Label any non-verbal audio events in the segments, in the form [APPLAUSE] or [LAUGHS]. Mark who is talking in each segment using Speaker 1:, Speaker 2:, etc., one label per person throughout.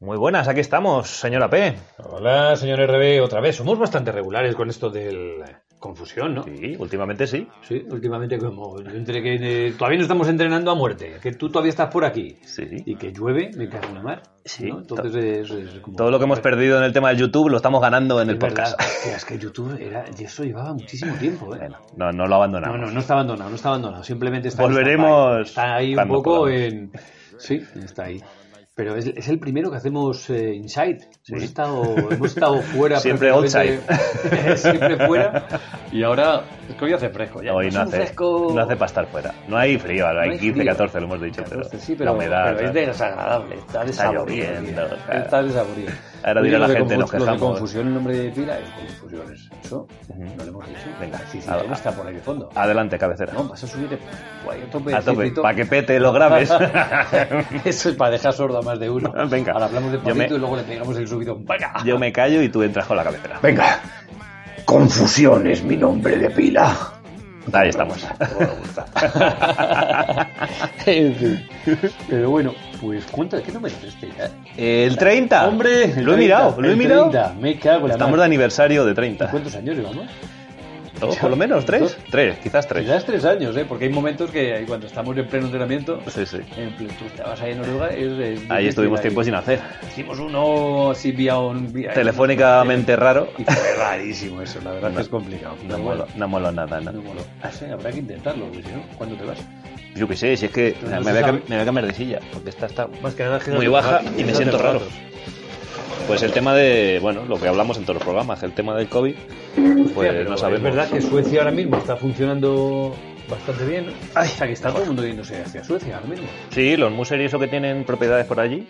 Speaker 1: Muy buenas, aquí estamos, señora P.
Speaker 2: Hola, señor RB, otra vez. Somos bastante regulares con esto del eh, confusión, ¿no?
Speaker 1: Sí, últimamente sí.
Speaker 2: Sí, últimamente como entre que eh, todavía no estamos entrenando a muerte, que tú todavía estás por aquí
Speaker 1: Sí.
Speaker 2: y que llueve, me cago en la mar.
Speaker 1: Sí,
Speaker 2: ¿no? entonces es, es como-
Speaker 1: Todo lo que hemos perdido en el tema del YouTube lo estamos ganando en el
Speaker 2: Es verdad,
Speaker 1: podcast.
Speaker 2: hostia, es que YouTube era, y eso llevaba muchísimo tiempo, ¿eh?
Speaker 1: Bueno, no, no lo
Speaker 2: [LAUGHS] No,
Speaker 1: abandonamos.
Speaker 2: no, no está abandonado, no está abandonado. Simplemente está.
Speaker 1: Volveremos
Speaker 2: en stand-by. Está ahí un
Speaker 1: cuando
Speaker 2: poco
Speaker 1: podamos.
Speaker 2: en. Sí, está ahí. Pero es, es el primero que hacemos eh, inside. Hemos, estado, hemos estado [LAUGHS] fuera.
Speaker 1: Siempre
Speaker 2: prácticamente- [LAUGHS] Siempre fuera. Y ahora. Es que hoy hace fresco. Ya.
Speaker 1: Hoy
Speaker 2: Es
Speaker 1: no
Speaker 2: un
Speaker 1: hace,
Speaker 2: fresco-
Speaker 1: no hace para estar fuera. No hay frío, hay,
Speaker 2: No hay
Speaker 1: 15,
Speaker 2: frío.
Speaker 1: 14 lo hemos dicho, pero,
Speaker 2: sí, pero,
Speaker 1: la humedad.
Speaker 2: pero es
Speaker 1: ¿sabes?
Speaker 2: desagradable. Está
Speaker 1: Está
Speaker 2: desaborido.
Speaker 1: lloviendo,
Speaker 2: tío.
Speaker 1: claro.
Speaker 2: Está desaborido.
Speaker 1: Ahora
Speaker 2: Oye,
Speaker 1: dirá
Speaker 2: lo
Speaker 1: la
Speaker 2: de
Speaker 1: gente,
Speaker 2: confu-
Speaker 1: nos
Speaker 2: Lo de
Speaker 1: quejamos.
Speaker 2: confusión, el nombre de pila es confusiones. Eso no lo hemos dicho.
Speaker 1: Venga,
Speaker 2: sí, sí,
Speaker 1: a-
Speaker 2: luego está por ahí de fondo.
Speaker 1: Adelante, cabecera.
Speaker 2: No, vas a subir guay, a tope.
Speaker 1: a tope,
Speaker 2: circuito.
Speaker 1: para que pete los graves.
Speaker 2: Eso es para dejar sordo a más de uno.
Speaker 1: Venga.
Speaker 2: Ahora hablamos de
Speaker 1: Yo
Speaker 2: poquito
Speaker 1: me-
Speaker 2: y luego le pegamos el subido. [LAUGHS] ¡Venga!
Speaker 1: Yo me callo y tú entras con la cabecera.
Speaker 3: Venga. Confusión es mi nombre de
Speaker 1: [LAUGHS]
Speaker 3: pila.
Speaker 1: Ahí estamos.
Speaker 2: En fin. Pero bueno, pues cuenta, ¿qué número es este? ya?
Speaker 1: El 30.
Speaker 2: Hombre, el
Speaker 1: lo he
Speaker 2: 30,
Speaker 1: mirado, lo he
Speaker 2: el
Speaker 1: mirado.
Speaker 2: 30, me cago en la
Speaker 1: Estamos de
Speaker 2: mar.
Speaker 1: aniversario de 30.
Speaker 2: ¿Cuántos años llevamos?
Speaker 1: Dos, por lo menos, tres.
Speaker 2: Dos.
Speaker 1: Tres, quizás tres.
Speaker 2: Quizás tres años, ¿eh? Porque hay momentos que ahí cuando estamos en pleno entrenamiento,
Speaker 1: Sí, sí.
Speaker 2: en pl- tú estabas ahí en Noruega, es, es
Speaker 1: Ahí
Speaker 2: difícil
Speaker 1: estuvimos
Speaker 2: ahí.
Speaker 1: tiempo sin hacer.
Speaker 2: Hicimos uno así vía un... vía-
Speaker 1: Telefónicamente raro.
Speaker 2: Y fue rarísimo eso, la verdad
Speaker 1: No.
Speaker 2: que es complicado.
Speaker 1: No
Speaker 2: Pero bueno.
Speaker 1: mola, no mola nada, no.
Speaker 2: No moló. Ah, sí, habrá que intentarlo, porque si no, ¿cuándo te vas?
Speaker 1: Yo qué sé, si es que
Speaker 2: No
Speaker 1: me,
Speaker 2: se
Speaker 1: voy a,
Speaker 2: sabe.
Speaker 1: cam- me voy a cambiar de silla, porque esta está
Speaker 2: Más que nada,
Speaker 1: muy baja y me siento raro. Pues el tema de, bueno, lo que hablamos en todos los programas, el tema del COVID, pues no sabemos.
Speaker 2: Es verdad que Suecia ahora mismo está funcionando bastante bien. Ay, o sea, que está todo el mundo yéndose hacia Suecia ahora mismo.
Speaker 1: Sí, los museos que tienen propiedades por allí,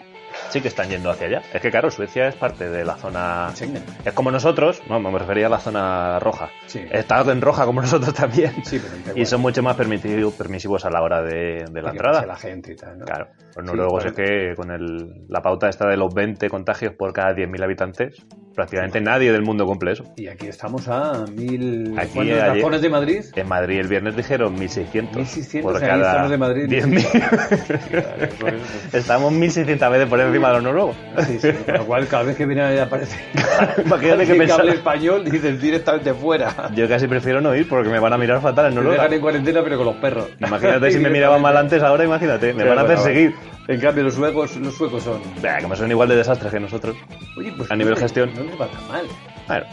Speaker 1: sí que están yendo hacia allá. Es que claro, Suecia es parte de la zona...
Speaker 2: Schengen.
Speaker 1: Es como nosotros, no, me refería a la zona roja.
Speaker 2: Sí.
Speaker 1: Está en roja como [LAUGHS] nosotros también.
Speaker 2: Sí, pero
Speaker 1: y
Speaker 2: da igual.
Speaker 1: son mucho más permisivo- permisivos a la hora de, de la
Speaker 2: Que
Speaker 1: entrada.
Speaker 2: pase la gente y tal, ¿no?
Speaker 1: Claro, los
Speaker 2: Sí,
Speaker 1: noruegos
Speaker 2: claro.
Speaker 1: es que con el, la pauta esta de los 20 contagios por cada 10.000 habitantes, prácticamente nadie del mundo cumple eso.
Speaker 2: Y aquí estamos a mil...
Speaker 1: Aquí,
Speaker 2: ¿Cuántos
Speaker 1: ayer-
Speaker 2: rajones de Madrid?
Speaker 1: En Madrid el viernes dijeron 1.600
Speaker 2: 1.600
Speaker 1: por
Speaker 2: ahí
Speaker 1: cada
Speaker 2: estamos de Madrid.
Speaker 1: 10.000.
Speaker 2: Claro, por
Speaker 1: [LAUGHS]
Speaker 2: eso,
Speaker 1: Estamos 1.600 veces por encima de los
Speaker 2: [LAUGHS]
Speaker 1: noruegos.
Speaker 2: pues, sí, sí, con lo cual, cada vez que viene aparece
Speaker 1: Imagínate que
Speaker 2: alguien que
Speaker 1: pensar.
Speaker 2: hable español, dices directamente fuera.
Speaker 1: Yo casi prefiero no ir porque me van a mirar fatal en
Speaker 2: Te dejan
Speaker 1: Noruega.
Speaker 2: en cuarentena pero con los perros.
Speaker 1: Imagínate
Speaker 2: [LAUGHS]
Speaker 1: si me miraban mal antes, ahora imagínate, me van a perseguir.
Speaker 2: En cambio, los suecos, los suecos son.
Speaker 1: Bah, Como son igual de desastres que nosotros.
Speaker 2: Oye, pues
Speaker 1: A nivel
Speaker 2: no-
Speaker 1: gestión.
Speaker 2: No les va tan mal.
Speaker 1: Bueno,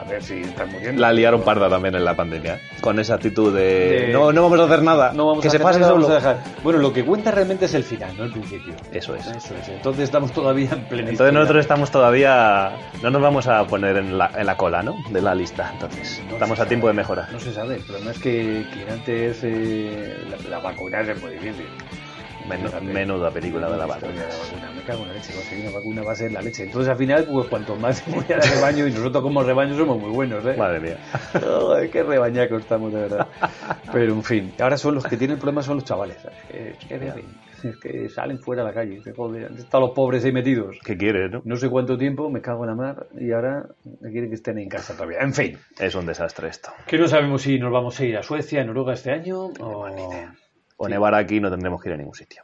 Speaker 2: A ver si están muriendo.
Speaker 1: la liaron parda también en la pandemia. Con esa actitud de...
Speaker 2: De-
Speaker 1: No, no vamos a hacer nada.
Speaker 2: No vamos
Speaker 1: que
Speaker 2: a
Speaker 1: se
Speaker 2: hacer
Speaker 1: pase
Speaker 2: nada, vamos
Speaker 1: solo.
Speaker 2: a dejar. Bueno, lo que cuenta realmente es el final, no el principio.
Speaker 1: Eso es.
Speaker 2: Eso es. Entonces estamos todavía en plena
Speaker 1: Entonces
Speaker 2: historia.
Speaker 1: nosotros estamos todavía... No nos vamos a poner en la, en la cola, ¿no? De la lista, entonces.
Speaker 2: No
Speaker 1: Estamos
Speaker 2: se
Speaker 1: a tiempo de
Speaker 2: sabe.
Speaker 1: mejora.
Speaker 2: No se sabe. El problema es que, que antes eh, la, la vacuna es muy difícil.
Speaker 1: Menu-
Speaker 2: Fíjate.
Speaker 1: menuda película de la vacuna.
Speaker 2: historia de la vacuna. Me cago en la leche. Conseguir una vacuna va a ser la leche. Entonces al final, pues cuanto más se muera el rebaño, y nosotros como rebaño somos muy buenos, ¿eh?
Speaker 1: Madre mía.
Speaker 2: [LAUGHS] Ay, qué rebañaco estamos, de verdad. Pero en fin, ahora son los que tienen problemas son los chavales. ¿sabes? Es que, es que salen fuera a la calle. que joder, han estado los pobres ahí metidos.
Speaker 1: ¿Qué quieres, no?
Speaker 2: No sé cuánto tiempo, me cago en la mar y ahora me quieren que estén en casa todavía. En fin,
Speaker 1: Es un desastre esto.
Speaker 2: que no sabemos si nos vamos a ir a Suecia, a Noruega este año o...
Speaker 1: O nevar aquí no tendremos que ir a ningún sitio.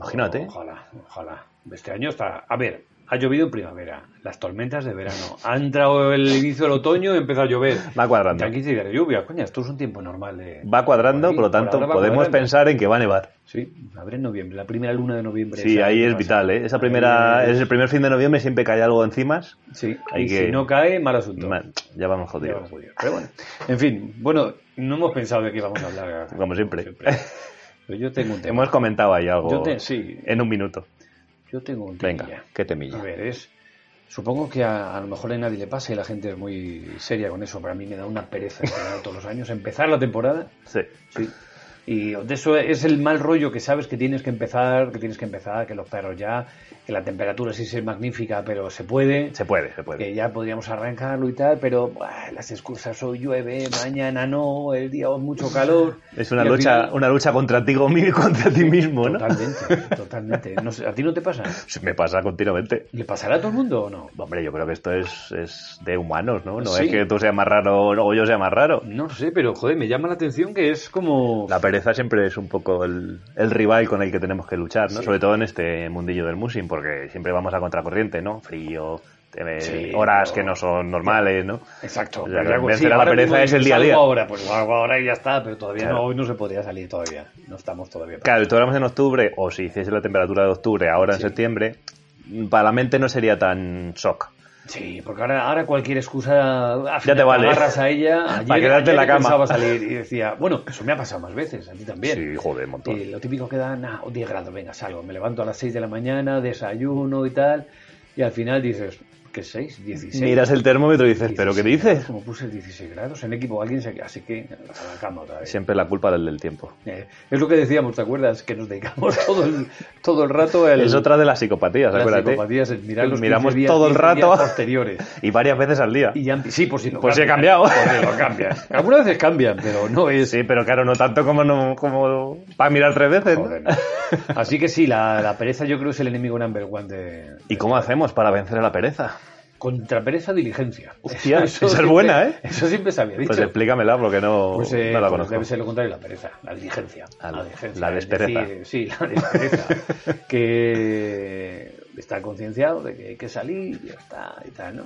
Speaker 1: Imagínate.
Speaker 2: Ojalá, ojalá. Este año está... A ver, ha llovido en primavera, las tormentas de verano, ha entrado el inicio del otoño y empieza a llover.
Speaker 1: Va cuadrando.
Speaker 2: Están 15 días de lluvia, coña, esto es un tiempo normal de...
Speaker 1: Va cuadrando,
Speaker 2: Aquí,
Speaker 1: por lo tanto,
Speaker 2: ahora va
Speaker 1: podemos
Speaker 2: cuadrando.
Speaker 1: pensar en que va a nevar.
Speaker 2: Sí, abre en noviembre, la primera luna de noviembre.
Speaker 1: Sí,
Speaker 2: esa
Speaker 1: ahí
Speaker 2: que
Speaker 1: es
Speaker 2: pasa.
Speaker 1: vital, ¿eh? Esa primera,
Speaker 2: Ahí
Speaker 1: es el primer fin de noviembre, siempre que hay algo encima,
Speaker 2: Sí,
Speaker 1: Hay
Speaker 2: y
Speaker 1: que-
Speaker 2: si no cae, mal asunto.
Speaker 1: man, ya vamos
Speaker 2: Ya
Speaker 1: jodidos.
Speaker 2: vamos a liar. Pero bueno, en fin, bueno, no hemos pensado de qué vamos a hablar.
Speaker 1: Como siempre.
Speaker 2: Pero yo tengo un tema.
Speaker 1: Hemos comentado ahí algo
Speaker 2: Yo te- sí.
Speaker 1: en un minuto.
Speaker 2: Yo tengo un tema.
Speaker 1: Venga, qué temilla.
Speaker 2: A ver, es. Supongo que a, a lo mejor a nadie le pasa y la gente es muy seria con eso, pero a mí me da una pereza que me da todos los años empezar la temporada
Speaker 1: Sí.
Speaker 2: Sí. Y de eso es el mal rollo que sabes que tienes que empezar, que tienes que empezar, que los perros ya, que la temperatura sí es magnífica, pero se puede,
Speaker 1: Se puede, se puede.
Speaker 2: que ya podríamos arrancarlo y tal, pero buah, las excusas hoy llueve, mañana no, el día hoy mucho calor.
Speaker 1: Es una
Speaker 2: Y al
Speaker 1: lucha,
Speaker 2: final-
Speaker 1: una lucha contra ti mi- [LAUGHS] contra ti mismo, ¿no?
Speaker 2: Totalmente, totalmente. No sé, ¿A ti no te pasa?
Speaker 1: Se me pasa continuamente.
Speaker 2: ¿Le pasará a todo el mundo o no?
Speaker 1: Hombre, yo creo que esto es, es de humanos, ¿no? No
Speaker 2: Sí.
Speaker 1: es que tú seas más raro o yo sea más raro.
Speaker 2: No sé, pero joder, me llama la atención que es como...
Speaker 1: La pereza siempre es un poco el, el rival con el que tenemos que luchar, ¿no? Sobre todo en este mundillo del musing, porque siempre vamos a contracorriente, ¿no? Frío, eh,
Speaker 2: Sí,
Speaker 1: horas
Speaker 2: pero-
Speaker 1: que no son normales, ¿no?
Speaker 2: Exacto.
Speaker 1: La
Speaker 2: pero ya,
Speaker 1: vencer a la
Speaker 2: ahora
Speaker 1: pereza
Speaker 2: mismo
Speaker 1: es el día a
Speaker 2: salgo
Speaker 1: día.
Speaker 2: Ahora, pues salgo ahora y ya está, pero todavía
Speaker 1: Claro.
Speaker 2: no, hoy no se podía salir todavía. No estamos todavía. para-
Speaker 1: Claro, estuviéramos en octubre, o si hiciese la temperatura de octubre, ahora en septiembre, para la mente no sería tan shock.
Speaker 2: Sí, porque ahora, ahora cualquier excusa al final
Speaker 1: vale.
Speaker 2: agarras
Speaker 1: [LAUGHS]
Speaker 2: a ella. Ayer,
Speaker 1: Para quedarte en la
Speaker 2: ayer
Speaker 1: cama.
Speaker 2: pensaba salir y decía, bueno, eso me ha pasado más veces, a ti también.
Speaker 1: Sí, joder, un montón.
Speaker 2: Y lo típico que ah, da, nah, 10 grados, venga, salgo. Me levanto a las 6 de la mañana, desayuno y tal. Y al final dices, ¿qué 6? 16.
Speaker 1: Miras el termómetro y dices, ¿pero qué
Speaker 2: 16 grados,
Speaker 1: dices?
Speaker 2: Como puse 16 grados en equipo, alguien se así que a la cama otra vez.
Speaker 1: Siempre la culpa del del tiempo.
Speaker 2: Eh, es lo que decíamos, ¿te acuerdas? Que nos dedicamos [LAUGHS] todo el, todo el rato al- a
Speaker 1: Es otra de las psicopatías,
Speaker 2: las
Speaker 1: acuérdate.
Speaker 2: psicopatías, el mirar los
Speaker 1: Miramos
Speaker 2: 15 días,
Speaker 1: todo el
Speaker 2: 15 días
Speaker 1: rato
Speaker 2: posteriores.
Speaker 1: [LAUGHS] y varias veces al día.
Speaker 2: Y ya, sí, por si lo
Speaker 1: Pues sí he
Speaker 2: cambian.
Speaker 1: cambiado.
Speaker 2: [LAUGHS] Por si lo cambian. Algunas veces cambian, pero no es...
Speaker 1: Sí, pero claro, no tanto como no, como para mirar tres veces. ¿no?
Speaker 2: [LAUGHS] Joder, no. Así que sí, la, la pereza yo creo es el enemigo number one de...
Speaker 1: ¿Y cómo hacemos para vencer a la pereza?
Speaker 2: Contra pereza, diligencia. [LAUGHS]
Speaker 1: Hostia, esa es buena, ¿eh?
Speaker 2: Eso siempre se había dicho.
Speaker 1: Pues explícamela porque no,
Speaker 2: Pues, eh,
Speaker 1: no la
Speaker 2: pues
Speaker 1: conozco.
Speaker 2: debe ser lo contrario, la pereza, la diligencia.
Speaker 1: Ah, la-
Speaker 2: diligencia,
Speaker 1: la
Speaker 2: es
Speaker 1: despereza.
Speaker 2: decir, sí, la despereza.
Speaker 1: [LAUGHS]
Speaker 2: que está concienciado de que hay que salir y ya está, y tal, ¿no?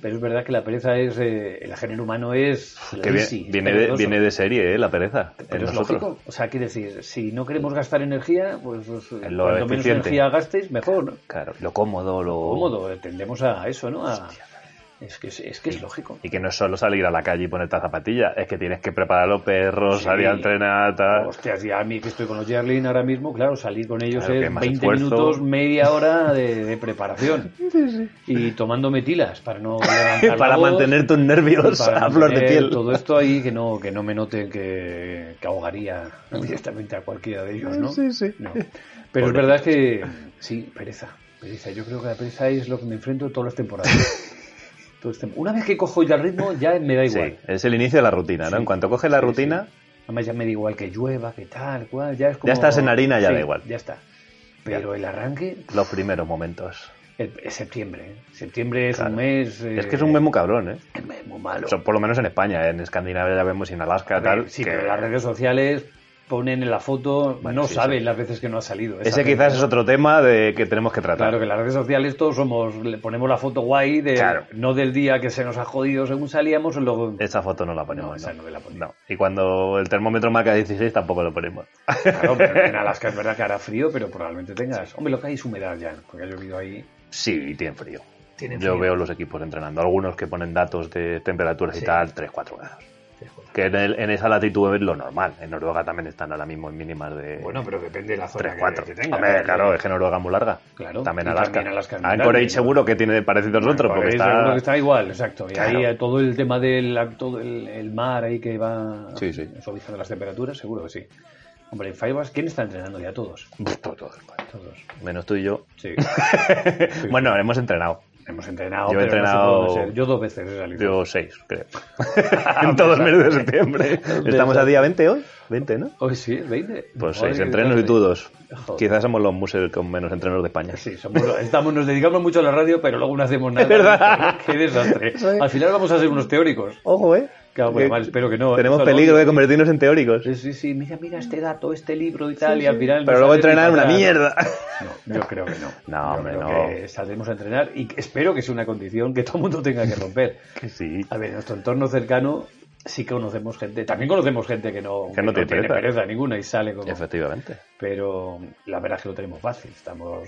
Speaker 2: Pero es verdad que la pereza es. eh, el género humano es.
Speaker 1: ¿Mm? Que vie-
Speaker 2: lazy,
Speaker 1: viene, de,
Speaker 2: perezoso.
Speaker 1: viene de serie, ¿eh? La pereza. en
Speaker 2: Pero es
Speaker 1: nosotros.
Speaker 2: lógico. O sea, quiere decir, si no queremos gastar energía, pues. pues, eh,
Speaker 1: lo
Speaker 2: cuanto menos
Speaker 1: eficiente. Oh.
Speaker 2: energía gastéis, mejor, ¿no?
Speaker 1: Claro, lo cómodo, lo
Speaker 2: Cómodo, eh, tendemos a eso, ¿no? A- es que es, es que es lógico.
Speaker 1: Y que no es solo salir a la calle y ponerte a zapatilla, es que tienes que preparar los perros,
Speaker 2: Sí.
Speaker 1: salir a entrenar, tal.
Speaker 2: Hostias, ya a mí que estoy con los Jerlin ahora mismo, claro, salir con ellos
Speaker 1: Claro, que
Speaker 2: es
Speaker 1: más
Speaker 2: 20
Speaker 1: esfuerzo.
Speaker 2: minutos, media hora de,
Speaker 1: [LAUGHS]
Speaker 2: de preparación. Y tomando metilas para no levantar la
Speaker 1: Para
Speaker 2: voz,
Speaker 1: mantener tus nervios
Speaker 2: para
Speaker 1: a flor de
Speaker 2: mantener
Speaker 1: piel.
Speaker 2: Todo esto ahí que no, que no me noten que, que ahogaría [LAUGHS] directamente a cualquiera de ellos, ¿no?
Speaker 1: Sí, sí.
Speaker 2: No. Pero es verdad que sí, pereza. Pereza. Yo creo que la pereza es lo que me enfrento todas
Speaker 1: [LAUGHS]
Speaker 2: las temporadas. Todas las tem- Una vez que cojo ya el ritmo, ya me da
Speaker 1: Sí,
Speaker 2: igual.
Speaker 1: es el inicio de la rutina, ¿no?
Speaker 2: Sí.
Speaker 1: En cuanto coges la
Speaker 2: Sí,
Speaker 1: rutina,
Speaker 2: sí. Además ya me da igual que llueva, que tal, cual, ya es como...
Speaker 1: estás en harina, ya
Speaker 2: Sí,
Speaker 1: da igual.
Speaker 2: Ya está. Pero el arranque,
Speaker 1: los primeros momentos.
Speaker 2: el- es septiembre. ¿eh? Septiembre es
Speaker 1: Claro.
Speaker 2: un mes... eh,
Speaker 1: Es que es un memo cabrón, ¿eh?
Speaker 2: es un mes muy malo.
Speaker 1: O sea, por lo menos en España, ¿eh? en Escandinavia ya vemos, y en Alaska,
Speaker 2: A ver,
Speaker 1: tal.
Speaker 2: sí,
Speaker 1: que-
Speaker 2: pero las redes sociales ponen en la foto,
Speaker 1: Bueno,
Speaker 2: no
Speaker 1: sí,
Speaker 2: saben
Speaker 1: sí.
Speaker 2: las veces que no ha salido. Esa
Speaker 1: Ese
Speaker 2: gente-
Speaker 1: quizás es otro tema de que tenemos que tratar.
Speaker 2: Claro, que en las redes sociales todos somos, le ponemos la foto guay, de,
Speaker 1: Claro.
Speaker 2: no del día que se nos ha jodido según salíamos, luego...
Speaker 1: Esa foto no la ponemos.
Speaker 2: No, esa no la ponemos.
Speaker 1: No. Y cuando el termómetro marca 16 tampoco lo ponemos.
Speaker 2: Claro, pero
Speaker 1: [LAUGHS]
Speaker 2: en Alaska es verdad que hará frío, pero probablemente tengas... Hombre, lo que hay es humedad ya, porque ha llovido ahí...
Speaker 1: Sí, tienen frío.
Speaker 2: Tienen
Speaker 1: Yo
Speaker 2: frío.
Speaker 1: veo los equipos entrenando, algunos que ponen datos de temperaturas y tal, 3-4 grados. Que en, el- en esa latitud es lo normal. En Noruega también están ahora mismo en mínimas de
Speaker 2: Bueno, pero depende de la zona
Speaker 1: 3,
Speaker 2: que,
Speaker 1: 4.
Speaker 2: que tenga.
Speaker 1: Hombre, claro, es que Noruega es muy larga.
Speaker 2: Claro,
Speaker 1: También
Speaker 2: y
Speaker 1: Alaska.
Speaker 2: también Alaska es muy
Speaker 1: Anchorage
Speaker 2: grande.
Speaker 1: seguro que tiene parecido a nosotros,
Speaker 2: Por
Speaker 1: porque
Speaker 2: ahí
Speaker 1: está...
Speaker 2: seguro que está igual, exacto. Y
Speaker 1: Claro.
Speaker 2: ahí eh, todo el tema del todo el, el mar ahí que va
Speaker 1: Sí, sí.
Speaker 2: suavizando las temperaturas, seguro que sí. Hombre, en Firebase, ¿quién está entrenando ya? Todos.
Speaker 1: Pff, todo, todo, bueno.
Speaker 2: Todos.
Speaker 1: Menos tú y yo. [LAUGHS]
Speaker 2: Sí.
Speaker 1: Bueno, hemos entrenado.
Speaker 2: Hemos entrenado.
Speaker 1: Yo he
Speaker 2: pero no sé
Speaker 1: entrenado-
Speaker 2: cuándo ser. Yo dos veces he salido.
Speaker 1: Yo 6,
Speaker 2: [LAUGHS]
Speaker 1: creo. en todos los meses de septiembre. [LAUGHS] Estamos a día 20 hoy. 20, ¿no?
Speaker 2: Hoy Oh, sí, 20.
Speaker 1: Pues
Speaker 2: Madre
Speaker 1: 6
Speaker 2: que
Speaker 1: entrenos y
Speaker 2: tarde.
Speaker 1: tú dos.
Speaker 2: Joder.
Speaker 1: Quizás somos los museos con menos entrenos de España.
Speaker 2: Sí, somos, estamos, nos dedicamos mucho a la radio, pero luego no hacemos nada.
Speaker 1: Es verdad.
Speaker 2: [LAUGHS] Qué desastre.
Speaker 1: Soy-
Speaker 2: Al final vamos a ser unos teóricos.
Speaker 1: Ojo, ¿eh?
Speaker 2: Claro, bueno, mal, espero que no. ¿eh?
Speaker 1: Tenemos
Speaker 2: Eso lo
Speaker 1: peligro de convertirnos en teóricos.
Speaker 2: Sí, sí, sí, mira, mira este dato, este libro y tal, y al final... no
Speaker 1: Pero luego
Speaker 2: sabes ni
Speaker 1: entrenar una
Speaker 2: pasar.
Speaker 1: mierda.
Speaker 2: No, yo creo que no.
Speaker 1: No,
Speaker 2: Yo
Speaker 1: hombre,
Speaker 2: creo
Speaker 1: no.
Speaker 2: que saldremos a entrenar y que- espero que sea una condición que todo el mundo tenga que romper.
Speaker 1: [LAUGHS] Que sí.
Speaker 2: A ver, en nuestro entorno cercano sí conocemos gente, también conocemos gente que no,
Speaker 1: Que no tiene
Speaker 2: tiene
Speaker 1: pereza.
Speaker 2: pereza ninguna y sale como...
Speaker 1: Efectivamente.
Speaker 2: Pero la verdad es que lo tenemos fácil, estamos...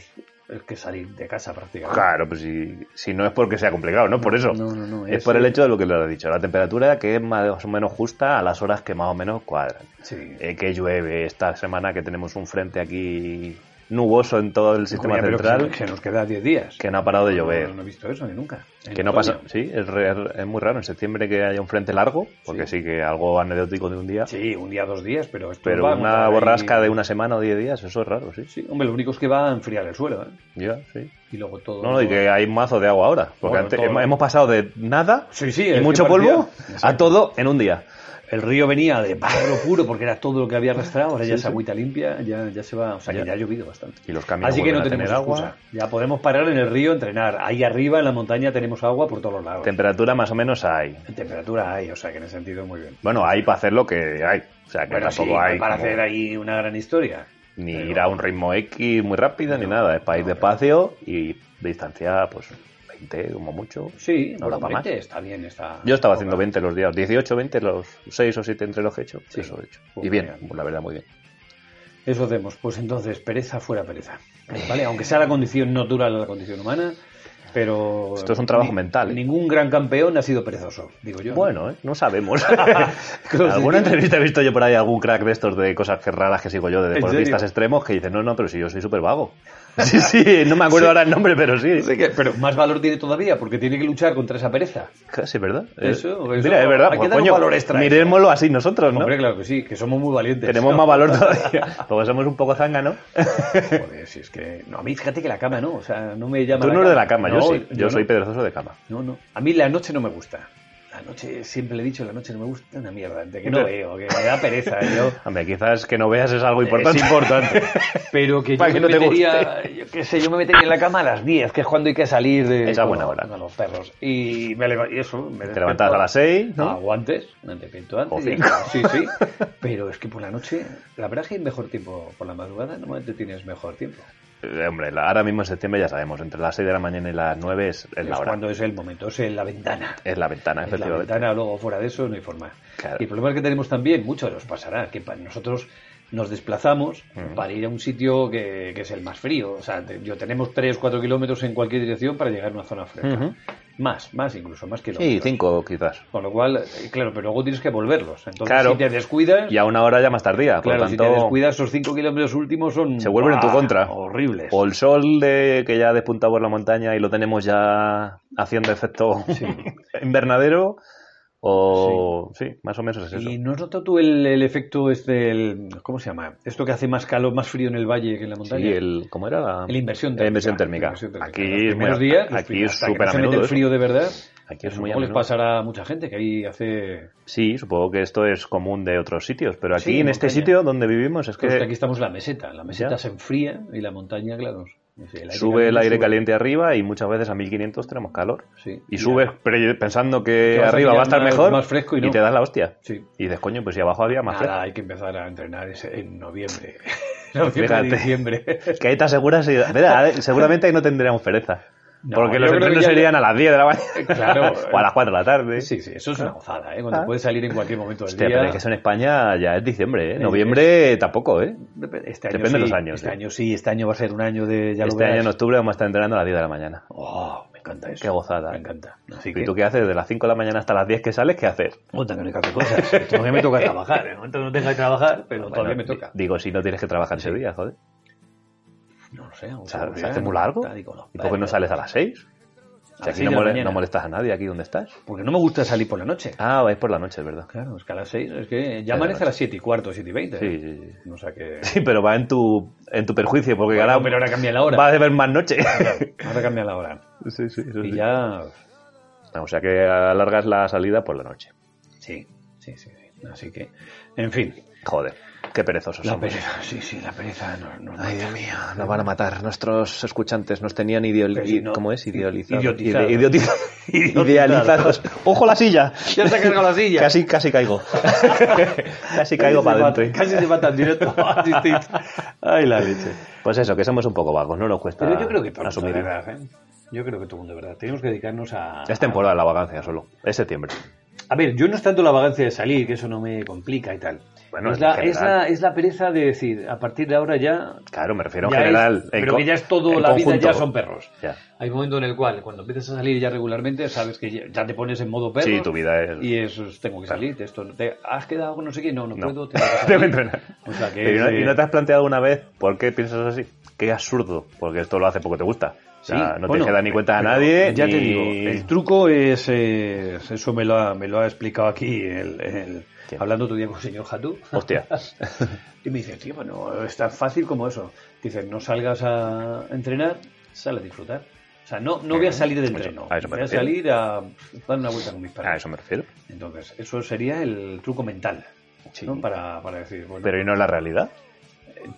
Speaker 2: Es que salir de casa prácticamente.
Speaker 1: Claro, pues si, si no es porque sea complicado, ¿no? Por eso.
Speaker 2: no, no, no,
Speaker 1: es
Speaker 2: eso-
Speaker 1: por el hecho de lo que le he dicho. La temperatura que es más o menos justa a las horas que más o menos cuadran.
Speaker 2: Sí.
Speaker 1: Eh, que llueve esta semana que tenemos un frente aquí nuboso en todo el sistema
Speaker 2: Coño, pero que
Speaker 1: central,
Speaker 2: se- que nos queda 10 días.
Speaker 1: que no ha parado de llover.
Speaker 2: No, no he visto eso ni nunca. En
Speaker 1: Que no
Speaker 2: otoño.
Speaker 1: pasa, sí, es, re- es muy raro en septiembre que haya un frente largo, porque sí, que algo anecdótico de un día,
Speaker 2: Sí, un día, dos días, pero esto va
Speaker 1: pero
Speaker 2: a montar
Speaker 1: una
Speaker 2: ahí-
Speaker 1: borrasca de una semana o diez días, eso es raro, sí.
Speaker 2: Sí, hombre, lo único es que va a enfriar el suelo, ¿eh?
Speaker 1: Ya, sí.
Speaker 2: Y luego todo...
Speaker 1: No, no, y que hay mazo de agua ahora, porque
Speaker 2: Pues Bueno,
Speaker 1: antes
Speaker 2: todo.
Speaker 1: hemos, hemos pasado de nada
Speaker 2: Sí, sí, es
Speaker 1: y
Speaker 2: que
Speaker 1: mucho
Speaker 2: parecía-
Speaker 1: polvo a
Speaker 2: Exacto.
Speaker 1: todo en un día.
Speaker 2: El río venía
Speaker 1: [LAUGHS]
Speaker 2: de barro puro porque era todo lo que había arrastrado, ahora ya es agüita limpia, ya, ya se va, o sea que
Speaker 1: Ya.
Speaker 2: ya ha llovido bastante.
Speaker 1: Y los caminos
Speaker 2: Así que no
Speaker 1: vuelven a
Speaker 2: tenemos
Speaker 1: tener
Speaker 2: excusa.
Speaker 1: agua.
Speaker 2: Ya podemos parar en el río, entrenar. Ahí arriba en la montaña tenemos agua por todos los lados.
Speaker 1: Temperatura más o menos hay.
Speaker 2: Temperatura hay, o sea que en ese sentido muy bien.
Speaker 1: Bueno, hay para hacer lo que hay. O sea, que
Speaker 2: Bueno, sí,
Speaker 1: tampoco
Speaker 2: no
Speaker 1: hay
Speaker 2: para
Speaker 1: como-
Speaker 2: hacer ahí una gran historia.
Speaker 1: ni
Speaker 2: pero-
Speaker 1: ir a un ritmo X muy rápido ni nada. Es para ir despacio y distancia, pues 20 como mucho.
Speaker 2: Sí,
Speaker 1: No da
Speaker 2: bueno,
Speaker 1: para más.
Speaker 2: 20 está bien. Está
Speaker 1: Yo estaba
Speaker 2: está
Speaker 1: haciendo 20 los días, 18, 20, los 6 o 7 entre los que he hecho.
Speaker 2: Sí.
Speaker 1: Eso he hecho.
Speaker 2: Pues
Speaker 1: y bien,
Speaker 2: genial.
Speaker 1: la verdad, muy bien.
Speaker 2: Eso hacemos. Pues entonces, pereza
Speaker 1: [LAUGHS]
Speaker 2: fuera pereza. ¿Vale? Aunque sea la condición natural de la condición humana, pero...
Speaker 1: Esto es un trabajo
Speaker 2: ni-
Speaker 1: mental, ¿eh?
Speaker 2: Ningún gran campeón ha sido perezoso, digo yo. ¿no? [LAUGHS]
Speaker 1: Bueno, ¿eh? no [LAUGHS] sabemos.
Speaker 2: Claro, sí,
Speaker 1: Alguna
Speaker 2: sí.
Speaker 1: entrevista he visto yo por ahí algún crack de estos de cosas que raras que sigo yo, de
Speaker 2: ¿En
Speaker 1: deportistas
Speaker 2: serio?
Speaker 1: extremos, que dicen, no, no, pero si yo soy súper vago. [LAUGHS] Sí, sí, no me acuerdo ahora el nombre, pero sí.
Speaker 2: Así que- pero más valor tiene todavía, porque tiene que luchar contra esa pereza.
Speaker 1: Casi, ¿verdad?
Speaker 2: Eso,
Speaker 1: Eh,
Speaker 2: eso,
Speaker 1: Mira, es verdad.
Speaker 2: hay que
Speaker 1: pues,
Speaker 2: dar un
Speaker 1: coño,
Speaker 2: valor extra a eso.
Speaker 1: Mirémoslo así nosotros, ¿no?
Speaker 2: Hombre, claro que sí, que somos muy
Speaker 1: [LAUGHS]
Speaker 2: valientes.
Speaker 1: Tenemos más valor todavía. Porque somos un poco zanga, ¿no?
Speaker 2: [LAUGHS] Joder, si es que... No, a mí fíjate que la cama no, o sea, no me llama
Speaker 1: Tú no eres de la cama, yo
Speaker 2: No,
Speaker 1: sí. Yo
Speaker 2: no.
Speaker 1: soy perezoso de cama.
Speaker 2: No, no. A mí la noche no me gusta. La noche, siempre le he dicho, la noche no me gusta una mierda. De que no
Speaker 1: Pero-
Speaker 2: veo, que me
Speaker 1: [LAUGHS]
Speaker 2: da pereza. Yo,
Speaker 1: Hombre, quizás que no veas es algo importante.
Speaker 2: Es importante. Pero que yo
Speaker 1: Para que no
Speaker 2: me
Speaker 1: te
Speaker 2: metería, yo qué sé, yo me metería en la cama a las 10, que es cuando hay que salir de
Speaker 1: Esa
Speaker 2: como-
Speaker 1: buena hora.
Speaker 2: a los perros. Y me leva- y eso,
Speaker 1: [LAUGHS]
Speaker 2: me
Speaker 1: Te
Speaker 2: despierto.
Speaker 1: levantas a las 6,
Speaker 2: No,
Speaker 1: ¿no?
Speaker 2: hago antes, me despierto
Speaker 1: O
Speaker 2: antes. y-
Speaker 1: cinco.
Speaker 2: Sí, sí.
Speaker 1: [LAUGHS]
Speaker 2: Pero es que por la noche, la verdad es que hay mejor tiempo por la madrugada, normalmente tienes mejor tiempo.
Speaker 1: Eh, Hombre, la- ahora mismo en septiembre ya sabemos, entre las 6 de la mañana y las 9 es, es
Speaker 2: Es
Speaker 1: la hora.
Speaker 2: cuando es el momento, es en la ventana.
Speaker 1: Es la ventana,
Speaker 2: Es la
Speaker 1: efectivamente.
Speaker 2: ventana, luego fuera de eso no hay forma.
Speaker 1: Claro.
Speaker 2: Y el problema que tenemos también, muchos nos pasará, que pa- nosotros nos desplazamos para ir a un sitio que, que es el más frío. O sea, te- yo tenemos 3, 4 kilómetros en cualquier dirección para llegar a una zona fresca.
Speaker 1: Ujú.
Speaker 2: Más, más incluso, más
Speaker 1: Sí,
Speaker 2: kilómetros.
Speaker 1: 5 quizás.
Speaker 2: Con lo cual, eh, claro, pero luego tienes que volverlos. Entonces,
Speaker 1: Claro.
Speaker 2: si te descuidas,
Speaker 1: Y a una hora ya más tardía,
Speaker 2: claro,
Speaker 1: por
Speaker 2: si
Speaker 1: tanto...
Speaker 2: te descuidas, esos 5 kilómetros últimos son...
Speaker 1: se vuelven en tu
Speaker 2: ¡buah!
Speaker 1: contra.
Speaker 2: Horribles.
Speaker 1: O el sol de, que ya ha despuntado por la montaña y lo tenemos ya haciendo efecto
Speaker 2: Sí.
Speaker 1: [LAUGHS] invernadero. O sí. más o menos es eso.
Speaker 2: ¿Y no has notado tú el, el efecto, este, el, ¿cómo se llama? Esto que hace más calor, más frío en el valle que en la montaña.
Speaker 1: Sí, el, ¿Cómo era? La,
Speaker 2: La inversión
Speaker 1: La inversión
Speaker 2: térmica.
Speaker 1: térmica.
Speaker 2: La inversión térmica.
Speaker 1: Aquí,
Speaker 2: Los
Speaker 1: es muy,
Speaker 2: primeros días, los
Speaker 1: aquí
Speaker 2: primeros-
Speaker 1: es
Speaker 2: hasta que
Speaker 1: súper
Speaker 2: no
Speaker 1: a
Speaker 2: se mete
Speaker 1: menudo.
Speaker 2: el
Speaker 1: eso.
Speaker 2: frío de verdad.
Speaker 1: Aquí es muy a
Speaker 2: Supongo les
Speaker 1: menudo.
Speaker 2: pasará a mucha gente que ahí hace.
Speaker 1: Sí, supongo que esto es común de otros sitios, pero aquí
Speaker 2: Sí,
Speaker 1: en este
Speaker 2: montaña.
Speaker 1: sitio donde vivimos es
Speaker 2: Claro, es pues que aquí
Speaker 1: que
Speaker 2: estamos en la meseta. La meseta
Speaker 1: Ya.
Speaker 2: se enfría y la montaña, claro. no sé, el aire
Speaker 1: sube el aire
Speaker 2: sube.
Speaker 1: caliente arriba y muchas veces a 1500 tenemos calor.
Speaker 2: Sí.
Speaker 1: Y subes pre- pensando que
Speaker 2: Que vas a
Speaker 1: arriba va a
Speaker 2: pillar
Speaker 1: estar
Speaker 2: más-
Speaker 1: mejor
Speaker 2: más fresco y no.
Speaker 1: te das la hostia.
Speaker 2: Sí.
Speaker 1: Y dices, coño, pues si abajo había más
Speaker 2: Nada,
Speaker 1: fresco.
Speaker 2: hay que empezar a entrenar ese- en noviembre. [LAUGHS] noviembre
Speaker 1: Fíjate.
Speaker 2: diciembre.
Speaker 1: Que ahí te
Speaker 2: [LAUGHS]
Speaker 1: aseguras, y- Mira, a ver, seguramente ahí no tendríamos pereza.
Speaker 2: No,
Speaker 1: porque
Speaker 2: yo
Speaker 1: los
Speaker 2: creo que
Speaker 1: entrenos
Speaker 2: ya-
Speaker 1: serían a las 10 de la mañana.
Speaker 2: Claro.
Speaker 1: [LAUGHS] o a las 4 de la tarde.
Speaker 2: Sí, sí, eso es una gozada, ¿eh? Cuando
Speaker 1: Ah.
Speaker 2: puedes salir en cualquier momento del
Speaker 1: Hostia,
Speaker 2: día.
Speaker 1: pero es que eso en España ya es diciembre, ¿eh? Noviembre tampoco, ¿eh?
Speaker 2: Dep- Este año
Speaker 1: Depende de
Speaker 2: sí,
Speaker 1: los años,
Speaker 2: Este
Speaker 1: sí.
Speaker 2: año sí, este año va a ser un año de. Ya lo
Speaker 1: este año
Speaker 2: verás.
Speaker 1: en octubre vamos a estar entrenando a las 10 de la mañana.
Speaker 2: Oh, me encanta eso.
Speaker 1: Qué gozada.
Speaker 2: Me encanta. Así
Speaker 1: ¿Y
Speaker 2: que.
Speaker 1: tú qué haces? De las 5 de la mañana hasta las 10 que sales, ¿qué haces?
Speaker 2: Puta, que no hay que hacer cosas. Todavía me toca trabajar. ¿eh? En el momento que no tenga que trabajar, pero
Speaker 1: Bueno,
Speaker 2: todavía me
Speaker 1: di-
Speaker 2: toca.
Speaker 1: Digo, si no tienes que trabajar ese día, joder.
Speaker 2: No lo sé. ¿eh?
Speaker 1: O sea, ¿Se hace muy largo? ¿Y por qué no
Speaker 2: sale?
Speaker 1: sales a las 6? Si
Speaker 2: las
Speaker 1: aquí no,
Speaker 2: seis de la
Speaker 1: mole-
Speaker 2: mañana.
Speaker 1: no molestas a nadie, aquí donde estás.
Speaker 2: Porque no me gusta salir por la noche.
Speaker 1: Ah, es por la noche, es verdad.
Speaker 2: Claro, es que a las 6, es que
Speaker 1: la
Speaker 2: ya amanece
Speaker 1: noche.
Speaker 2: a las 7 y cuarto, 7 y 20.
Speaker 1: Sí, sí, sí. [LAUGHS]
Speaker 2: O sea que.
Speaker 1: Sí, pero va en tu, en tu perjuicio, porque ahora,
Speaker 2: pero ahora cambia la hora.
Speaker 1: va a haber más noche.
Speaker 2: Ahora cambia la hora.
Speaker 1: [LAUGHS] sí, sí, eso
Speaker 2: Y
Speaker 1: sí.
Speaker 2: ya.
Speaker 1: O sea que alargas la salida por la noche.
Speaker 2: Sí, sí, sí. sí. Así que. En fin.
Speaker 1: Joder, qué perezosos
Speaker 2: La
Speaker 1: somos. ¿eh?
Speaker 2: pereza, [LAUGHS] sí, sí, la pereza nos, nos
Speaker 1: Ay,
Speaker 2: mata.
Speaker 1: Dios mío, nos van a matar. Nuestros escuchantes nos tenían ideol...
Speaker 2: Pero si
Speaker 1: i-
Speaker 2: no-
Speaker 1: ¿Cómo es? Idealizados.
Speaker 2: idiotizados.
Speaker 1: Ide-
Speaker 2: [LAUGHS]
Speaker 1: pues, idiotiza- Idealizados. ¡Ojo la silla!
Speaker 2: Ya se ha cargado la silla.
Speaker 1: Casi, casi
Speaker 2: [LAUGHS]
Speaker 1: caigo. casi caigo
Speaker 2: se
Speaker 1: para
Speaker 2: va-
Speaker 1: adentro.
Speaker 2: Casi se va
Speaker 1: [LAUGHS]
Speaker 2: tan directo. [LAUGHS] Ay, la leche.
Speaker 1: Pues eso, que somos un poco vagos, no nos cuesta
Speaker 2: Pero yo creo que todo el mundo, de
Speaker 1: Ah, asumir.
Speaker 2: verdad, ¿eh? Yo creo que todo el mundo, de verdad. Tenemos que dedicarnos a...
Speaker 1: Es temporada la vacancia solo. Es septiembre.
Speaker 2: A ver, yo no es tanto la vagancia de salir, que eso no me complica y tal.
Speaker 1: Bueno,
Speaker 2: es,
Speaker 1: en
Speaker 2: la, es,
Speaker 1: general.
Speaker 2: la, es la pereza de decir, a partir de ahora ya.
Speaker 1: Claro, me refiero en
Speaker 2: ya es-
Speaker 1: general. en
Speaker 2: pero
Speaker 1: co-
Speaker 2: que ya es todo,
Speaker 1: en
Speaker 2: la vida
Speaker 1: conjunto.
Speaker 2: ya son perros.
Speaker 1: Ya.
Speaker 2: Hay un momento en el cual, cuando empiezas a salir ya regularmente, sabes que ya, ya te pones en modo perro.
Speaker 1: Sí, tu vida es-
Speaker 2: Y eso es, tengo que salir, de esto. Te, ¿Has quedado con no sé qué? No, no,
Speaker 1: No.
Speaker 2: puedo. Tengo que
Speaker 1: [LAUGHS]
Speaker 2: salir.
Speaker 1: Tengo que entrenar.
Speaker 2: O sea que.
Speaker 1: Pero ¿y no-
Speaker 2: es,
Speaker 1: ¿Y no
Speaker 2: eh,
Speaker 1: te has planteado una vez por qué piensas así? Qué absurdo, porque esto lo hace porque te gusta. O sea,
Speaker 2: Sí,
Speaker 1: no
Speaker 2: bueno,
Speaker 1: te queda ni cuenta a
Speaker 2: pero
Speaker 1: nadie.
Speaker 2: Ya te
Speaker 1: ni-
Speaker 2: digo, el truco es. eh, eso me lo ha, me lo ha explicado aquí, el, el-
Speaker 1: ¿Quién?
Speaker 2: hablando otro día con el señor Jatú.
Speaker 1: Hostia.
Speaker 2: [LAUGHS] y me dice, tío, bueno, es tan fácil como eso. Dice, no salgas a entrenar, sal a disfrutar. O sea, no, no voy a salir de
Speaker 1: Mm, Mucho.
Speaker 2: entreno.
Speaker 1: A eso me
Speaker 2: voy a
Speaker 1: refiero.
Speaker 2: salir a dar una vuelta con mis
Speaker 1: A
Speaker 2: padres.
Speaker 1: eso me refiero.
Speaker 2: Entonces, eso sería el truco mental.
Speaker 1: Sí.
Speaker 2: ¿no? Para, para decir, bueno, eh,
Speaker 1: Pero ¿y no es la realidad?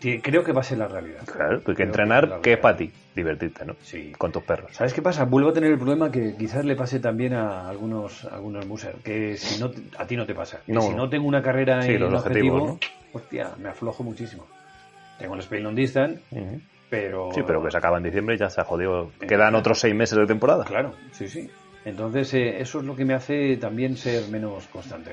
Speaker 2: ti- creo que va a ser la realidad.
Speaker 1: Claro, porque
Speaker 2: Creo que
Speaker 1: entrenar,
Speaker 2: la
Speaker 1: ¿qué es
Speaker 2: realidad.
Speaker 1: para ti? Divertirte, ¿no?
Speaker 2: Sí.
Speaker 1: Con tus perros.
Speaker 2: ¿Sabes qué pasa? Vuelvo a tener el problema que quizás le pase también a algunos a algunos museos, que si no te- a ti no te pasa. Que
Speaker 1: No.
Speaker 2: si no tengo una carrera
Speaker 1: Sí,
Speaker 2: en
Speaker 1: los
Speaker 2: un
Speaker 1: objetivos,
Speaker 2: objetivo, hostia, me aflojo muchísimo. Tengo el Spain on Distance,
Speaker 1: Ujú.
Speaker 2: pero
Speaker 1: Sí, pero que se acaba en diciembre y ya se ha jodido. Quedan otros seis meses de temporada.
Speaker 2: Eh, Claro, sí, sí. Entonces, eh, eso es lo que me hace también ser menos constante.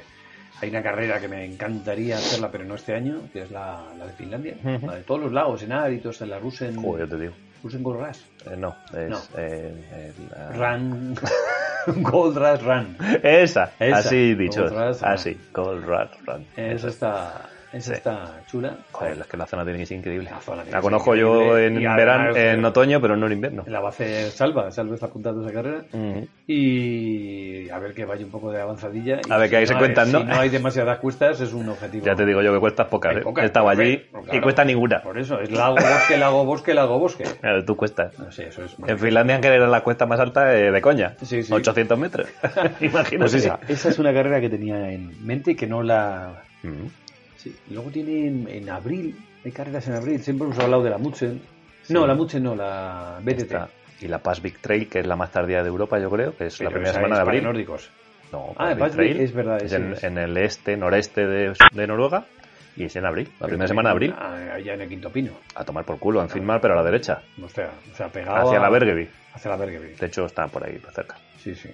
Speaker 2: Hay una carrera que me encantaría hacerla, pero no este año, que es la, la de Finlandia,
Speaker 1: Ujú.
Speaker 2: la de todos los lagos, en Aritos, en la Rusen,
Speaker 1: Joder, yo te digo.
Speaker 2: Rusen Gold Rush.
Speaker 1: Eh, no, es.
Speaker 2: No.
Speaker 1: eh, el- la-
Speaker 2: Run, [LAUGHS] Gold Rush Run.
Speaker 1: Esa,
Speaker 2: Esa.
Speaker 1: así dicho.
Speaker 2: Gold Rush,
Speaker 1: así, Gold Rush Run.
Speaker 2: Esa está, esa
Speaker 1: Sí.
Speaker 2: está chula.
Speaker 1: Joder, es que la zona tiene que ser increíble.
Speaker 2: La zona
Speaker 1: La,
Speaker 2: tiene que ser
Speaker 1: conozco yo
Speaker 2: increíble.
Speaker 1: en
Speaker 2: Y además,
Speaker 1: verano, en
Speaker 2: eh,
Speaker 1: otoño, pero no en invierno.
Speaker 2: La base salva, salva está apuntando a esa carrera.
Speaker 1: Ujú.
Speaker 2: Y a ver que vaya un poco de avanzadilla. Y
Speaker 1: A ver, que ahí se
Speaker 2: no
Speaker 1: cuentan,
Speaker 2: hay,
Speaker 1: ¿no?
Speaker 2: Si no hay demasiadas cuestas, es un objetivo.
Speaker 1: Ya te digo yo que cuestas pocas.
Speaker 2: Hay
Speaker 1: ¿eh?
Speaker 2: pocas,
Speaker 1: He estado
Speaker 2: pero
Speaker 1: allí
Speaker 2: ve, pero
Speaker 1: y
Speaker 2: claro.
Speaker 1: cuesta ninguna.
Speaker 2: Por eso, es lago, bosque, lago, bosque, lago, bosque.
Speaker 1: Claro, tú cuestas.
Speaker 2: No sé, eso es.
Speaker 1: En Finlandia, que era la cuesta más alta eh, de coña.
Speaker 2: Sí, sí.
Speaker 1: 800
Speaker 2: [LAUGHS]
Speaker 1: metros. [LAUGHS] Imagínate.
Speaker 2: Pues esa, esa es una carrera que tenía en mente que no la.
Speaker 1: Ujú.
Speaker 2: Sí. Luego tiene en, en abril, hay carreras en abril. Siempre hemos hablado de la Mutsen. No, la Mutsen no, la BTT.
Speaker 1: Está. Y la Pasvik Trail, que es la más tardía de Europa, yo creo, que es
Speaker 2: Pero
Speaker 1: la primera
Speaker 2: esa
Speaker 1: semana
Speaker 2: es
Speaker 1: de
Speaker 2: para
Speaker 1: abril.
Speaker 2: nórdicos.
Speaker 1: No,
Speaker 2: Ah,
Speaker 1: Pasvik
Speaker 2: Pasvik,
Speaker 1: Trail
Speaker 2: es verdad, sí,
Speaker 1: en,
Speaker 2: sí.
Speaker 1: en el este, noreste de, de Noruega. Y es en abril, la primera semana de abril.
Speaker 2: Ah, Allá en el Quinto Pino.
Speaker 1: A tomar por culo, a firmar, pero a la derecha.
Speaker 2: O sea, o sea pegado
Speaker 1: Hacia
Speaker 2: a-
Speaker 1: la Bergevik.
Speaker 2: Hacia la Bergeville.
Speaker 1: De hecho, está por ahí, por cerca.
Speaker 2: Sí, sí.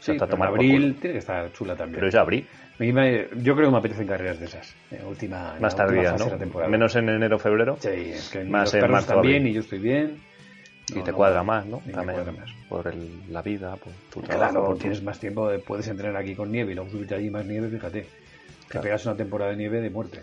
Speaker 1: Se está
Speaker 2: Sí, pero en
Speaker 1: tomando por
Speaker 2: abril tiene que estar chula también.
Speaker 1: Pero es abril,
Speaker 2: Me- me- yo creo que me apetecen carreras de esas. En última, en
Speaker 1: más
Speaker 2: la última
Speaker 1: tardía,
Speaker 2: fase de la
Speaker 1: ¿no?
Speaker 2: temporada.
Speaker 1: Menos en enero, febrero.
Speaker 2: Sí, es que
Speaker 1: Más
Speaker 2: los
Speaker 1: en
Speaker 2: perros
Speaker 1: marzo,
Speaker 2: están bien
Speaker 1: abril.
Speaker 2: y yo estoy bien.
Speaker 1: Y
Speaker 2: No,
Speaker 1: te
Speaker 2: no,
Speaker 1: cuadra más, ¿no?
Speaker 2: y me
Speaker 1: También
Speaker 2: cuadra más.
Speaker 1: por el- la vida, por tu trabajo.
Speaker 2: Claro,
Speaker 1: por
Speaker 2: porque
Speaker 1: tu-
Speaker 2: tienes más tiempo, de- puedes entrenar aquí con nieve y luego subirte allí más nieve, fíjate. Te
Speaker 1: Claro.
Speaker 2: pegas una temporada de nieve de muerte.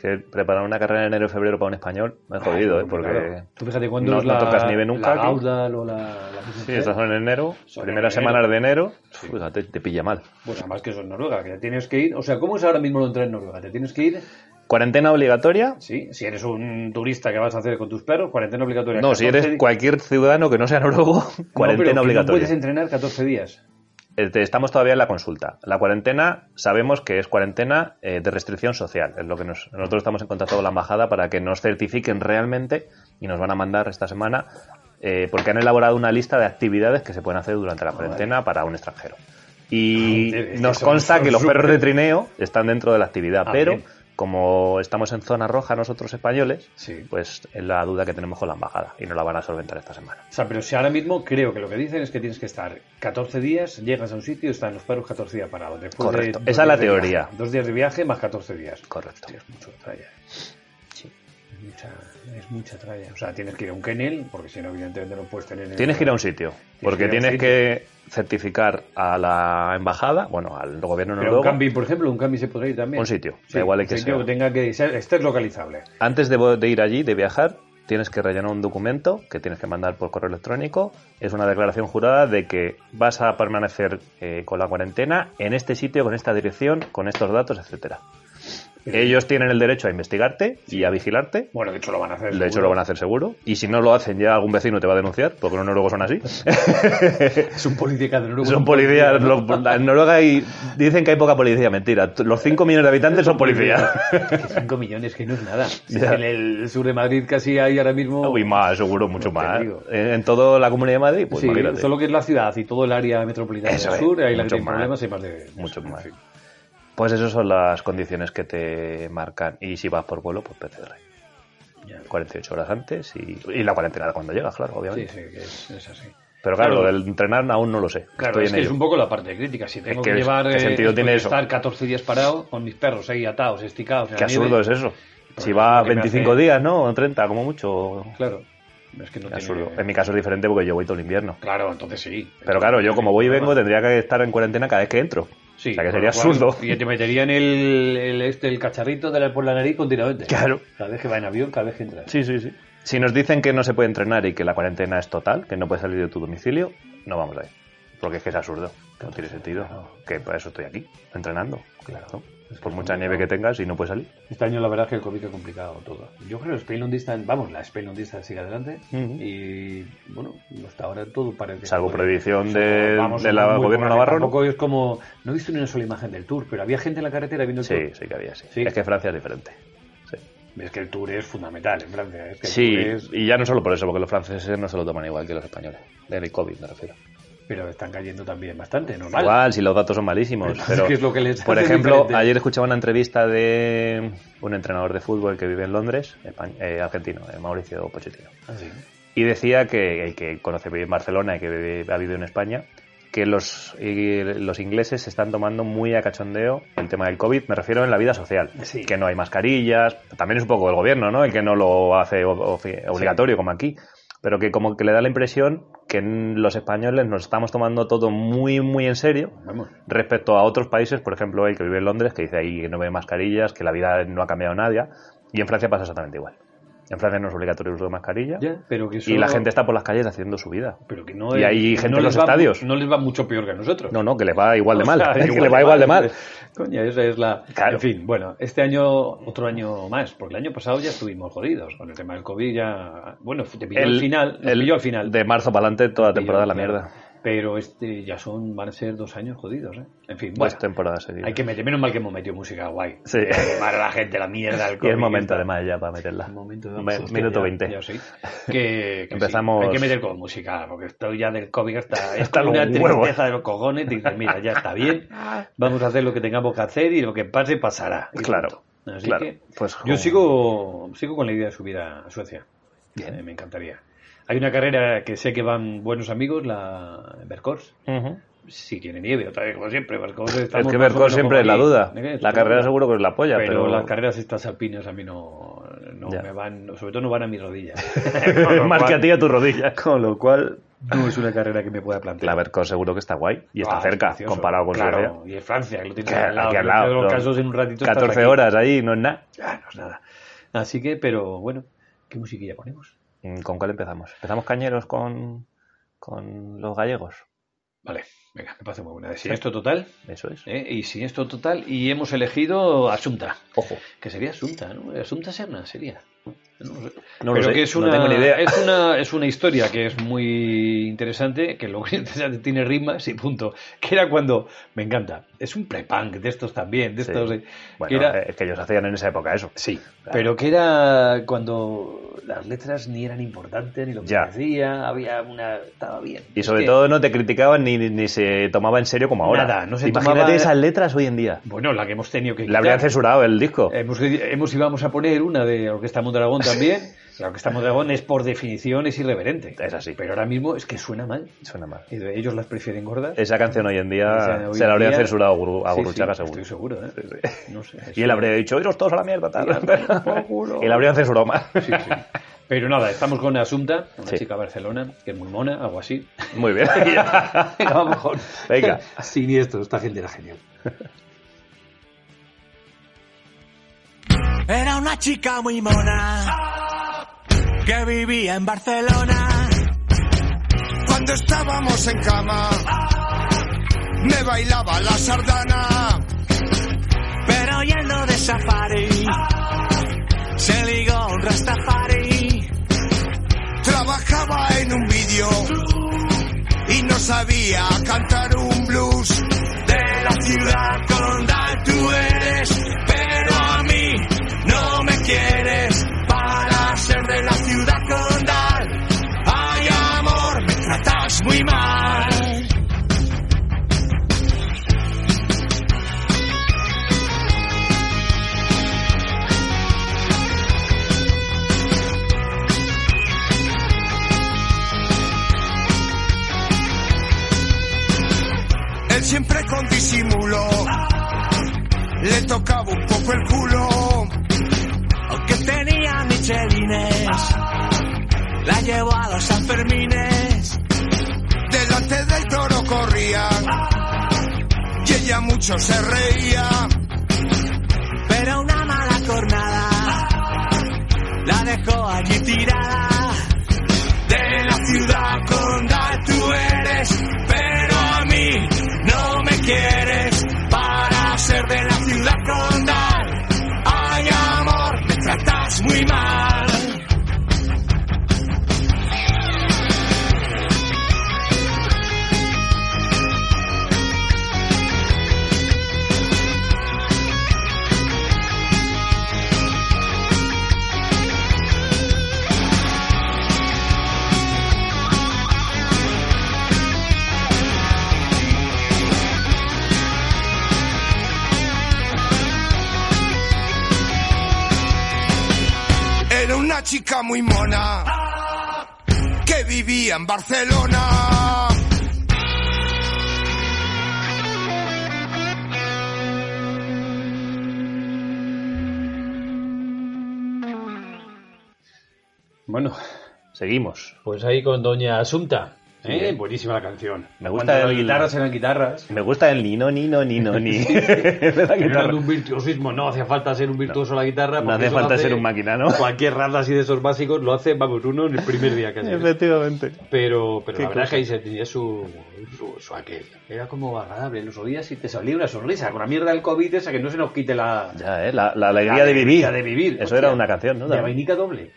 Speaker 1: Que preparar una carrera en enero o febrero para un español me he jodido, ¿eh? Porque
Speaker 2: Claro. Tú fíjate cuando
Speaker 1: no-
Speaker 2: es la,
Speaker 1: no tocas nieve nunca
Speaker 2: La
Speaker 1: aquí.
Speaker 2: Gaudal o la, la
Speaker 1: sí,
Speaker 2: Pisuerga.
Speaker 1: estas son en enero,
Speaker 2: Son en
Speaker 1: primeras
Speaker 2: enero.
Speaker 1: semanas de enero,
Speaker 2: Sí.
Speaker 1: fíjate, te pilla mal.
Speaker 2: Bueno, además que eso es Noruega, que tienes que ir. O sea, ¿cómo es ahora mismo lo entrar en Noruega? Te tienes que ir.
Speaker 1: ¿Cuarentena obligatoria?
Speaker 2: Sí, si eres un turista que vas a hacer con tus perros, cuarentena obligatoria.
Speaker 1: No, si
Speaker 2: 14
Speaker 1: eres cualquier ciudadano que no sea noruego,
Speaker 2: No, pero que
Speaker 1: cuarentena
Speaker 2: No puedes
Speaker 1: obligatoria.
Speaker 2: entrenar 14 días.
Speaker 1: Eh, te- Estamos todavía en la consulta. La cuarentena sabemos que es cuarentena eh, de restricción social. Es lo que nos- nosotros estamos en contacto con la embajada para que nos certifiquen realmente y nos van a mandar esta semana eh, porque han elaborado una lista de actividades que se pueden hacer durante la cuarentena para un extranjero. Y
Speaker 2: Joder, Ah, es que
Speaker 1: nos
Speaker 2: son-
Speaker 1: consta
Speaker 2: son
Speaker 1: que los
Speaker 2: súper-
Speaker 1: perros de trineo están dentro de la actividad,
Speaker 2: Ah,
Speaker 1: pero
Speaker 2: bien.
Speaker 1: como estamos en zona roja nosotros españoles,
Speaker 2: Sí.
Speaker 1: pues es la duda que tenemos con la embajada y nos la van a solventar esta semana.
Speaker 2: O sea, pero si ahora mismo creo que lo que dicen es que tienes que estar 14 días, llegas a un sitio, están los perros 14 días parados. Después
Speaker 1: Correcto.
Speaker 2: dos
Speaker 1: Esa es la
Speaker 2: días de
Speaker 1: teoría.
Speaker 2: viaje. dos días de viaje más 14 días.
Speaker 1: Correcto.
Speaker 2: Hostia, es mucho tralla. Es mucha, es mucha tralla. O sea, tienes que ir a un kennel, porque si no, evidentemente no puedes tener. en-
Speaker 1: Tienes que ir a un sitio, porque
Speaker 2: que ir a
Speaker 1: tienes
Speaker 2: un
Speaker 1: que certificar a la embajada, bueno, al gobierno
Speaker 2: Pero un
Speaker 1: noruego,
Speaker 2: cambi, por ejemplo, un cambi se podría ir también.
Speaker 1: Un sitio,
Speaker 2: Sí,
Speaker 1: da igual
Speaker 2: un
Speaker 1: el que
Speaker 2: sitio
Speaker 1: sea.
Speaker 2: que tenga que ser, estés localizable.
Speaker 1: antes de, vo- de ir allí, de viajar, tienes que rellenar un documento que tienes que mandar por correo electrónico. Es una declaración jurada de que vas a permanecer eh, con la cuarentena en este sitio, con esta dirección, con estos datos, etcétera. Ellos tienen el derecho a investigarte y a vigilarte.
Speaker 2: Bueno, de hecho lo van a hacer.
Speaker 1: De hecho, lo van a hacer seguro. Y si no lo hacen, ya algún vecino te va a denunciar, porque los noruegos son así.
Speaker 2: hacer. Son políticas de Noruega.
Speaker 1: Son policías.
Speaker 2: [LAUGHS]
Speaker 1: los- en Noruega hay- dicen que hay poca policía. Mentira. t- Los 5 millones de habitantes son policías.
Speaker 2: [LAUGHS] 5 millones, que no es nada. Si
Speaker 1: Ya.
Speaker 2: En el sur de Madrid casi hay ahora mismo.
Speaker 1: Y más, seguro, mucho
Speaker 2: Lo que
Speaker 1: más.
Speaker 2: digo.
Speaker 1: En, en toda la Comunidad de Madrid, pues
Speaker 2: sí,
Speaker 1: imagínate.
Speaker 2: solo que es la ciudad y todo el área metropolitana
Speaker 1: Eso es,
Speaker 2: del sur, ahí la que
Speaker 1: mucho
Speaker 2: tiene
Speaker 1: más.
Speaker 2: problemas hay más de.
Speaker 1: Mucho más.
Speaker 2: en fin.
Speaker 1: Pues esas son las condiciones que te marcan. Y si vas por vuelo, pues PCR.
Speaker 2: Ya.
Speaker 1: 48 horas antes y, y la cuarentena cuando llegas, claro,
Speaker 2: Sí,
Speaker 1: obviamente.
Speaker 2: sí, que es, es así.
Speaker 1: Pero claro, lo del entrenar aún no lo sé.
Speaker 2: Claro,
Speaker 1: Estoy
Speaker 2: es
Speaker 1: en
Speaker 2: que es
Speaker 1: ello.
Speaker 2: un poco la parte crítica. Si tengo
Speaker 1: Es
Speaker 2: que,
Speaker 1: que,
Speaker 2: llevar.
Speaker 1: ¿qué
Speaker 2: eh,
Speaker 1: sentido tiene
Speaker 2: después
Speaker 1: eso?
Speaker 2: de estar 14 días parado con mis perros ahí atados, esticados. en
Speaker 1: Qué
Speaker 2: la nieve.
Speaker 1: absurdo es eso. Si
Speaker 2: Pues
Speaker 1: va
Speaker 2: lo que me
Speaker 1: 25
Speaker 2: hace-
Speaker 1: días, ¿no? O 30, como mucho.
Speaker 2: Claro. Es que no
Speaker 1: Qué
Speaker 2: tiene-
Speaker 1: absurdo. En mi caso es diferente porque yo voy todo el invierno.
Speaker 2: Claro, entonces sí.
Speaker 1: Pero claro, yo como voy y vengo tendría que estar en cuarentena cada vez que entro.
Speaker 2: Sí,
Speaker 1: o sea que
Speaker 2: con
Speaker 1: sería
Speaker 2: lo cual,
Speaker 1: absurdo.
Speaker 2: Y te meterían el, el, este, el cacharrito de la- por la nariz continuamente.
Speaker 1: [LAUGHS] Claro.
Speaker 2: Cada vez que va en avión, cada vez que entra.
Speaker 1: Sí, sí, sí. Si nos dicen que no se puede entrenar y que la cuarentena es total, que no puedes salir de tu domicilio, no vamos a ir. Porque es que es absurdo. que No tiene sentido. Que por eso estoy aquí, entrenando. Claro. Por mucha nieve que tengas y no puedes salir.
Speaker 2: Este año la verdad es que el COVID ha complicado todo. Yo creo que el Spain on Distance, vamos, la Spain on Distance sigue adelante
Speaker 1: Ujú.
Speaker 2: y bueno, hasta ahora todo parece...
Speaker 1: Salvo
Speaker 2: Oye,
Speaker 1: prohibición de-
Speaker 2: vamos,
Speaker 1: de la
Speaker 2: muy
Speaker 1: gobierno
Speaker 2: buena,
Speaker 1: navarro, ¿no?
Speaker 2: Tampoco es como... No he visto ni una sola imagen del Tour, pero había gente en la carretera viendo el
Speaker 1: Sí,
Speaker 2: Tour.
Speaker 1: sí que había, sí.
Speaker 2: Sí.
Speaker 1: Es que Francia es diferente. Sí.
Speaker 2: Es que el Tour es fundamental en Francia. Es que el
Speaker 1: Sí,
Speaker 2: Tour es-
Speaker 1: y ya no solo por eso, porque los franceses no se lo toman igual que los españoles. Del COVID, me refiero.
Speaker 2: Pero están cayendo también bastante, normal.
Speaker 1: Igual, si los datos son malísimos.
Speaker 2: Es [LAUGHS]
Speaker 1: Pero,
Speaker 2: que es lo que les
Speaker 1: por
Speaker 2: hace
Speaker 1: ejemplo,
Speaker 2: diferente.
Speaker 1: ayer escuchaba una entrevista de un entrenador de fútbol que vive en Londres, espa- eh, argentino, eh, Mauricio Pochettino.
Speaker 2: Ah, sí.
Speaker 1: Y decía que, eh, que conoce bien Barcelona y que vive- ha vivido en España, que los, y los ingleses se están tomando muy a cachondeo el tema del COVID, me refiero en la vida social,
Speaker 2: Sí.
Speaker 1: que no hay mascarillas, también es un poco el gobierno, ¿no? El que no lo hace o- ofi- obligatorio como aquí, pero que como que le da la impresión que n- los españoles nos estamos tomando todo muy, muy en serio
Speaker 2: Vamos.
Speaker 1: respecto a otros países, por ejemplo, el que vive en Londres, que dice ahí que no ve mascarillas, que la vida no ha cambiado nadie, y en Francia pasa exactamente igual. En Francia no es obligatorio el uso de mascarilla.
Speaker 2: Ya, pero que
Speaker 1: Y la
Speaker 2: solo-
Speaker 1: gente está por las calles haciendo su vida.
Speaker 2: Pero que no
Speaker 1: Y
Speaker 2: es-
Speaker 1: hay
Speaker 2: que
Speaker 1: gente
Speaker 2: no
Speaker 1: en
Speaker 2: les
Speaker 1: los
Speaker 2: va mu-
Speaker 1: estadios.
Speaker 2: No les va mucho peor que a nosotros.
Speaker 1: No, no, que les va igual de
Speaker 2: [LAUGHS] O
Speaker 1: mal. [LAUGHS] ¿eh?
Speaker 2: sea,
Speaker 1: que les va igual de mal.
Speaker 2: pues, Coño, esa es la.
Speaker 1: Claro.
Speaker 2: En fin, bueno, este año, otro año más, porque el año pasado ya estuvimos jodidos con el tema del COVID. ya Bueno, te pilló el, final, nos
Speaker 1: el-
Speaker 2: pilló al final.
Speaker 1: De marzo para adelante, toda la
Speaker 2: Nos pilló,
Speaker 1: temporada la
Speaker 2: claro.
Speaker 1: mierda.
Speaker 2: Pero este ya son, van a ser dos años jodidos, ¿eh? En fin,
Speaker 1: Dos
Speaker 2: bueno,
Speaker 1: temporadas seguidas.
Speaker 2: hay que meter, menos mal que hemos metido música guay.
Speaker 1: Este Sí.
Speaker 2: Para la gente, la mierda,
Speaker 1: [LAUGHS]
Speaker 2: el
Speaker 1: Y
Speaker 2: COVID.
Speaker 1: es momento además ya para meterla.
Speaker 2: Un momento,
Speaker 1: Me-
Speaker 2: vamos,
Speaker 1: Minuto
Speaker 2: ya-
Speaker 1: 20.
Speaker 2: ya sí. Que, que
Speaker 1: Empezamos-
Speaker 2: sí, Hay que meter con música, porque estoy ya del COVID
Speaker 1: [LAUGHS]
Speaker 2: hasta,
Speaker 1: Hasta
Speaker 2: una
Speaker 1: los huevos.
Speaker 2: tristeza de los cojones. Dices, mira, ya está bien, vamos a hacer lo que tengamos que hacer y lo que pase, pasará. Y
Speaker 1: Claro,
Speaker 2: punto. Así
Speaker 1: claro.
Speaker 2: que
Speaker 1: Pues,
Speaker 2: yo
Speaker 1: joder.
Speaker 2: sigo, sigo con la idea de subir a a Suecia.
Speaker 1: Bien.
Speaker 2: Eh, me encantaría. Hay una carrera que sé que van buenos amigos, la Vercors.
Speaker 1: Ujú.
Speaker 2: Si tiene nieve, otra vez, como siempre. Vercors
Speaker 1: Es
Speaker 2: estamos
Speaker 1: que
Speaker 2: más o
Speaker 1: Vercors
Speaker 2: menos
Speaker 1: siempre
Speaker 2: como
Speaker 1: es la
Speaker 2: aquí.
Speaker 1: duda.
Speaker 2: ¿De qué?
Speaker 1: La carrera seguro que es la polla,
Speaker 2: Pero,
Speaker 1: pero...
Speaker 2: las carreras estas alpinas a mí no, no
Speaker 1: Ya.
Speaker 2: me van, sobre todo no van a mis
Speaker 1: [LAUGHS]
Speaker 2: rodillas. [LAUGHS]
Speaker 1: Más que a ti y a tu rodilla.
Speaker 2: Con lo cual, no es una carrera que me pueda plantear.
Speaker 1: La Vercors seguro que está guay. Y está
Speaker 2: Ah,
Speaker 1: cerca,
Speaker 2: precioso.
Speaker 1: comparado con
Speaker 2: claro,
Speaker 1: Suecia.
Speaker 2: Y es Francia, que lo tienes
Speaker 1: Que-
Speaker 2: al lado.
Speaker 1: aquí al
Speaker 2: en el peor de
Speaker 1: lado.
Speaker 2: los
Speaker 1: pero
Speaker 2: casos en un ratito estás
Speaker 1: 14
Speaker 2: aquí.
Speaker 1: horas ahí, no es nada.
Speaker 2: Ah, no es nada. Así que, pero bueno, ¿qué musiquilla ponemos?
Speaker 1: Mm, ¿Con cuál empezamos? ¿Empezamos cañeros con, con los gallegos?
Speaker 2: Vale, venga, me parece muy buena. Sin esto total,
Speaker 1: Eso es.
Speaker 2: ¿eh? y sin esto total, y hemos elegido Asunta,
Speaker 1: Ojo.
Speaker 2: que sería Asunta, ¿no? Asunta Serna sería. No lo sé.
Speaker 1: No lo
Speaker 2: pero
Speaker 1: sé,
Speaker 2: que es
Speaker 1: no
Speaker 2: una,
Speaker 1: tengo ni idea.
Speaker 2: Es una, es una historia que es muy interesante, que lo [LAUGHS] que interesante tiene rimas y punto. Que era cuando, me encanta, es un pre-punk de estos también, de
Speaker 1: Sí.
Speaker 2: estos... de- que
Speaker 1: Bueno,
Speaker 2: era-
Speaker 1: eh, que ellos hacían en esa época eso.
Speaker 2: sí, pero que era cuando las letras ni eran importantes, ni lo que
Speaker 1: Ya.
Speaker 2: decía, había una... estaba bien.
Speaker 1: Y
Speaker 2: Es
Speaker 1: sobre
Speaker 2: que-
Speaker 1: todo no te criticaban ni, ni se tomaba en serio como ahora.
Speaker 2: Nada, no se
Speaker 1: Imagínate
Speaker 2: tomaba- eh.
Speaker 1: esas letras hoy en día.
Speaker 2: Bueno, la que hemos tenido que
Speaker 1: Le habrían
Speaker 2: quitar.
Speaker 1: censurado el disco.
Speaker 2: Hemos, hemos íbamos a poner una de Orquesta Mondragón también. La Orquesta Mondragón es por definición es irreverente.
Speaker 1: Es así.
Speaker 2: Pero ahora mismo es que suena mal.
Speaker 1: Suena mal.
Speaker 2: Y de- Ellos las prefieren gordas.
Speaker 1: Esa canción hoy en día
Speaker 2: Esa hoy
Speaker 1: se la
Speaker 2: en
Speaker 1: habrían
Speaker 2: día-
Speaker 1: censurado a, Guru, a
Speaker 2: Sí,
Speaker 1: Guruchaga,
Speaker 2: sí,
Speaker 1: seguro.
Speaker 2: Estoy seguro, ¿eh? No sé.
Speaker 1: Y él habría dicho, iros todos a la mierda, tal. [LAUGHS]
Speaker 2: Tírate, por culo.
Speaker 1: y le habrían censurado más.
Speaker 2: Sí, sí. Pero nada, estamos con Asunta, una
Speaker 1: Sí.
Speaker 2: chica de Barcelona, que es muy mona,
Speaker 1: [LAUGHS]
Speaker 2: algo así.
Speaker 1: [LAUGHS] Muy bien.
Speaker 2: Vamos con...
Speaker 1: Venga.
Speaker 2: Siniestro, esta gente era genial.
Speaker 4: Era una chica muy mona que vivía en Barcelona.
Speaker 5: Cuando estábamos en cama, me bailaba la sardana.
Speaker 4: Pero yendo de safari, se ligó a un rastafari.
Speaker 5: Trabajaba en un vídeo y no sabía cantar un blues. De la ciudad condal tú eres, pero a mí no me quieres. Para ser de la ciudad condal, ay amor, me tratas muy mal. siempre con disimulo, le tocaba un poco el culo.
Speaker 4: Aunque tenía michelines, la llevó a los Sanfermines.
Speaker 5: Delante del toro corrían y ella mucho se reía.
Speaker 4: Pero una mala cornada la dejó allí tirada.
Speaker 5: De la ciudad condal tú eres, pero a mí no me quieres. Para ser de la ciudad condal, ay amor, me tratas muy mal. Era una chica muy mona que vivía en Barcelona.
Speaker 2: Bueno,
Speaker 1: Seguimos.
Speaker 6: Pues ahí con Doña Asunta.
Speaker 2: eh, buenísima la canción.
Speaker 1: Me gusta
Speaker 2: Cuando las
Speaker 1: el-
Speaker 2: guitarras
Speaker 1: [LAUGHS]
Speaker 2: eran guitarras.
Speaker 1: Me gusta el nino, nino, nino, ni. [LAUGHS] la
Speaker 2: Era
Speaker 1: guitarra.
Speaker 2: de un virtuosismo, no hacía falta ser un virtuoso la guitarra.
Speaker 1: No
Speaker 2: porque
Speaker 1: hace
Speaker 2: eso lo
Speaker 1: falta ser un máquina, ¿no?
Speaker 2: Cualquier rata así de esos básicos lo hace, vamos, uno en el primer
Speaker 1: [LAUGHS]
Speaker 2: día que hace.
Speaker 1: Efectivamente.
Speaker 2: Pero, pero
Speaker 1: Qué
Speaker 2: la verdad
Speaker 1: cosa.
Speaker 2: es que ahí se tenía su, su, su aquel. Era como agradable en los oías y te salía una sonrisa. Con la mierda del COVID esa que no se nos quite la,
Speaker 1: Ya, ¿eh? La, la alegría de vivir.
Speaker 2: de vivir.
Speaker 1: Eso
Speaker 2: Hostia,
Speaker 1: era una canción, ¿no?
Speaker 2: De vainica doble.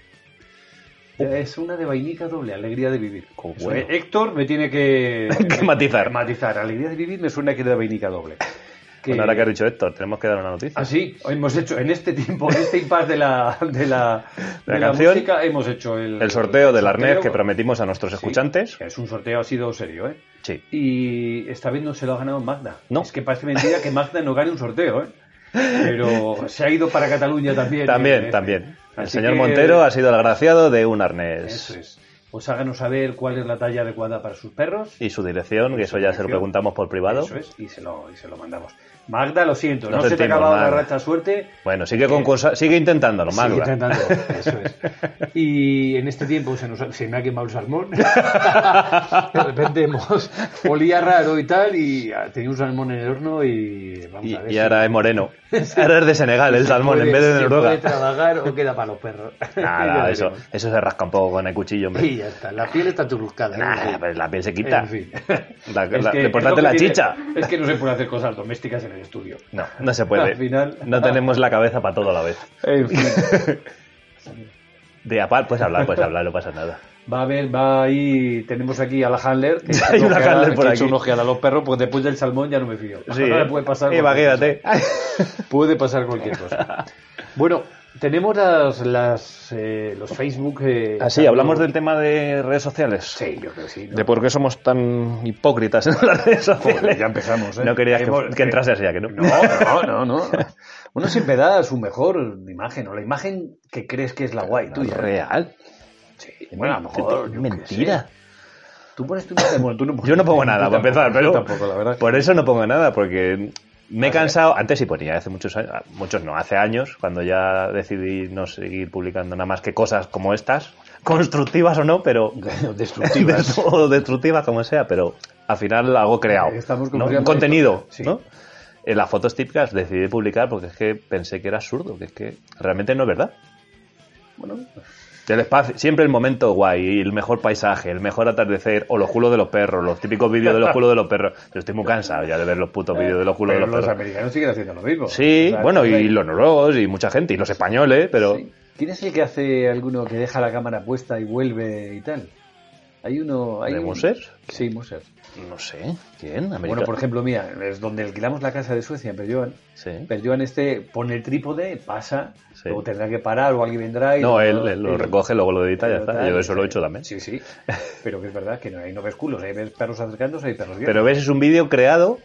Speaker 2: Es una de vainica doble, alegría de vivir.
Speaker 1: Qué
Speaker 2: Eso,
Speaker 1: bueno.
Speaker 2: eh, Héctor me tiene que,
Speaker 1: [LAUGHS] Que matizar.
Speaker 2: matizar. Alegría de vivir me suena que era de vainica doble.
Speaker 1: [LAUGHS]
Speaker 2: Que-
Speaker 1: Bueno, ahora que has dicho esto, tenemos que dar una noticia.
Speaker 2: Ah, sí, hemos hecho en este tiempo, en este impasse de la,
Speaker 1: [LAUGHS]
Speaker 2: de la,
Speaker 1: La canción,
Speaker 2: música, hemos hecho el,
Speaker 1: El sorteo del
Speaker 2: sorteo.
Speaker 1: arnés que prometimos a nuestros
Speaker 2: Sí,
Speaker 1: escuchantes.
Speaker 2: que Es un sorteo, ha sido serio, ¿eh?
Speaker 1: Sí.
Speaker 2: Y esta vez no se lo ha ganado Magda.
Speaker 1: No.
Speaker 2: Es que parece mentira que Magda no gane un sorteo, ¿eh? Pero se ha ido para Cataluña también.
Speaker 1: También,
Speaker 2: ¿eh?
Speaker 1: también. El
Speaker 2: Así
Speaker 1: señor
Speaker 2: que-
Speaker 1: Montero ha sido el agraciado de un
Speaker 2: Eso
Speaker 1: arnés.
Speaker 2: es. Pues háganos saber cuál es la talla adecuada para sus perros.
Speaker 1: Y su dirección, que eso ya se lo
Speaker 2: dirección.
Speaker 1: preguntamos por privado.
Speaker 2: Eso es, y se lo, y se lo mandamos. Magda, lo siento,
Speaker 1: Lo
Speaker 2: no se te ha
Speaker 1: sentimos,
Speaker 2: acabado la
Speaker 1: Magda.
Speaker 2: racha suerte.
Speaker 1: Bueno, sigue concursa- sigue intentándolo,
Speaker 2: Sigue
Speaker 1: Magda.
Speaker 2: intentando,
Speaker 1: [LAUGHS]
Speaker 2: eso es. Y en este tiempo se, nos ha- se me ha quemado el
Speaker 1: [LAUGHS]
Speaker 2: salmón. De repente hemos, olía raro y tal, y ah, tenía un salmón en el horno y vamos
Speaker 1: Y,
Speaker 2: a ver.
Speaker 1: y
Speaker 2: si
Speaker 1: ahora es
Speaker 2: [LAUGHS]
Speaker 1: moreno. Ahora es de Senegal el
Speaker 2: se
Speaker 1: salmón
Speaker 2: puede-
Speaker 1: en vez de de
Speaker 2: se
Speaker 1: Noruega.
Speaker 2: puede trabajar o queda para los perros.
Speaker 1: [LAUGHS] Nada,
Speaker 2: [LAUGHS] Ya
Speaker 1: eso,
Speaker 2: veremos.
Speaker 1: eso se rasca un poco con el cuchillo,
Speaker 2: Y
Speaker 1: hombre.
Speaker 2: ya está, la piel está turruscada. ¿eh?
Speaker 1: Nada, pues la piel se quita.
Speaker 2: En fin.
Speaker 1: La-
Speaker 2: Es
Speaker 1: la-
Speaker 2: que-
Speaker 1: lo importante
Speaker 2: es
Speaker 1: es
Speaker 2: lo
Speaker 1: la
Speaker 2: que tiene-
Speaker 1: chicha.
Speaker 2: Es que no se puede hacer cosas domésticas en el estudio.
Speaker 1: No, no se puede.
Speaker 2: Al final-
Speaker 1: No tenemos la cabeza para todo a la vez.
Speaker 2: En [LAUGHS] fin.
Speaker 1: De aparte, puedes hablar, puedes hablar, no pasa
Speaker 2: [LAUGHS]
Speaker 1: nada.
Speaker 2: Va a haber, va ahí, tenemos aquí a la Handler.
Speaker 1: [LAUGHS]
Speaker 2: Que
Speaker 1: Hay una
Speaker 2: ojeada-
Speaker 1: handler por
Speaker 2: que ha
Speaker 1: aquí.
Speaker 2: hecho una ojeada a los perros, pues después del salmón ya no me fío.
Speaker 1: Sí,
Speaker 2: [LAUGHS] Ahora
Speaker 1: ¿eh?
Speaker 2: puede pasar. cualquier
Speaker 1: Imagínate.
Speaker 2: cosa. Puede pasar
Speaker 1: [LAUGHS]
Speaker 2: cualquier cosa. Bueno, tenemos las, las, eh, los Facebook. eh,
Speaker 1: Así, Ah, hablamos del tema de redes sociales.
Speaker 2: Sí, yo creo que sí. ¿no?
Speaker 1: De por qué somos tan hipócritas en [LAUGHS] las redes sociales.
Speaker 2: Joder, ya empezamos, ¿eh?
Speaker 1: No quería que,
Speaker 2: Hemos-
Speaker 1: que entrase así, ¿a que no?
Speaker 2: No, no, no, no. Uno siempre da su mejor imagen, o la imagen que crees que es la guay tuya.
Speaker 1: [LAUGHS] Real.
Speaker 2: Sí, bueno, a lo mejor. yo qué
Speaker 1: Mentira.
Speaker 2: sé. Tú pones tu imagen. Bueno, tú no pones-
Speaker 1: Yo no pongo
Speaker 2: tú
Speaker 1: nada, para
Speaker 2: tampoco,
Speaker 1: empezar,
Speaker 2: tú
Speaker 1: pero.
Speaker 2: Tampoco, la verdad.
Speaker 1: Por eso no pongo nada, porque me he cansado. Antes sí ponía, hace muchos años. Muchos no, hace años, cuando ya decidí no seguir publicando nada más que cosas como estas, constructivas o no, pero. [LAUGHS]
Speaker 2: Destructivas.
Speaker 1: o destructivas, como sea, pero al final algo creado.
Speaker 2: Eh, Estamos
Speaker 1: ¿no? Un
Speaker 2: cumpliendo
Speaker 1: contenido,
Speaker 2: esto. Sí.
Speaker 1: ¿no? En las fotos típicas decidí publicar porque es que pensé que era absurdo, que es que realmente no es verdad. Del espacio, siempre el momento guay, el mejor paisaje, el mejor atardecer, o los culos de los perros, los típicos vídeos de los culos de los perros. Yo estoy muy cansado ya de ver los putos vídeos de los culos de
Speaker 2: Pero
Speaker 1: los
Speaker 2: los
Speaker 1: perros.
Speaker 2: americanos siguen haciendo lo mismo.
Speaker 1: Sí,
Speaker 2: O sea,
Speaker 1: bueno, y
Speaker 2: hay-
Speaker 1: los noruegos y mucha gente, y los españoles, pero
Speaker 2: Sí. ¿Quién es el que hace alguno que deja la cámara puesta y vuelve y tal? Hay uno. Hay
Speaker 1: ¿De
Speaker 2: un-
Speaker 1: Moser?
Speaker 2: Sí, Moser.
Speaker 1: no sé, ¿quién? América-
Speaker 2: Bueno, por ejemplo, mira, es donde alquilamos la casa de Suecia, en Perjoan.
Speaker 1: Sí.
Speaker 2: Perjoan este pone el trípode, pasa,
Speaker 1: Sí.
Speaker 2: luego tendrá que parar o alguien vendrá y.
Speaker 1: No, él, él lo recoge, luego lo edita, ya
Speaker 2: Pero
Speaker 1: está.
Speaker 2: tal,
Speaker 1: Yo eso lo he
Speaker 2: sí.
Speaker 1: hecho también.
Speaker 2: Sí, sí. Pero que es verdad que no, ahí no ves culos, ahí ves perros acercándose y perros viendo.
Speaker 1: Pero ves, es un vídeo creado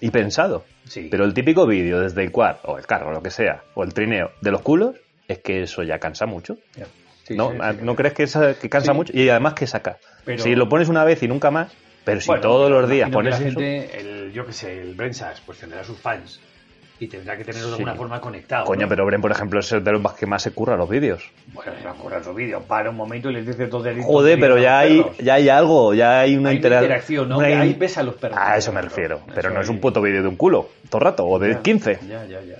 Speaker 1: y pensado.
Speaker 2: Sí.
Speaker 1: Pero el típico vídeo desde el quad, o el carro, lo que sea, o el trineo, de los culos, es que eso ya cansa mucho.
Speaker 2: Ya. Sí,
Speaker 1: ¿No,
Speaker 2: sí,
Speaker 1: Ah,
Speaker 2: sí.
Speaker 1: ¿no crees que, esa- que cansa
Speaker 2: Sí.
Speaker 1: mucho? Y además que saca.
Speaker 2: Pero-
Speaker 1: Si lo pones una vez y nunca más, Pero si
Speaker 2: Bueno,
Speaker 1: todos los días
Speaker 2: imagino que
Speaker 1: pones
Speaker 2: la
Speaker 1: eso,
Speaker 2: gente, el, yo qué sé, el Brensas, pues tendrá sus fans y tendrá que tenerlo de alguna forma conectado.
Speaker 1: ah, Coño,
Speaker 2: ¿no?
Speaker 1: pero Bren, por ejemplo, es el de los más que más se curra los vídeos.
Speaker 2: Bueno, se va a currar su vídeo, para un momento y les dice dos delitos.
Speaker 1: Joder, pero ya hay,
Speaker 2: perros.
Speaker 1: ya hay algo, ya hay una,
Speaker 2: Hay una
Speaker 1: intera-
Speaker 2: interacción, ¿no?
Speaker 1: una
Speaker 2: Que
Speaker 1: in-
Speaker 2: ahí ves a los perros.
Speaker 1: A eso me
Speaker 2: Claro,
Speaker 1: refiero.
Speaker 2: eso
Speaker 1: Pero no es
Speaker 2: ahí.
Speaker 1: un puto vídeo de un culo, todo el rato, o de
Speaker 2: Ya,
Speaker 1: 15.
Speaker 2: Ya, ya, ya.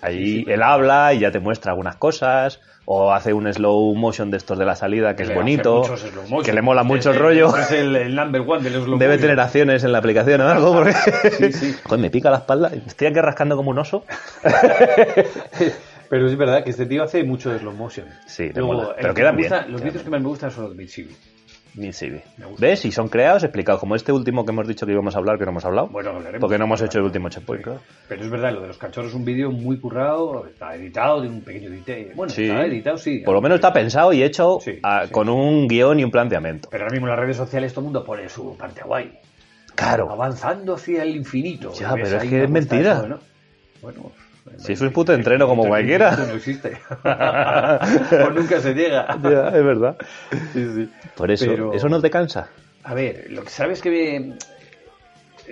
Speaker 1: Ahí
Speaker 2: Sí, sí,
Speaker 1: él
Speaker 2: pero-
Speaker 1: habla y ya te muestra algunas cosas, o hace un slow motion de estos de la salida que es
Speaker 2: Le hace
Speaker 1: bonito,
Speaker 2: muchos slow motion.
Speaker 1: que le mola
Speaker 2: [LAUGHS]
Speaker 1: mucho el
Speaker 2: Es-
Speaker 1: rollo.
Speaker 2: Es el, el number one de los slow
Speaker 1: Debe
Speaker 2: motion.
Speaker 1: tener acciones en la aplicación o algo, porque [LAUGHS] Joder, me pica la espalda, estoy aquí rascando como un oso.
Speaker 2: [LAUGHS] Pero es verdad que este tío hace mucho de slow motion.
Speaker 1: Sí, le
Speaker 2: Luego,
Speaker 1: mola.
Speaker 2: el
Speaker 1: Pero
Speaker 2: que
Speaker 1: quedan
Speaker 2: me gusta-
Speaker 1: bien,
Speaker 2: Los
Speaker 1: quedan
Speaker 2: vídeos que más me gustan son los de Mitsubishi.
Speaker 1: Ni se ve.
Speaker 2: Me gusta.
Speaker 1: ¿Ves? Y son creados, explicados, como este último que hemos dicho que íbamos a hablar, que no hemos hablado.
Speaker 2: Bueno, hablaremos.
Speaker 1: porque no hemos hecho el último checkpoint, claro.
Speaker 2: Pero es verdad, lo de los cachorros es un vídeo muy currado, está editado, tiene un pequeño edite. Bueno,
Speaker 1: Sí.
Speaker 2: está editado, sí.
Speaker 1: Por lo menos está pensado y hecho
Speaker 2: Sí,
Speaker 1: ah,
Speaker 2: sí.
Speaker 1: con un guión y un planteamiento.
Speaker 2: Pero ahora mismo en las redes sociales todo el mundo pone su parte guay. Ah,
Speaker 1: [LAUGHS] Claro.
Speaker 2: Avanzando hacia el infinito.
Speaker 1: Ya,
Speaker 2: Y ves
Speaker 1: pero es
Speaker 2: ahí
Speaker 1: que
Speaker 2: una
Speaker 1: es
Speaker 2: cosa,
Speaker 1: mentira.
Speaker 2: eso, ¿no? Bueno.
Speaker 1: Si es un puto entreno como
Speaker 2: el
Speaker 1: cualquiera.
Speaker 2: infinito [LAUGHS] No existe. o nunca se llega.
Speaker 1: Ya, es verdad.
Speaker 2: Sí, sí.
Speaker 1: Por eso,
Speaker 2: Pero-
Speaker 1: eso no te cansa.
Speaker 2: A ver, lo que sabes que me-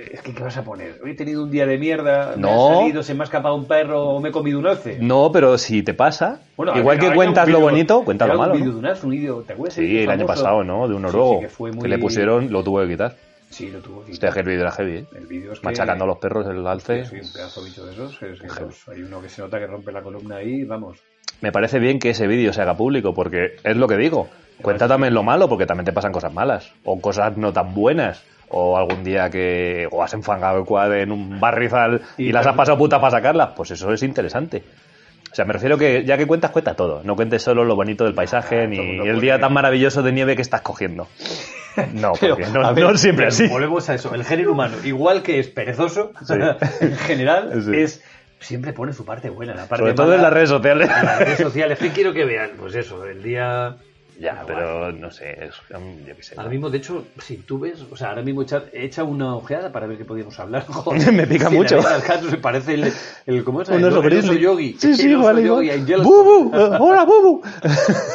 Speaker 2: eh, Es que, ¿qué vas a poner? Hoy he tenido un día de mierda, me
Speaker 1: No.
Speaker 2: ha salido, se me ha escapado un perro o me he comido un alce.
Speaker 1: No, pero si te pasa,
Speaker 2: Bueno,
Speaker 1: igual
Speaker 2: había-
Speaker 1: que
Speaker 2: había
Speaker 1: cuentas
Speaker 2: un
Speaker 1: lo
Speaker 2: vídeo-
Speaker 1: bonito, cuentas lo
Speaker 2: había
Speaker 1: malo.
Speaker 2: Un vídeo
Speaker 1: ¿no?
Speaker 2: de un asno, un vídeo, ¿te acuerdas? Este
Speaker 1: Sí, el año
Speaker 2: Famoso.
Speaker 1: pasado, ¿no? De un
Speaker 2: Sí, sí,
Speaker 1: noruego.
Speaker 2: que, fue muy-
Speaker 1: le pusieron, este lo tuvo que quitar.
Speaker 2: Sí, lo tuvo que
Speaker 1: Hostia,
Speaker 2: quitar.
Speaker 1: es que el vídeo era heavy. ¿eh?
Speaker 2: El vídeo es que-
Speaker 1: Machacando a los perros el alce.
Speaker 2: Sí, un pedazo de bicho de esos. es que vamos, hay uno que se nota que rompe la columna ahí, vamos.
Speaker 1: Me parece bien que ese vídeo se haga público, porque es lo que digo. Cuenta también lo malo, porque también te pasan cosas malas, o cosas no tan buenas, o algún día que o has enfangado el cuadro en un barrizal y,
Speaker 2: Y
Speaker 1: las has
Speaker 2: también-
Speaker 1: pasado putas para sacarlas. Pues eso es interesante. O sea, me refiero que ya que cuentas, cuenta todo. No cuentes solo lo bonito del paisaje
Speaker 2: Ah,
Speaker 1: ni
Speaker 2: todo el mundo
Speaker 1: el día
Speaker 2: puede-
Speaker 1: tan maravilloso de nieve que estás
Speaker 2: [LAUGHS]
Speaker 1: cogiendo. No, porque no, no siempre así.
Speaker 2: Volvemos a eso. El género humano, igual que es perezoso,
Speaker 1: Sí.
Speaker 2: [LAUGHS] en general,
Speaker 1: Sí.
Speaker 2: es siempre pone su parte buena. La parte
Speaker 1: Sobre todo
Speaker 2: mala
Speaker 1: en las redes
Speaker 2: [LAUGHS]
Speaker 1: sociales.
Speaker 2: en las redes sociales. ¿Qué quiero que vean? Pues eso, el día.
Speaker 1: ya,
Speaker 2: Bueno,
Speaker 1: pero no sé. es- yo qué sé.
Speaker 2: Ahora mismo, de hecho, si tú ves, o sea, ahora mismo echa, echa una ojeada para ver qué podíamos hablar. [LAUGHS]
Speaker 1: [LAUGHS] Me pica
Speaker 2: Sí,
Speaker 1: mucho.
Speaker 2: la verdad, el gato se parece el, el ¿cómo es?
Speaker 1: Un
Speaker 2: El-
Speaker 1: oso
Speaker 2: el
Speaker 1: grizzly.
Speaker 2: oso yogi.
Speaker 1: Sí, sí,
Speaker 2: [LAUGHS] El oso
Speaker 1: igual,
Speaker 2: yogi,
Speaker 1: igual.
Speaker 2: Angel-
Speaker 1: ¡Bubu! Eh, [LAUGHS] ¡Hola, Bubu!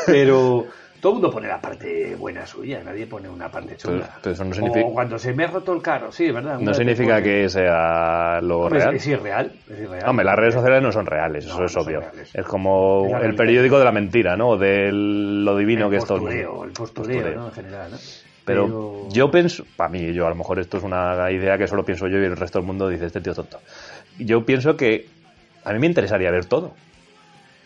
Speaker 2: Pero todo el mundo pone la parte buena suya, nadie pone una parte chula.
Speaker 1: Pero- pero eso no significa-
Speaker 2: O cuando se me ha roto el carro, sí, es ¿verdad? Una
Speaker 1: No
Speaker 2: vez
Speaker 1: significa
Speaker 2: pone-
Speaker 1: que sea lo
Speaker 2: Hombre,
Speaker 1: real.
Speaker 2: Es, es irreal, es irreal.
Speaker 1: Hombre, las redes sociales no son reales,
Speaker 2: No,
Speaker 1: eso es
Speaker 2: no son
Speaker 1: obvio.
Speaker 2: reales.
Speaker 1: Es como
Speaker 2: Es la
Speaker 1: el
Speaker 2: realidad.
Speaker 1: periódico de la mentira, ¿no? De lo divino
Speaker 2: el
Speaker 1: que es todo el mundo.
Speaker 2: postureo, el postureo,
Speaker 1: Postureo.
Speaker 2: ¿no? En general, ¿no?
Speaker 1: Pero, yo pienso, para mí, yo a lo mejor esto es una idea que solo pienso yo y el resto del mundo dice, este tío es tonto. Yo pienso que a mí me interesaría ver todo.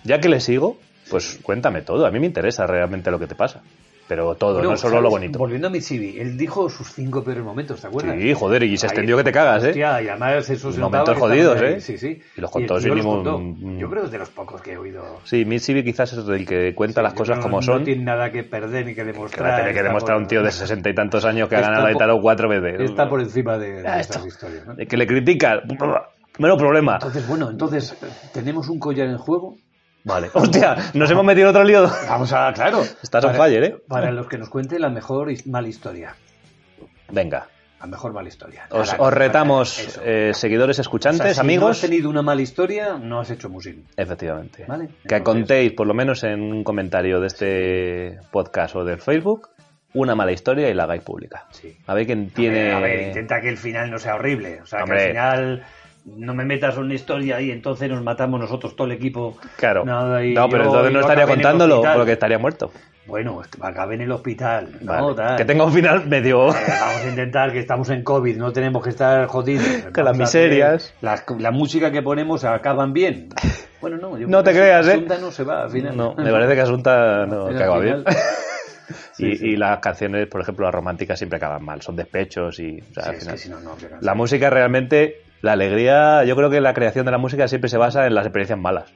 Speaker 1: Ya que le sigo, pues cuéntame todo. A mí me interesa realmente lo que te pasa. Pero todo,
Speaker 2: Bueno,
Speaker 1: no solo
Speaker 2: ¿sabes?
Speaker 1: lo bonito.
Speaker 2: Volviendo a Mitsubi, él dijo sus cinco peores momentos, ¿te acuerdas?
Speaker 1: Sí, joder, y se
Speaker 2: Ahí-
Speaker 1: extendió que te cagas, ¿eh?
Speaker 2: Hostia, y además eso se
Speaker 1: Momentos
Speaker 2: notaba que
Speaker 1: jodidos,
Speaker 2: estaba ahí,
Speaker 1: ¿eh?
Speaker 2: Sí, sí.
Speaker 1: Y los contó
Speaker 2: el
Speaker 1: sin
Speaker 2: tío
Speaker 1: ningún-
Speaker 2: contó. Yo creo que es de los pocos que he oído.
Speaker 1: Sí, Mitsubi quizás es el que cuenta las
Speaker 2: Yo
Speaker 1: cosas
Speaker 2: creo que
Speaker 1: como
Speaker 2: no,
Speaker 1: son.
Speaker 2: No tiene nada que perder ni que
Speaker 1: Que la
Speaker 2: demostrar.
Speaker 1: tiene que
Speaker 2: está
Speaker 1: demostrar
Speaker 2: por-
Speaker 1: un tío
Speaker 2: [LAUGHS]
Speaker 1: de sesenta y tantos años que ha
Speaker 2: Está
Speaker 1: ganado la
Speaker 2: por-
Speaker 1: Italo cuatro veces.
Speaker 2: Está por encima de, de
Speaker 1: Ah,
Speaker 2: estas
Speaker 1: esto.
Speaker 2: historias, ¿no?
Speaker 1: De Que le critica. Menos problema.
Speaker 2: Entonces, bueno, entonces, ¿tenemos un collar en juego?
Speaker 1: Vale. Hostia, nos hemos metido en otro lío.
Speaker 2: Vamos a, claro.
Speaker 1: Estás on
Speaker 2: Para-
Speaker 1: fire, ¿eh?
Speaker 2: Para los que nos cuente la mejor his- mala historia.
Speaker 1: Venga.
Speaker 2: La mejor mala historia.
Speaker 1: Os,
Speaker 2: Para-
Speaker 1: os retamos,
Speaker 2: para- eso.
Speaker 1: eh, seguidores
Speaker 2: O
Speaker 1: escuchantes,
Speaker 2: sea, si no has
Speaker 1: amigos.
Speaker 2: tenido una mala historia, no has hecho musín.
Speaker 1: Efectivamente.
Speaker 2: Vale,
Speaker 1: que
Speaker 2: entonces-
Speaker 1: contéis, por lo menos en un comentario de este podcast o del Facebook, una mala historia y la hagáis pública.
Speaker 2: Sí.
Speaker 1: A ver quién tiene.
Speaker 2: A ver, intenta que el final no sea horrible. O sea,
Speaker 1: Hombre.
Speaker 2: que al final no me metas una historia y entonces nos matamos nosotros todo el equipo.
Speaker 1: Claro.
Speaker 2: Nada, y
Speaker 1: no, pero
Speaker 2: yo-
Speaker 1: entonces
Speaker 2: y
Speaker 1: no
Speaker 2: yo
Speaker 1: estaría
Speaker 2: acabé en el
Speaker 1: contándolo
Speaker 2: hospital.
Speaker 1: porque estaría muerto.
Speaker 2: Bueno, es que acabé en el hospital.
Speaker 1: Vale.
Speaker 2: No, tal.
Speaker 1: Que tenga un final
Speaker 2: [LAUGHS]
Speaker 1: medio.
Speaker 2: Eh, Vamos a intentar que estamos en COVID, no tenemos que
Speaker 1: [LAUGHS]
Speaker 2: estar jodidos. Vamos
Speaker 1: las
Speaker 2: a
Speaker 1: miserias.
Speaker 2: hacer- las- La, música que ponemos acaban bien. Bueno, no.
Speaker 1: [LAUGHS]
Speaker 2: yo
Speaker 1: No
Speaker 2: creo
Speaker 1: te
Speaker 2: que
Speaker 1: creas,
Speaker 2: Asunta
Speaker 1: ¿eh?
Speaker 2: no se va al final.
Speaker 1: No, me parece que Asunta no
Speaker 2: [LAUGHS] Al
Speaker 1: acaba bien.
Speaker 2: final-
Speaker 1: y, y las canciones, por ejemplo, las románticas siempre acaban mal, son despechos y... o sea,
Speaker 2: Sí,
Speaker 1: al
Speaker 2: es
Speaker 1: final-
Speaker 2: que si no, no, que no.
Speaker 1: La música realmente, la alegría, yo creo que la creación de la música siempre se basa en las experiencias malas,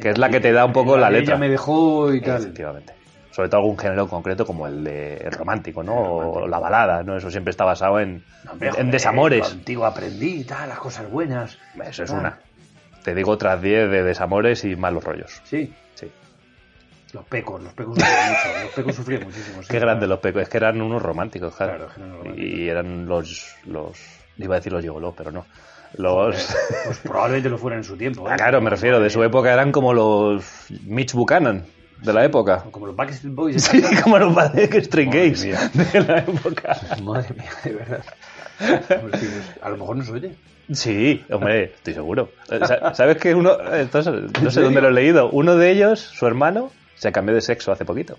Speaker 1: que es la que te da un poco la
Speaker 2: Ella
Speaker 1: letra.
Speaker 2: me dejó y tal.
Speaker 1: Efectivamente. Sobre todo algún género concreto como el de el romántico, ¿no? O la balada, ¿no? Eso siempre está basado en,
Speaker 2: Hombre,
Speaker 1: en
Speaker 2: joder,
Speaker 1: desamores.
Speaker 2: Contigo aprendí y tal, las cosas buenas.
Speaker 1: Eso es
Speaker 2: tal.
Speaker 1: una. Te digo otras 10 de desamores y malos rollos.
Speaker 2: Sí,
Speaker 1: Sí.
Speaker 2: los pecos, los pecos sufrían mucho. Los pecos sufrían muchísimo. sí.
Speaker 1: Qué grandes los pecos, es que eran unos románticos, claro.
Speaker 2: Claro, eran románticos.
Speaker 1: Y eran los, los. Iba a decir los gigolos, pero no. [LAUGHS] Los.
Speaker 2: Pues probablemente lo fueran en su tiempo. ¿eh?
Speaker 1: claro, me refiero, de su época eran como los Mitch Buchanan. de la época.
Speaker 2: Como los Backstreet Boys.
Speaker 1: Sí, [LAUGHS] como los padres que String
Speaker 2: Madre
Speaker 1: Gates
Speaker 2: mía.
Speaker 1: de la época.
Speaker 2: Madre mía, de verdad. A lo mejor nos oye.
Speaker 1: Sí, hombre, estoy seguro. Eh, sa- ¿Sabes que uno, eh, entonces, no sé
Speaker 2: serio?
Speaker 1: dónde lo he leído, uno de ellos, su hermano, se cambió de sexo hace poquito.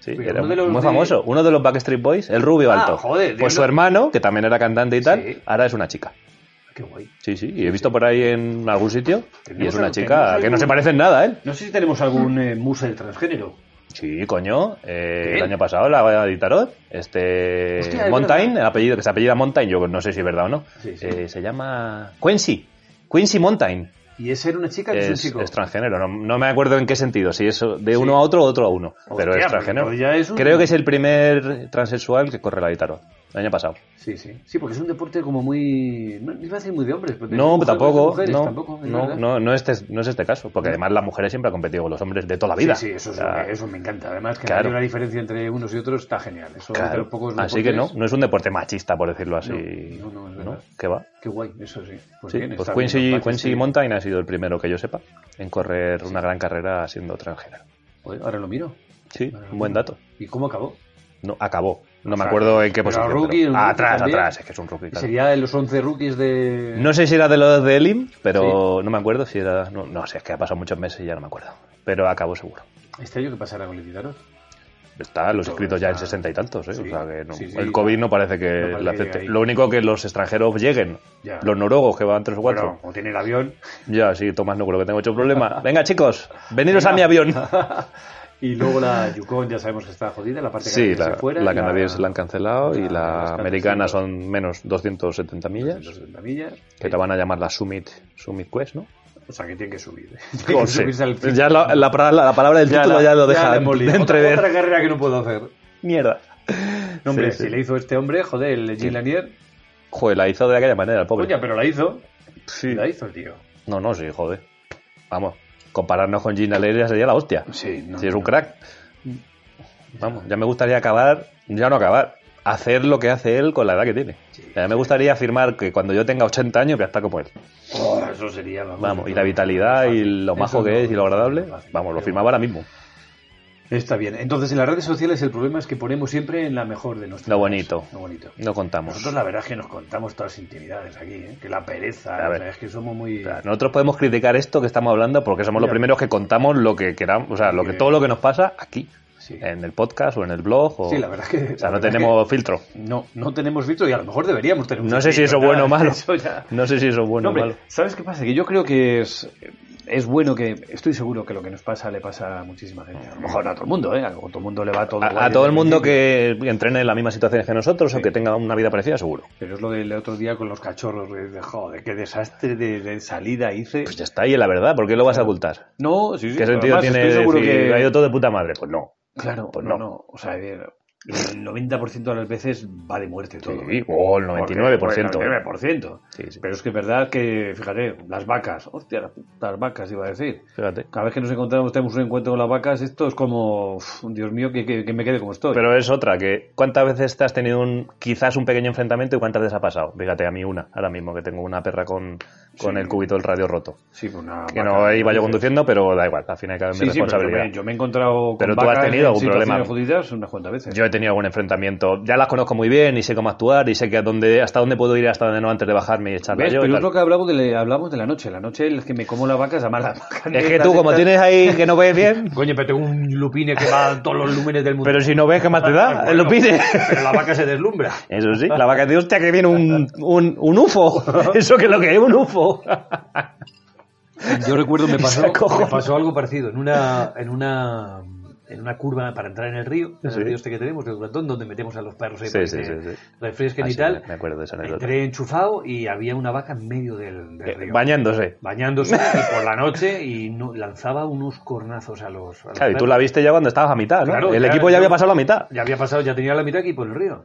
Speaker 1: Sí,
Speaker 2: Pero
Speaker 1: era
Speaker 2: uno de los
Speaker 1: muy
Speaker 2: de-
Speaker 1: famoso. Uno de los Backstreet Boys, el rubio
Speaker 2: Ah,
Speaker 1: alto.
Speaker 2: joder,
Speaker 1: pues su
Speaker 2: diablo.
Speaker 1: hermano, que también era cantante y tal,
Speaker 2: Sí.
Speaker 1: ahora es una chica.
Speaker 2: Qué guay.
Speaker 1: Sí, sí, y he visto por ahí en algún sitio y
Speaker 2: Tenemos
Speaker 1: es una
Speaker 2: algo-
Speaker 1: chica
Speaker 2: tenemos
Speaker 1: que no se
Speaker 2: algo-
Speaker 1: parece en nada, ¿eh?
Speaker 2: No sé si tenemos algún eh, musa de transgénero.
Speaker 1: Sí, coño. eh,
Speaker 2: ¿Qué?
Speaker 1: el año pasado la de Tarot, este
Speaker 2: Hostia, es
Speaker 1: Montaigne,
Speaker 2: verdad.
Speaker 1: el apellido que se apellida Montaigne, yo no sé si es verdad o no.
Speaker 2: Sí, sí.
Speaker 1: eh, se llama Quincy, Quincy Montaigne.
Speaker 2: Y ese era una chica que es, un
Speaker 1: Es,
Speaker 2: chico.
Speaker 1: es transgénero, no, no me acuerdo en qué sentido, si es de uno a otro o otro a uno, pero
Speaker 2: Hostia,
Speaker 1: es transgénero.
Speaker 2: pero ya es un-
Speaker 1: Creo que es el primer transexual que corre la de Tarot, el año pasado.
Speaker 2: Sí, sí. Sí, porque es un deporte como muy. No iba a decir muy de hombres, pero. de
Speaker 1: No,
Speaker 2: mujeres, de
Speaker 1: tampoco,
Speaker 2: mujeres,
Speaker 1: no,
Speaker 2: tampoco, es
Speaker 1: no,
Speaker 2: verdad. ¿Mm?
Speaker 1: no, no este, no es este caso, porque además las mujeres siempre han competido con los hombres de toda la vida.
Speaker 2: Sí, sí, eso, es
Speaker 1: O sea,
Speaker 2: lo que- eso me encanta. Además, que
Speaker 1: Claro.
Speaker 2: hay una diferencia entre unos y otros está genial. Eso
Speaker 1: Claro.
Speaker 2: entre los pocos
Speaker 1: Así
Speaker 2: deportes-
Speaker 1: que no, no es un deporte machista, por decirlo así.
Speaker 2: No, no, no, es verdad.
Speaker 1: ¿Qué va?
Speaker 2: Qué guay, eso sí. Pues,
Speaker 1: Sí,
Speaker 2: bien,
Speaker 1: pues
Speaker 2: está bien,
Speaker 1: Quincy,
Speaker 2: los
Speaker 1: Quincy
Speaker 2: Backstreet-
Speaker 1: Mountain ha sido el primero que yo sepa en correr una gran carrera siendo transgénero.
Speaker 2: Joder, ahora lo miro.
Speaker 1: Sí,
Speaker 2: Ahora lo
Speaker 1: un buen
Speaker 2: miro.
Speaker 1: dato.
Speaker 2: ¿Y cómo acabó?
Speaker 1: No, acabó. No me
Speaker 2: sea,
Speaker 1: acuerdo en qué
Speaker 2: pero
Speaker 1: posición.
Speaker 2: rookie,
Speaker 1: pero-
Speaker 2: el
Speaker 1: Ah,
Speaker 2: rookie
Speaker 1: atrás,
Speaker 2: también.
Speaker 1: atrás. Es que es un rookie. claro.
Speaker 2: Sería de los 11 rookies de.
Speaker 1: No sé si era de los de Elim, pero no me acuerdo si era. No, no sé, es que ha pasado muchos meses y ya no me acuerdo. Pero acabó seguro.
Speaker 2: Este año que pasará con el Vidaros.
Speaker 1: Está, los
Speaker 2: Todo
Speaker 1: inscritos ya en
Speaker 2: está-
Speaker 1: sesenta y tantos, ¿eh?
Speaker 2: Sí,
Speaker 1: o sea que no-
Speaker 2: sí, sí,
Speaker 1: el COVID
Speaker 2: ya.
Speaker 1: no parece que
Speaker 2: No parece
Speaker 1: la
Speaker 2: que
Speaker 1: acepte.
Speaker 2: llegue ahí.
Speaker 1: Lo único que los extranjeros lleguen,
Speaker 2: Ya.
Speaker 1: los noruegos que van tres o cuatro.
Speaker 2: Bueno, o tiene el avión.
Speaker 1: Ya, sí, Tomás, no creo que tenga mucho
Speaker 2: [LAUGHS]
Speaker 1: problema. Venga, chicos, veniros a mi avión.
Speaker 2: y luego la Yukon, ya sabemos que está jodida, la parte
Speaker 1: Sí,
Speaker 2: canadiense
Speaker 1: la,
Speaker 2: fuera.
Speaker 1: la
Speaker 2: y
Speaker 1: canadiense la han cancelado y
Speaker 2: la- las
Speaker 1: la
Speaker 2: canadienses
Speaker 1: americana
Speaker 2: no.
Speaker 1: son menos 270 millas,
Speaker 2: 270 millas.
Speaker 1: que te van a llamar la Summit, Summit Quest, ¿no?
Speaker 2: O sea, que tiene que subir. [LAUGHS] Tiene que
Speaker 1: No sé.
Speaker 2: subirse al
Speaker 1: Oh, Ya la, la pra- la palabra del título
Speaker 2: la-
Speaker 1: ya lo deja
Speaker 2: la hemos
Speaker 1: de
Speaker 2: liado.
Speaker 1: entrever.
Speaker 2: [LAUGHS] Otra, otra carrera que no puedo hacer.
Speaker 1: Mierda.
Speaker 2: No, hombre,
Speaker 1: Sí, sí.
Speaker 2: si le hizo este hombre, joder, el Jean
Speaker 1: Sí.
Speaker 2: Lanier.
Speaker 1: Joder, la hizo de aquella manera, el pobre.
Speaker 2: Coña, pero la hizo.
Speaker 1: Sí.
Speaker 2: La hizo el tío.
Speaker 1: No, no, sí, joder. Vamos, compararnos con Gina Leria sería la hostia.
Speaker 2: Sí, no,
Speaker 1: si es
Speaker 2: no.
Speaker 1: un crack. Vamos, ya me gustaría acabar, ya no acabar, hacer lo que hace él con la edad que tiene. Ya me gustaría afirmar que cuando yo tenga 80 años voy a estar como él.
Speaker 2: Oh, eso sería, vamos.
Speaker 1: Vamos, y la vitalidad y lo majo
Speaker 2: Eso
Speaker 1: que
Speaker 2: no,
Speaker 1: es y lo agradable,
Speaker 2: no, fácil.
Speaker 1: vamos, lo firmaba ahora mismo.
Speaker 2: Está bien. Entonces, en las redes sociales el problema es que ponemos siempre en la mejor de nuestras
Speaker 1: Lo
Speaker 2: vidas.
Speaker 1: bonito.
Speaker 2: Lo bonito.
Speaker 1: No contamos.
Speaker 2: Nosotros la verdad es que nos contamos todas las intimidades aquí, ¿eh? que la pereza,
Speaker 1: A
Speaker 2: o
Speaker 1: ver.
Speaker 2: sea, es que somos muy...
Speaker 1: Nosotros podemos criticar esto que estamos hablando porque somos los
Speaker 2: Ya.
Speaker 1: primeros que contamos lo que queramos, o sea, lo que
Speaker 2: Sí.
Speaker 1: todo lo que nos pasa aquí,
Speaker 2: Sí.
Speaker 1: en el podcast o en el blog o,
Speaker 2: Sí, la verdad es que-
Speaker 1: o sea, no
Speaker 2: la verdad es
Speaker 1: tenemos filtro.
Speaker 2: No, no tenemos filtro y a lo mejor deberíamos tener un
Speaker 1: No sé si eso
Speaker 2: filtro,
Speaker 1: es bueno o
Speaker 2: claro,
Speaker 1: malo.
Speaker 2: [LAUGHS] eso ya-
Speaker 1: No sé si eso es bueno
Speaker 2: No,
Speaker 1: o
Speaker 2: hombre,
Speaker 1: malo.
Speaker 2: ¿sabes qué pasa? Que yo creo que es, es bueno que... Estoy seguro que lo que nos pasa le pasa a muchísima gente. A lo mejor no a todo el mundo, ¿eh? A todo el mundo le va todo...
Speaker 1: A,
Speaker 2: guay
Speaker 1: a todo
Speaker 2: desde
Speaker 1: el mundo
Speaker 2: principio.
Speaker 1: que entrene en las mismas situaciones que nosotros o
Speaker 2: Sí.
Speaker 1: que tenga una vida parecida, seguro.
Speaker 2: Pero es lo del otro día con los cachorros, que dices, joder, qué desastre de, de salida hice.
Speaker 1: Pues ya está ahí, la verdad, ¿por qué lo vas a ocultar?
Speaker 2: No, sí, sí.
Speaker 1: ¿Qué
Speaker 2: pero
Speaker 1: sentido
Speaker 2: además
Speaker 1: tiene
Speaker 2: estoy seguro
Speaker 1: decir,
Speaker 2: que...
Speaker 1: ha ido todo de puta madre? Pues no.
Speaker 2: Claro,
Speaker 1: Pues
Speaker 2: no,
Speaker 1: no.
Speaker 2: no. O sea, eh, el 90% de las veces va de muerte todo.
Speaker 1: Sí, o el 99%.
Speaker 2: Porque- porque el 99%.
Speaker 1: Sí, sí.
Speaker 2: Pero es que es verdad que, fíjate, las vacas, hostia, las putas vacas iba a decir.
Speaker 1: Fíjate.
Speaker 2: Cada vez que nos encontramos, tenemos un encuentro con las vacas, esto es como, uf, Dios mío, que, que- que me quede como estoy.
Speaker 1: Pero es otra, que ¿cuántas veces te has tenido un, quizás un pequeño enfrentamiento y cuántas veces ha pasado? Fíjate, a mí una, ahora mismo, que tengo una perra con, con
Speaker 2: Sí.
Speaker 1: el cubito del radio roto.
Speaker 2: sí, pues una
Speaker 1: Que
Speaker 2: vaca,
Speaker 1: no iba yo
Speaker 2: dices.
Speaker 1: conduciendo, pero da igual, al final cabe en mi
Speaker 2: Sí, sí, pero yo,
Speaker 1: responsabilidad.
Speaker 2: me, yo me he encontrado con
Speaker 1: Pero tú has
Speaker 2: vacas
Speaker 1: tenido
Speaker 2: en
Speaker 1: algún
Speaker 2: situaciones
Speaker 1: problema.
Speaker 2: jodidas unas cuantas veces.
Speaker 1: Yo he tenido algún enfrentamiento, ya las conozco muy bien y sé cómo actuar y sé que a dónde, hasta dónde puedo ir, hasta dónde no antes de bajarme y echarla
Speaker 2: ¿Ves?
Speaker 1: yo. y
Speaker 2: Pero es
Speaker 1: tal.
Speaker 2: lo que hablamos de, le- hablamos de la noche. La noche es que me como la vaca, se llama
Speaker 6: [LAUGHS]
Speaker 2: la vaca.
Speaker 1: Es que
Speaker 2: negra
Speaker 1: tú,
Speaker 2: de
Speaker 1: como
Speaker 2: estas.
Speaker 1: tienes ahí que no
Speaker 2: [LAUGHS]
Speaker 1: ves bien,
Speaker 2: Coño, pero tengo un lupine que va a todos los lúmenes del mundo.
Speaker 1: pero si no ves, ¿qué más te da?
Speaker 2: Bueno,
Speaker 1: Lo pide.
Speaker 2: Pero la vaca
Speaker 1: [LAUGHS]
Speaker 2: se deslumbra.
Speaker 1: Eso sí, la vaca de hostia que viene un, un, un
Speaker 2: [LAUGHS]
Speaker 1: UFO. Eso que es lo que es un UFO.
Speaker 6: Yo recuerdo
Speaker 1: [LAUGHS]
Speaker 6: me pasó,
Speaker 1: Se acojona.
Speaker 6: me pasó algo parecido en una en una en una curva para entrar en el río, en
Speaker 1: Sí.
Speaker 6: el río este que tenemos, el Duratón, donde metemos a los perros ahí
Speaker 1: Sí,
Speaker 6: para
Speaker 1: sí,
Speaker 6: que
Speaker 1: sí,
Speaker 6: se
Speaker 1: sí.
Speaker 6: refresquen
Speaker 1: Ah,
Speaker 6: y
Speaker 1: sí,
Speaker 6: tal.
Speaker 1: me acuerdo de
Speaker 2: Eh,
Speaker 1: esa anécdota.
Speaker 6: Entré enchufado y había una vaca en medio del, del río.
Speaker 1: Eh, Bañándose. [LAUGHS]
Speaker 6: bañándose y por la noche y no- lanzaba unos cornazos a los, a los
Speaker 1: Claro, y tú
Speaker 6: perros.
Speaker 1: la viste ya cuando estabas a mitad, ¿no?
Speaker 6: Claro,
Speaker 1: el
Speaker 6: claro,
Speaker 1: equipo ya
Speaker 6: yo-
Speaker 1: había pasado la mitad.
Speaker 6: ya había pasado, ya tenía la mitad aquí por el río.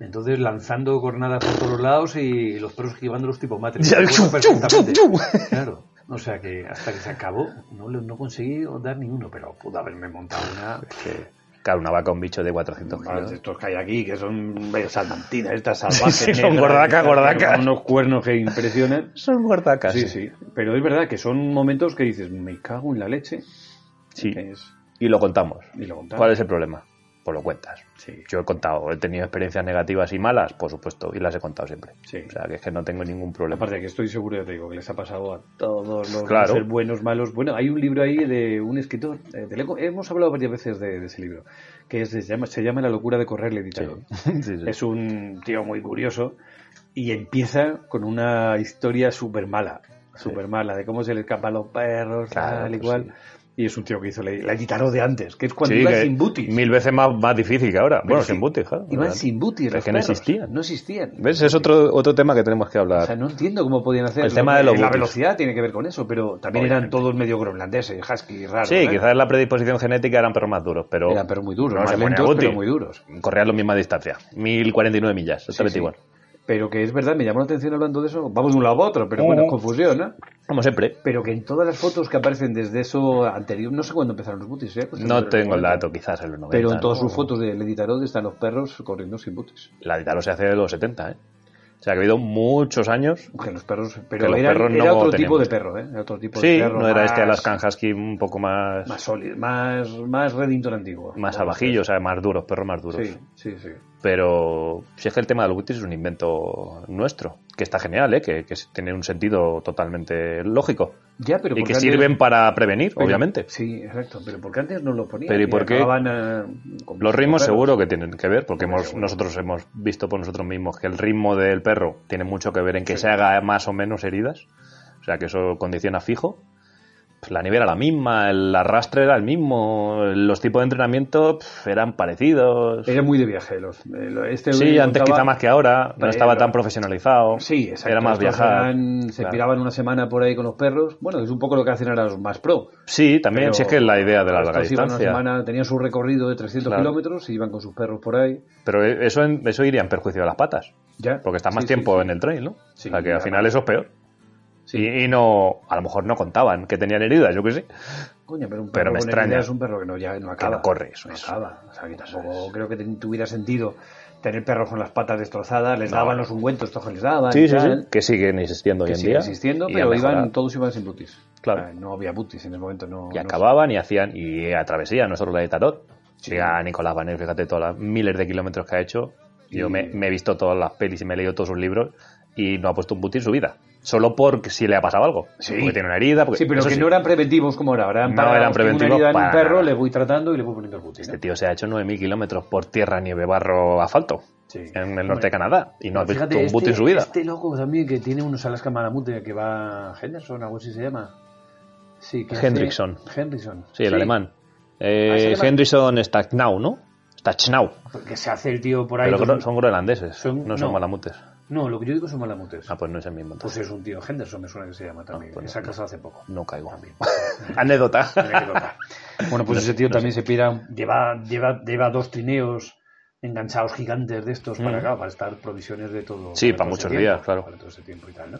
Speaker 6: Entonces lanzando cornadas por todos lados y los perros esquivándolos tipo matriz.
Speaker 1: Ya,
Speaker 6: Me acuerdo
Speaker 1: chu, chu, chu,
Speaker 6: perfectamente.
Speaker 1: chu.
Speaker 6: Claro. O sea que hasta que se acabó no, le- no conseguí dar ni uno, pero pude haberme montado una.
Speaker 1: Que, claro, una vaca, un bicho de 400
Speaker 2: Vale,
Speaker 6: Ah,
Speaker 1: kilos.
Speaker 2: de estos que hay aquí, que son medio salmantinas, estas salvajes.
Speaker 1: [LAUGHS] Sí, son
Speaker 2: negras,
Speaker 1: gordaca,
Speaker 2: estas,
Speaker 1: gordaca.
Speaker 2: con Unos cuernos que impresionan.
Speaker 1: Son gordacas.
Speaker 2: Sí, sí. Pero es verdad que son momentos que dices, me cago en la leche.
Speaker 1: Sí.
Speaker 2: Es-
Speaker 1: y lo contamos.
Speaker 6: [LAUGHS] Y lo contamos.
Speaker 1: ¿Cuál es el problema? Pues lo cuentas.
Speaker 6: Sí.
Speaker 1: Yo he contado, he tenido experiencias negativas y malas, por supuesto, y las he contado siempre.
Speaker 6: Sí.
Speaker 1: O sea, que es que no tengo ningún problema.
Speaker 6: Aparte de que estoy seguro, ya te digo, que les ha pasado a todos los
Speaker 1: Claro.
Speaker 6: ser buenos, malos. Bueno, hay un libro ahí de un escritor, eh, de Leco- hemos hablado varias veces de, de ese libro, que se llama, se llama La locura de correr, le editaron.
Speaker 1: Sí, sí.
Speaker 6: Es un tío muy curioso y empieza con una historia súper mala, súper mala, de cómo se le escapan los perros,
Speaker 1: Claro,
Speaker 6: tal y
Speaker 1: pues
Speaker 6: cual. Y es un tío que hizo la, la guitarra de antes, que es cuando
Speaker 1: Sí,
Speaker 6: iba
Speaker 1: que
Speaker 6: sin butis.
Speaker 1: Mil veces más, más difícil que ahora.
Speaker 6: Pero
Speaker 1: bueno,
Speaker 6: sí,
Speaker 1: sin butis, claro.
Speaker 6: Iban sin butis,
Speaker 1: Es
Speaker 6: los
Speaker 1: que no
Speaker 6: perros.
Speaker 1: existían.
Speaker 6: No existían.
Speaker 1: ¿Ves? Es otro, otro tema que tenemos que hablar.
Speaker 6: O sea, no entiendo cómo podían hacer.
Speaker 1: El tema de los
Speaker 6: La
Speaker 1: butis.
Speaker 6: velocidad tiene que ver con eso, pero también eran todos medio groenlandeses, husky, raros.
Speaker 1: sí,
Speaker 6: ¿eh?
Speaker 1: quizás la predisposición genética eran perros más duros, pero.
Speaker 6: Eran perros muy duros,
Speaker 1: no
Speaker 6: más
Speaker 1: se ponía
Speaker 6: lentos,
Speaker 1: buti.
Speaker 6: pero muy duros.
Speaker 1: Corrían la misma distancia. 1049 millas, exactamente
Speaker 6: sí.
Speaker 1: igual.
Speaker 6: Pero que es verdad, me llamó la atención hablando de eso. Vamos de un lado a otro, pero bueno, es confusión, ¿no?
Speaker 1: Como siempre.
Speaker 6: Pero que en todas las fotos que aparecen desde eso anterior, no sé cuándo empezaron los butis, ¿eh? Pues
Speaker 1: No
Speaker 6: tendrán
Speaker 1: tengo el
Speaker 6: momento.
Speaker 1: dato, quizás en los 90.
Speaker 6: Pero en todas
Speaker 1: ¿no?
Speaker 6: sus fotos de Lady Tarot están los perros corriendo sin butis.
Speaker 1: La edad se hace de los 70, ¿eh? O sea, que ha habido muchos años.
Speaker 6: Que los perros.
Speaker 1: Que
Speaker 6: Pero
Speaker 1: los
Speaker 6: era,
Speaker 1: perros no
Speaker 6: era otro tipo
Speaker 1: tenemos.
Speaker 6: de perro, ¿eh? Era otro tipo de
Speaker 1: Sí,
Speaker 6: perro.
Speaker 1: no era este
Speaker 6: más-
Speaker 1: Alaskan Husky un poco más,
Speaker 6: Más
Speaker 1: más,
Speaker 6: sólido, más, más Reddington antiguo.
Speaker 1: salvajillo, o sea, más duros, perros más duros.
Speaker 6: Sí, sí, sí.
Speaker 1: Pero si es que el tema del butis es un invento nuestro, que está genial, ¿eh? que, que tiene un sentido totalmente lógico.
Speaker 6: Ya, pero
Speaker 1: y
Speaker 6: porque
Speaker 1: que
Speaker 6: antes-
Speaker 1: sirven para prevenir,
Speaker 6: pero-
Speaker 1: obviamente.
Speaker 6: Sí, exacto, pero porque antes no lo ponían.
Speaker 1: Pero ¿y por qué?
Speaker 6: acababan, eh, con-
Speaker 1: Los ritmos
Speaker 6: con perros.
Speaker 1: seguro que tienen que ver, porque
Speaker 6: Hombre,
Speaker 1: hemos,
Speaker 6: seguro.
Speaker 1: nosotros hemos visto por nosotros mismos que el ritmo del perro tiene mucho que ver en que se haga más o menos heridas, o sea que eso condiciona fijo. Pues la nieve era la misma, el arrastre era el mismo, los tipos de entrenamiento pff, eran parecidos.
Speaker 6: Era muy de viaje. Los, eh, lo- este
Speaker 1: Sí,
Speaker 6: me
Speaker 1: antes
Speaker 6: contaba-
Speaker 1: quizá más que ahora, no
Speaker 6: Pero-
Speaker 1: estaba tan profesionalizado,
Speaker 6: Sí, exacto.
Speaker 1: era más
Speaker 6: estos
Speaker 1: viajar.
Speaker 6: eran- se
Speaker 1: Claro.
Speaker 6: piraban una semana por ahí con los perros. Bueno, es un poco lo que hacen ahora los más pro.
Speaker 1: Sí, también,
Speaker 6: pero
Speaker 1: si es que es la idea de la larga
Speaker 6: estos iban una
Speaker 1: distancia.
Speaker 6: semana, tenían su recorrido de 300
Speaker 1: Claro.
Speaker 6: kilómetros y iban con sus perros por ahí.
Speaker 1: Pero eso, en- eso iría en perjuicio de las patas,
Speaker 6: Ya.
Speaker 1: porque estás
Speaker 6: Sí,
Speaker 1: más
Speaker 6: sí,
Speaker 1: tiempo
Speaker 6: sí.
Speaker 1: en el trail, ¿no?
Speaker 6: Sí,
Speaker 1: o sea que al
Speaker 6: además-
Speaker 1: final eso es peor. Y, y no, a lo mejor no contaban que tenían heridas, yo qué sé.
Speaker 6: Coño, pero un perro
Speaker 1: Pero me
Speaker 6: con
Speaker 1: extraña.
Speaker 6: herida es un perro que no, ya no acaba.
Speaker 1: no corre, eso
Speaker 6: No
Speaker 1: es.
Speaker 6: acaba. O sea, que tampoco creo que ten- tuviera sentido tener perros con las patas destrozadas. Les daban los ungüentos, estos que les daban. y tal,
Speaker 1: Que siguen existiendo
Speaker 6: Que
Speaker 1: hoy en
Speaker 6: siguen
Speaker 1: día.
Speaker 6: existiendo,
Speaker 1: y
Speaker 6: pero
Speaker 1: han mejorado.
Speaker 6: iban, todos iban sin butis.
Speaker 1: Claro.
Speaker 6: O sea, no había butis en ese momento. No,
Speaker 1: Y
Speaker 6: no-
Speaker 1: acababan y hacían, y atravesían, no solo la de Tarot. Llega Nicolás Vaner, fíjate todas las miles de kilómetros que ha hecho. Yo
Speaker 6: Y-
Speaker 1: me, me he visto todas las pelis y me he leído todos sus libros y no ha puesto un butín en su vida. Solo porque si le ha pasado algo.
Speaker 6: Sí.
Speaker 1: Porque tiene una herida. Porque,
Speaker 6: Sí, pero
Speaker 1: eso
Speaker 6: que no eran preventivos como ahora. Eran
Speaker 1: No
Speaker 6: para-
Speaker 1: eran
Speaker 6: tengo una
Speaker 1: preventivos
Speaker 6: herida en
Speaker 1: para
Speaker 6: un perro,
Speaker 1: nada.
Speaker 6: le voy tratando y le voy poniendo el butis.
Speaker 1: Este
Speaker 6: ¿no?
Speaker 1: tío se ha hecho 9.000 kilómetros por tierra, nieve, barro, asfalto.
Speaker 6: Sí.
Speaker 1: En el norte de Canadá. Y no ha visto
Speaker 6: Fíjate,
Speaker 1: un butín en su vida.
Speaker 6: Este loco también que tiene unos Alaska Malamute que va Henderson, algo así se llama. Sí, que hace-
Speaker 1: Hendrickson.
Speaker 6: Hendrickson.
Speaker 1: Sí, el alemán. Eh,
Speaker 6: Ah, es alemán.
Speaker 1: Henderson Stachnau, ¿no? Stachnau.
Speaker 6: Que se hace el tío por ahí.
Speaker 1: Pero
Speaker 6: con-
Speaker 1: gro- son groenlandeses,
Speaker 6: son-
Speaker 1: no son
Speaker 6: no.
Speaker 1: malamutes.
Speaker 6: No, lo que yo digo son malamutes.
Speaker 1: Ah, pues no es el mismo.
Speaker 6: Pues es un tío Henderson, me suena que se llama también.
Speaker 1: Ah, bueno,
Speaker 6: que se ha casado hace poco.
Speaker 1: No caigo.
Speaker 6: [LAUGHS]
Speaker 1: [LAUGHS] Anécdota. [LAUGHS]
Speaker 6: bueno, pues ese tío también se pira. Lleva, lleva, lleva dos trineos enganchados gigantes de estos para
Speaker 1: Mm.
Speaker 6: acá, para estar provisiones de todo.
Speaker 1: Sí, para
Speaker 6: todo ese
Speaker 1: muchos
Speaker 6: tiempo,
Speaker 1: días, claro.
Speaker 6: Para todo ese tiempo y tal, ¿no?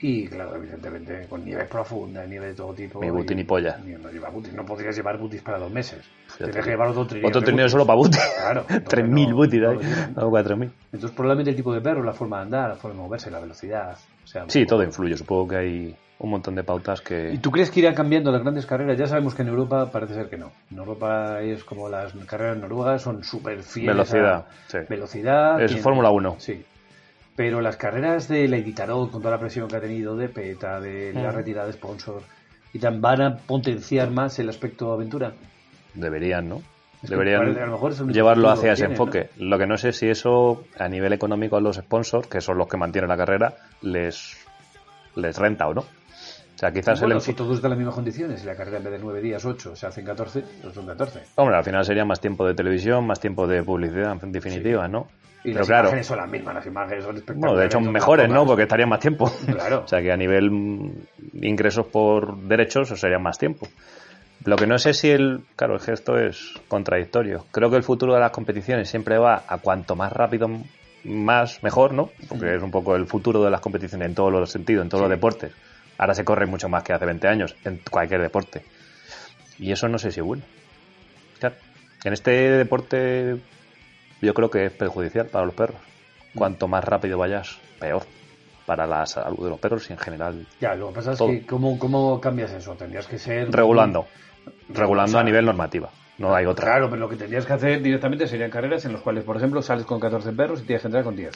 Speaker 6: Y claro, evidentemente, con nieves profundas, nieve de todo tipo.
Speaker 1: Ni
Speaker 6: y-
Speaker 1: buti ni polla.
Speaker 6: ni- No, lleva butis. no podrías llevar butis para dos meses.
Speaker 1: te
Speaker 6: Tendrías
Speaker 1: digo.
Speaker 6: que llevar otro trineo.
Speaker 1: Otro
Speaker 6: de
Speaker 1: trineo
Speaker 6: butis.
Speaker 1: solo para buti.
Speaker 6: [LAUGHS]
Speaker 1: [LAUGHS]
Speaker 6: Claro. entonces
Speaker 1: 3.000
Speaker 6: no-
Speaker 1: butis
Speaker 6: no
Speaker 1: ahí.
Speaker 6: lo llevan.
Speaker 1: O 4.000.
Speaker 6: Entonces, probablemente el tipo de perro, la forma de andar, la forma de moverse, la velocidad. o sea, un
Speaker 1: Sí,
Speaker 6: poco-
Speaker 1: todo influye. Supongo que hay un montón de pautas que...
Speaker 6: ¿Y tú crees que irán cambiando las grandes carreras? Ya sabemos que en Europa parece ser que no. En Europa es como las carreras noruegas, son súper fieles.
Speaker 1: Velocidad,
Speaker 6: a-
Speaker 1: sí.
Speaker 6: Velocidad.
Speaker 1: Es
Speaker 6: tienen-
Speaker 1: Fórmula 1.
Speaker 6: Sí. Pero las carreras de Lady Tarot, con toda la presión que ha tenido de PETA, de la retirada de sponsor, y tan van a potenciar más el aspecto aventura.
Speaker 1: Deberían, ¿no?
Speaker 6: que
Speaker 1: Deberían
Speaker 6: parece- a lo mejor es el único
Speaker 1: llevarlo
Speaker 6: futuro
Speaker 1: hacia
Speaker 6: que
Speaker 1: ese
Speaker 6: tienen,
Speaker 1: enfoque. Lo que no sé si eso, a nivel económico, a los sponsors, que son los que mantienen la carrera, les, les renta o no. O sea, quizás el
Speaker 6: Bueno,
Speaker 1: enfo-
Speaker 6: si todos están en las mismas condiciones, y la carrera en vez de 9 días, 8, se hacen 14, pues son 14.
Speaker 1: Hombre, al final sería más tiempo de televisión, más tiempo de publicidad, en definitiva, ¿no?
Speaker 6: Y
Speaker 1: Pero
Speaker 6: las
Speaker 1: claro,
Speaker 6: imágenes son las mismas, las imágenes son espectaculares.
Speaker 1: bueno, de hecho
Speaker 6: son
Speaker 1: mejores,
Speaker 6: tan
Speaker 1: ¿no?
Speaker 6: pocas.
Speaker 1: Porque estaría más tiempo.
Speaker 6: Claro.
Speaker 1: [LAUGHS] o sea, que a nivel mm, ingresos por derechos sería más tiempo. Lo que no sé si el... Claro, el gesto es contradictorio. Creo que el futuro de las competiciones siempre va a cuanto más rápido, m- más mejor, ¿no? Porque es un poco el futuro de las competiciones en todos los sentidos, en todos los deportes. Ahora se corre mucho más que hace 20 años, en cualquier deporte. Y eso no sé si es bueno. Claro. En este deporte yo creo que es perjudicial para los perros. Cuanto más rápido vayas, peor. Para la salud de los perros y en general.
Speaker 6: Ya, lo que pasa es
Speaker 1: Todo.
Speaker 6: que ¿cómo, cómo cambias eso? Tendrías que ser...
Speaker 1: Regulando. regulando a nivel normativa. No hay otra.
Speaker 6: Claro, pero lo que tendrías que hacer directamente serían carreras en las cuales, por ejemplo, sales con 14 perros y tienes que entrar con 10.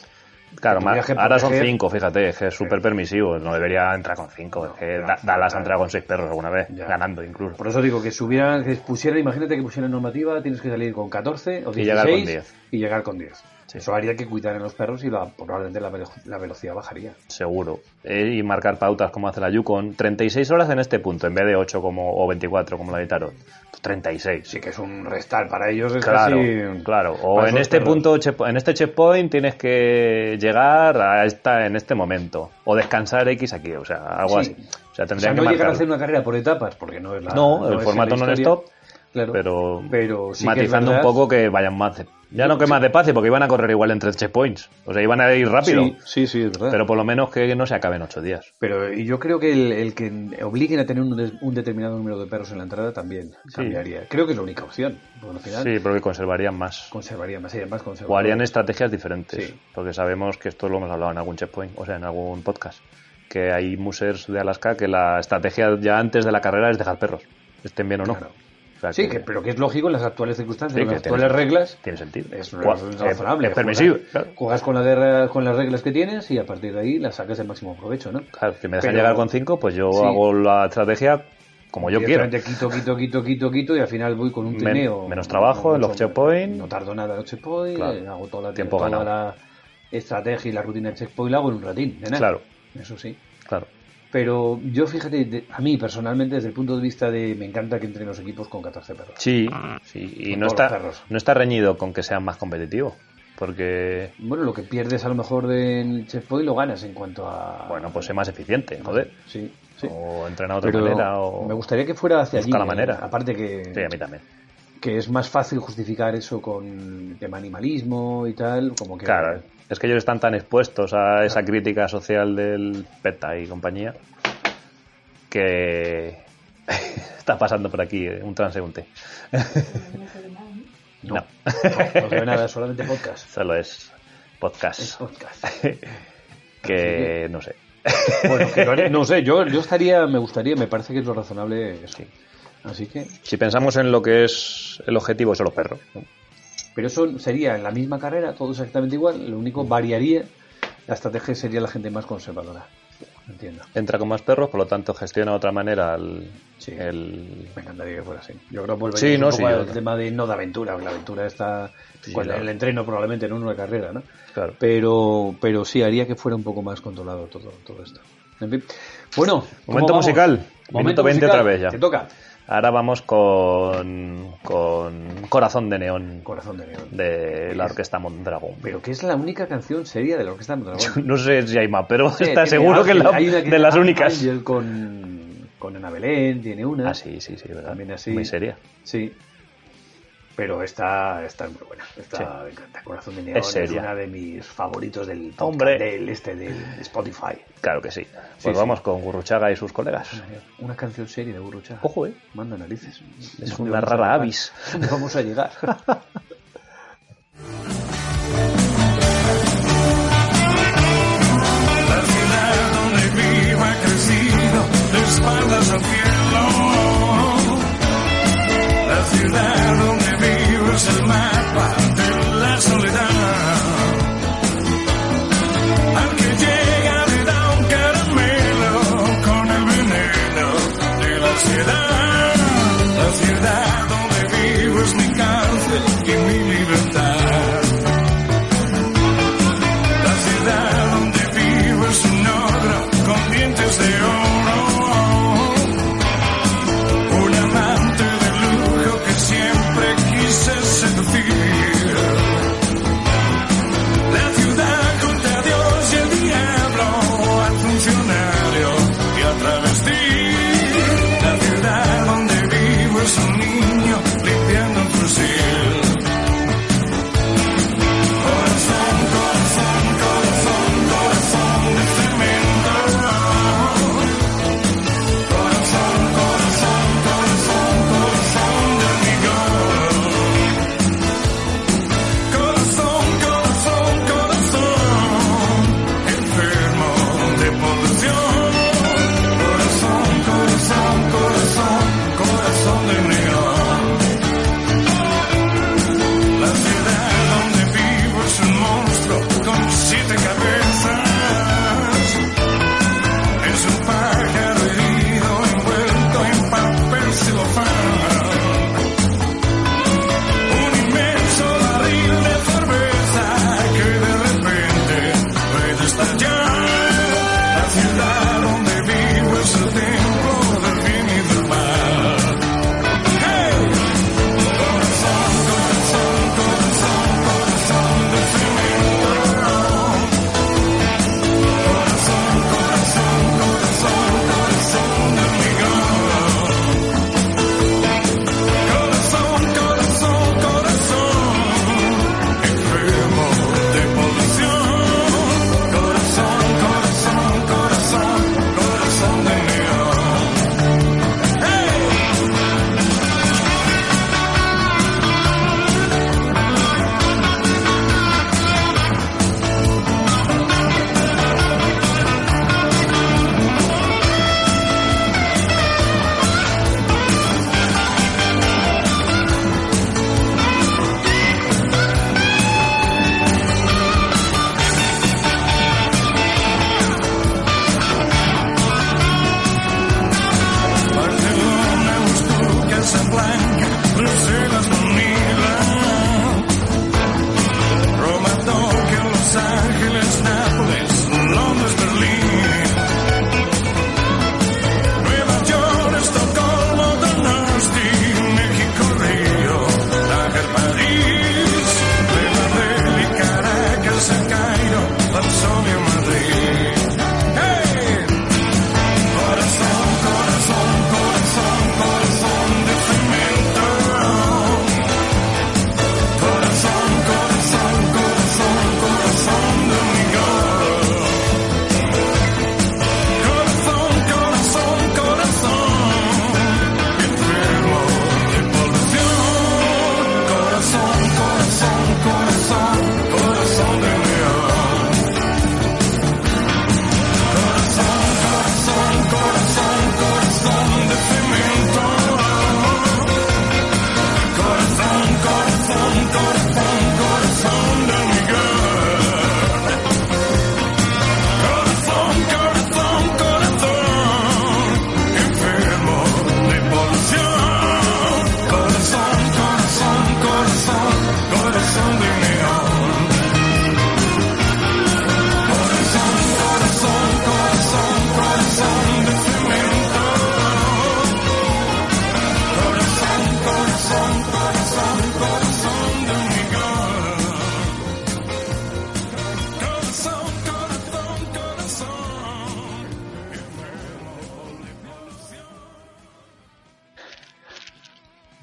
Speaker 1: Claro,
Speaker 6: Tendría
Speaker 1: más-
Speaker 6: que
Speaker 1: ahora son
Speaker 6: proteger-
Speaker 1: cinco, fíjate, es que es súper permisivo. No debería entrar con cinco. es que Da- Dallas ha entrado con seis perros alguna vez,
Speaker 6: Ya.
Speaker 1: ganando incluso.
Speaker 6: Por eso digo que subiera, que pusieran, imagínate que pusieran normativa, tienes que salir con 14 o 16
Speaker 1: Y llegar con 10.
Speaker 6: y llegar con 10. Eso haría que cuidaran los perros y la- probablemente la, velo- la velocidad bajaría.
Speaker 1: Seguro. Eh, y marcar pautas como hace la Yukon. 36 horas en este punto, en vez de 8 como, o 24 como la de Tarot. Pues 36.
Speaker 6: Sí que es un restar para ellos, es
Speaker 1: Claro,
Speaker 6: casi-
Speaker 1: claro. O
Speaker 6: para
Speaker 1: en
Speaker 6: esos
Speaker 1: este
Speaker 6: perros.
Speaker 1: punto, check- en este checkpoint tienes que llegar a esta en este momento. O descansar X aquí, o sea, algo así.
Speaker 6: Sí.
Speaker 1: O sea,
Speaker 6: O sea,
Speaker 1: tendrían
Speaker 6: no
Speaker 1: que
Speaker 6: llegar a
Speaker 1: marcarlo.
Speaker 6: hacer una carrera por etapas, porque no es la.
Speaker 1: No, el
Speaker 6: es
Speaker 1: formato
Speaker 6: la historia.
Speaker 1: non-stop,
Speaker 6: Claro.
Speaker 1: Pero,
Speaker 6: Pero sí que es
Speaker 1: matizando
Speaker 6: verdad-
Speaker 1: un poco que vayan más. de- Ya no que más de paz, porque iban a correr igual en tres checkpoints. O sea, iban a ir rápido.
Speaker 6: Sí, sí, sí, es verdad.
Speaker 1: Pero por lo menos que no se acaben ocho días.
Speaker 6: Pero y yo creo que el, el que obliguen a tener un, des- un determinado número de perros en la entrada también cambiaría. Creo que es la única opción. Porque al final
Speaker 1: Sí, porque conservarían más.
Speaker 6: conservaría más, sería más
Speaker 1: O
Speaker 6: conservador.
Speaker 1: harían estrategias diferentes.
Speaker 6: Sí.
Speaker 1: Porque sabemos que esto lo hemos hablado en algún checkpoint, o sea, en algún podcast. Que hay musers de Alaska que la estrategia ya antes de la carrera es dejar perros. Estén bien o no.
Speaker 6: Claro.
Speaker 1: O sea,
Speaker 6: Sí, que, pero que es lógico en las actuales circunstancias,
Speaker 1: Sí,
Speaker 6: en
Speaker 1: que
Speaker 6: las
Speaker 1: tiene
Speaker 6: actuales reglas.
Speaker 1: tiene sentido.
Speaker 6: Es
Speaker 1: Cua-
Speaker 6: es
Speaker 1: es-
Speaker 6: razonable.
Speaker 1: eh, es permisivo,
Speaker 6: Juegas,
Speaker 1: claro.
Speaker 6: juegas con, la guerra- con las reglas que tienes y a partir de ahí las sacas el máximo provecho, ¿no?
Speaker 1: Claro, si me dejan
Speaker 6: Pero-
Speaker 1: llegar con cinco, pues yo
Speaker 6: Sí.
Speaker 1: hago la estrategia como yo quiero.
Speaker 6: Directamente quito, quito, quito, quito, quito y al final voy con un
Speaker 1: Men-
Speaker 6: trineo.
Speaker 1: menos trabajo, el
Speaker 6: Mucho-
Speaker 1: off checkpoint.
Speaker 6: No tardo nada en el checkpoint,
Speaker 1: Claro.
Speaker 6: eh, hago toda, la,
Speaker 1: Tiempo
Speaker 6: toda
Speaker 1: ganado.
Speaker 6: la estrategia y la rutina de checkpoint la hago en un ratín. de nada.
Speaker 1: Claro.
Speaker 6: Eso sí.
Speaker 1: Claro.
Speaker 6: Pero yo fíjate, de- a mí personalmente, desde el punto de vista de me encanta que entren los equipos con 14 perros.
Speaker 1: Sí, sí, y
Speaker 6: Con
Speaker 1: no
Speaker 6: todos
Speaker 1: está,
Speaker 6: los perros.
Speaker 1: no está reñido con que sean más competitivos. Porque,
Speaker 6: Bueno, lo que pierdes a lo mejor del checkpoint lo ganas en cuanto a.
Speaker 1: bueno, pues es más eficiente, joder.
Speaker 6: Sí, sí.
Speaker 1: O entrena de otra
Speaker 6: Pero
Speaker 1: manera. O...
Speaker 6: Me gustaría que fuera hacia allí.
Speaker 1: Busca la
Speaker 6: eh,
Speaker 1: manera.
Speaker 6: Aparte que,
Speaker 1: Sí, a mí también.
Speaker 6: que es más fácil justificar eso con el tema animalismo y tal. Como que
Speaker 1: Claro, es que ellos están tan expuestos a esa crítica social del PETA y compañía que [LAUGHS] está pasando por aquí eh, un transeúnte.
Speaker 6: No, no, no se ve nada, solamente podcast.
Speaker 1: Solo es podcast.
Speaker 6: Es podcast.
Speaker 1: que no sé.
Speaker 6: Bueno, que lo haré- no sé, yo, yo estaría, me gustaría, me parece que es lo razonable eso. Así que,
Speaker 1: [LAUGHS] Si pensamos en lo que es el objetivo, son los perros. ¿no?
Speaker 6: pero eso sería en la misma carrera, todo exactamente igual, lo único variaría, la estrategia sería la gente más conservadora. Entiendo.
Speaker 1: Entra con más perros, por lo tanto gestiona de otra manera el...
Speaker 6: Sí.
Speaker 1: el-
Speaker 6: Me encantaría que fuera así. Yo creo que volvería
Speaker 1: Sí,
Speaker 6: un
Speaker 1: no,
Speaker 6: poco
Speaker 1: sí,
Speaker 6: al
Speaker 1: yo-
Speaker 6: tema de no de aventura, porque la aventura está
Speaker 1: Sí,
Speaker 6: cuando-
Speaker 1: claro.
Speaker 6: en el entreno probablemente no en una carrera, ¿no?
Speaker 1: Claro.
Speaker 6: Pero, pero sí haría que fuera un poco más controlado todo, todo esto. En fin. Bueno, ¿cómo
Speaker 1: Momento
Speaker 6: vamos?
Speaker 1: musical. Minuto 20 otra vez ya.
Speaker 6: Te toca.
Speaker 1: Ahora vamos con, con Corazón de Neón
Speaker 6: Corazón de León.
Speaker 1: de la Orquesta Mondragón.
Speaker 6: Pero que es la única canción seria de la orquesta [LAUGHS] Mondragón.
Speaker 1: No sé si hay más, pero
Speaker 6: Sí,
Speaker 1: está
Speaker 6: tiene
Speaker 1: seguro que es
Speaker 6: Ángel,
Speaker 1: la-
Speaker 6: hay una
Speaker 1: de las
Speaker 6: tiene
Speaker 1: únicas.
Speaker 6: Ángel con, con Ana Belén tiene una.
Speaker 1: Ah, sí, sí, sí, verdad.
Speaker 6: También así.
Speaker 1: Muy seria.
Speaker 6: Sí. Pero esta, esta es muy buena. Esta
Speaker 1: Sí.
Speaker 6: me encanta. Corazón de Neón es,
Speaker 1: seria.
Speaker 6: una de mis favoritos del podcast,
Speaker 1: Hombre.
Speaker 6: del este del Spotify.
Speaker 1: Claro que sí. Pues
Speaker 6: Sí, sí.
Speaker 1: vamos con Gurruchaga y sus colegas.
Speaker 6: Una canción seria de Burrucha.
Speaker 1: Ojo, eh.
Speaker 6: Manda narices.
Speaker 1: Es
Speaker 6: ¿Dónde
Speaker 1: una
Speaker 6: vamos a
Speaker 1: rara
Speaker 6: llegar?
Speaker 1: avis.
Speaker 2: [LAUGHS]
Speaker 6: ¿Dónde vamos a llegar?
Speaker 4: La ciudad donde vivo ha crecido de espaldas al cielo. La ciudad donde vivo es el mapa de la soledad. Al que llega le da un caramelo con el veneno de la ansiedad. La ciudad donde vivo es mi cárcel y mi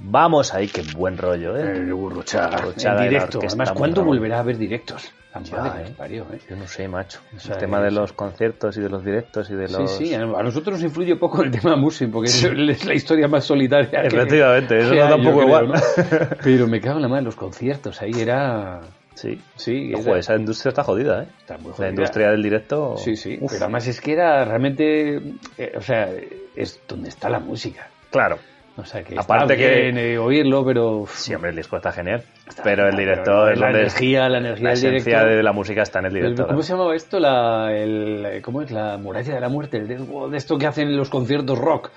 Speaker 1: Vamos ahí, qué buen rollo, ¿eh?
Speaker 2: El Burruchaga.
Speaker 1: Burruchaga de
Speaker 2: en
Speaker 1: la
Speaker 2: directo.
Speaker 1: orquesta
Speaker 2: Además, ¿cuándo
Speaker 1: Mondragón.
Speaker 2: volverá a haber directos? La
Speaker 1: Ya,
Speaker 2: madre que
Speaker 1: ¿eh?
Speaker 2: nos parió, ¿eh?
Speaker 1: Yo no sé, macho.
Speaker 2: sea,
Speaker 1: el tema de
Speaker 2: es-
Speaker 1: los conciertos y de los directos y de los...
Speaker 2: Sí, eh. sí, a a nosotros nos influye poco el tema música, porque es la historia más solitaria. que-
Speaker 1: Efectivamente, eso
Speaker 2: que
Speaker 1: nos da
Speaker 2: hay,
Speaker 1: un
Speaker 2: yo
Speaker 1: poco
Speaker 2: creo,
Speaker 1: igual.
Speaker 2: ¿no? Pero me cago en la madre, los conciertos, ahí era...
Speaker 1: Sí.
Speaker 2: Sí,
Speaker 1: Ojo,
Speaker 2: era-
Speaker 1: esa industria está jodida, ¿eh?
Speaker 2: Está muy
Speaker 1: La
Speaker 2: jodida.
Speaker 1: industria del directo...
Speaker 2: Sí, sí,
Speaker 1: Uf,
Speaker 2: pero además es que era realmente, eh, o sea, es donde está la música.
Speaker 1: Claro.
Speaker 2: O sea, que
Speaker 1: Aparte
Speaker 2: Aparte
Speaker 1: que-
Speaker 2: que oírlo, pero... uf,
Speaker 1: Sí, hombre, el disco está genial.
Speaker 2: está-
Speaker 1: pero el
Speaker 2: pero
Speaker 1: directo es
Speaker 2: la
Speaker 1: donde...
Speaker 2: energía, la energía
Speaker 1: la
Speaker 2: del
Speaker 1: esencia
Speaker 2: directo.
Speaker 1: de la música está en el
Speaker 2: El-
Speaker 1: directo.
Speaker 2: ¿Cómo se llamaba esto? La, el- ¿Cómo es? La muralla de la muerte. el de, de esto que hacen en los conciertos rock.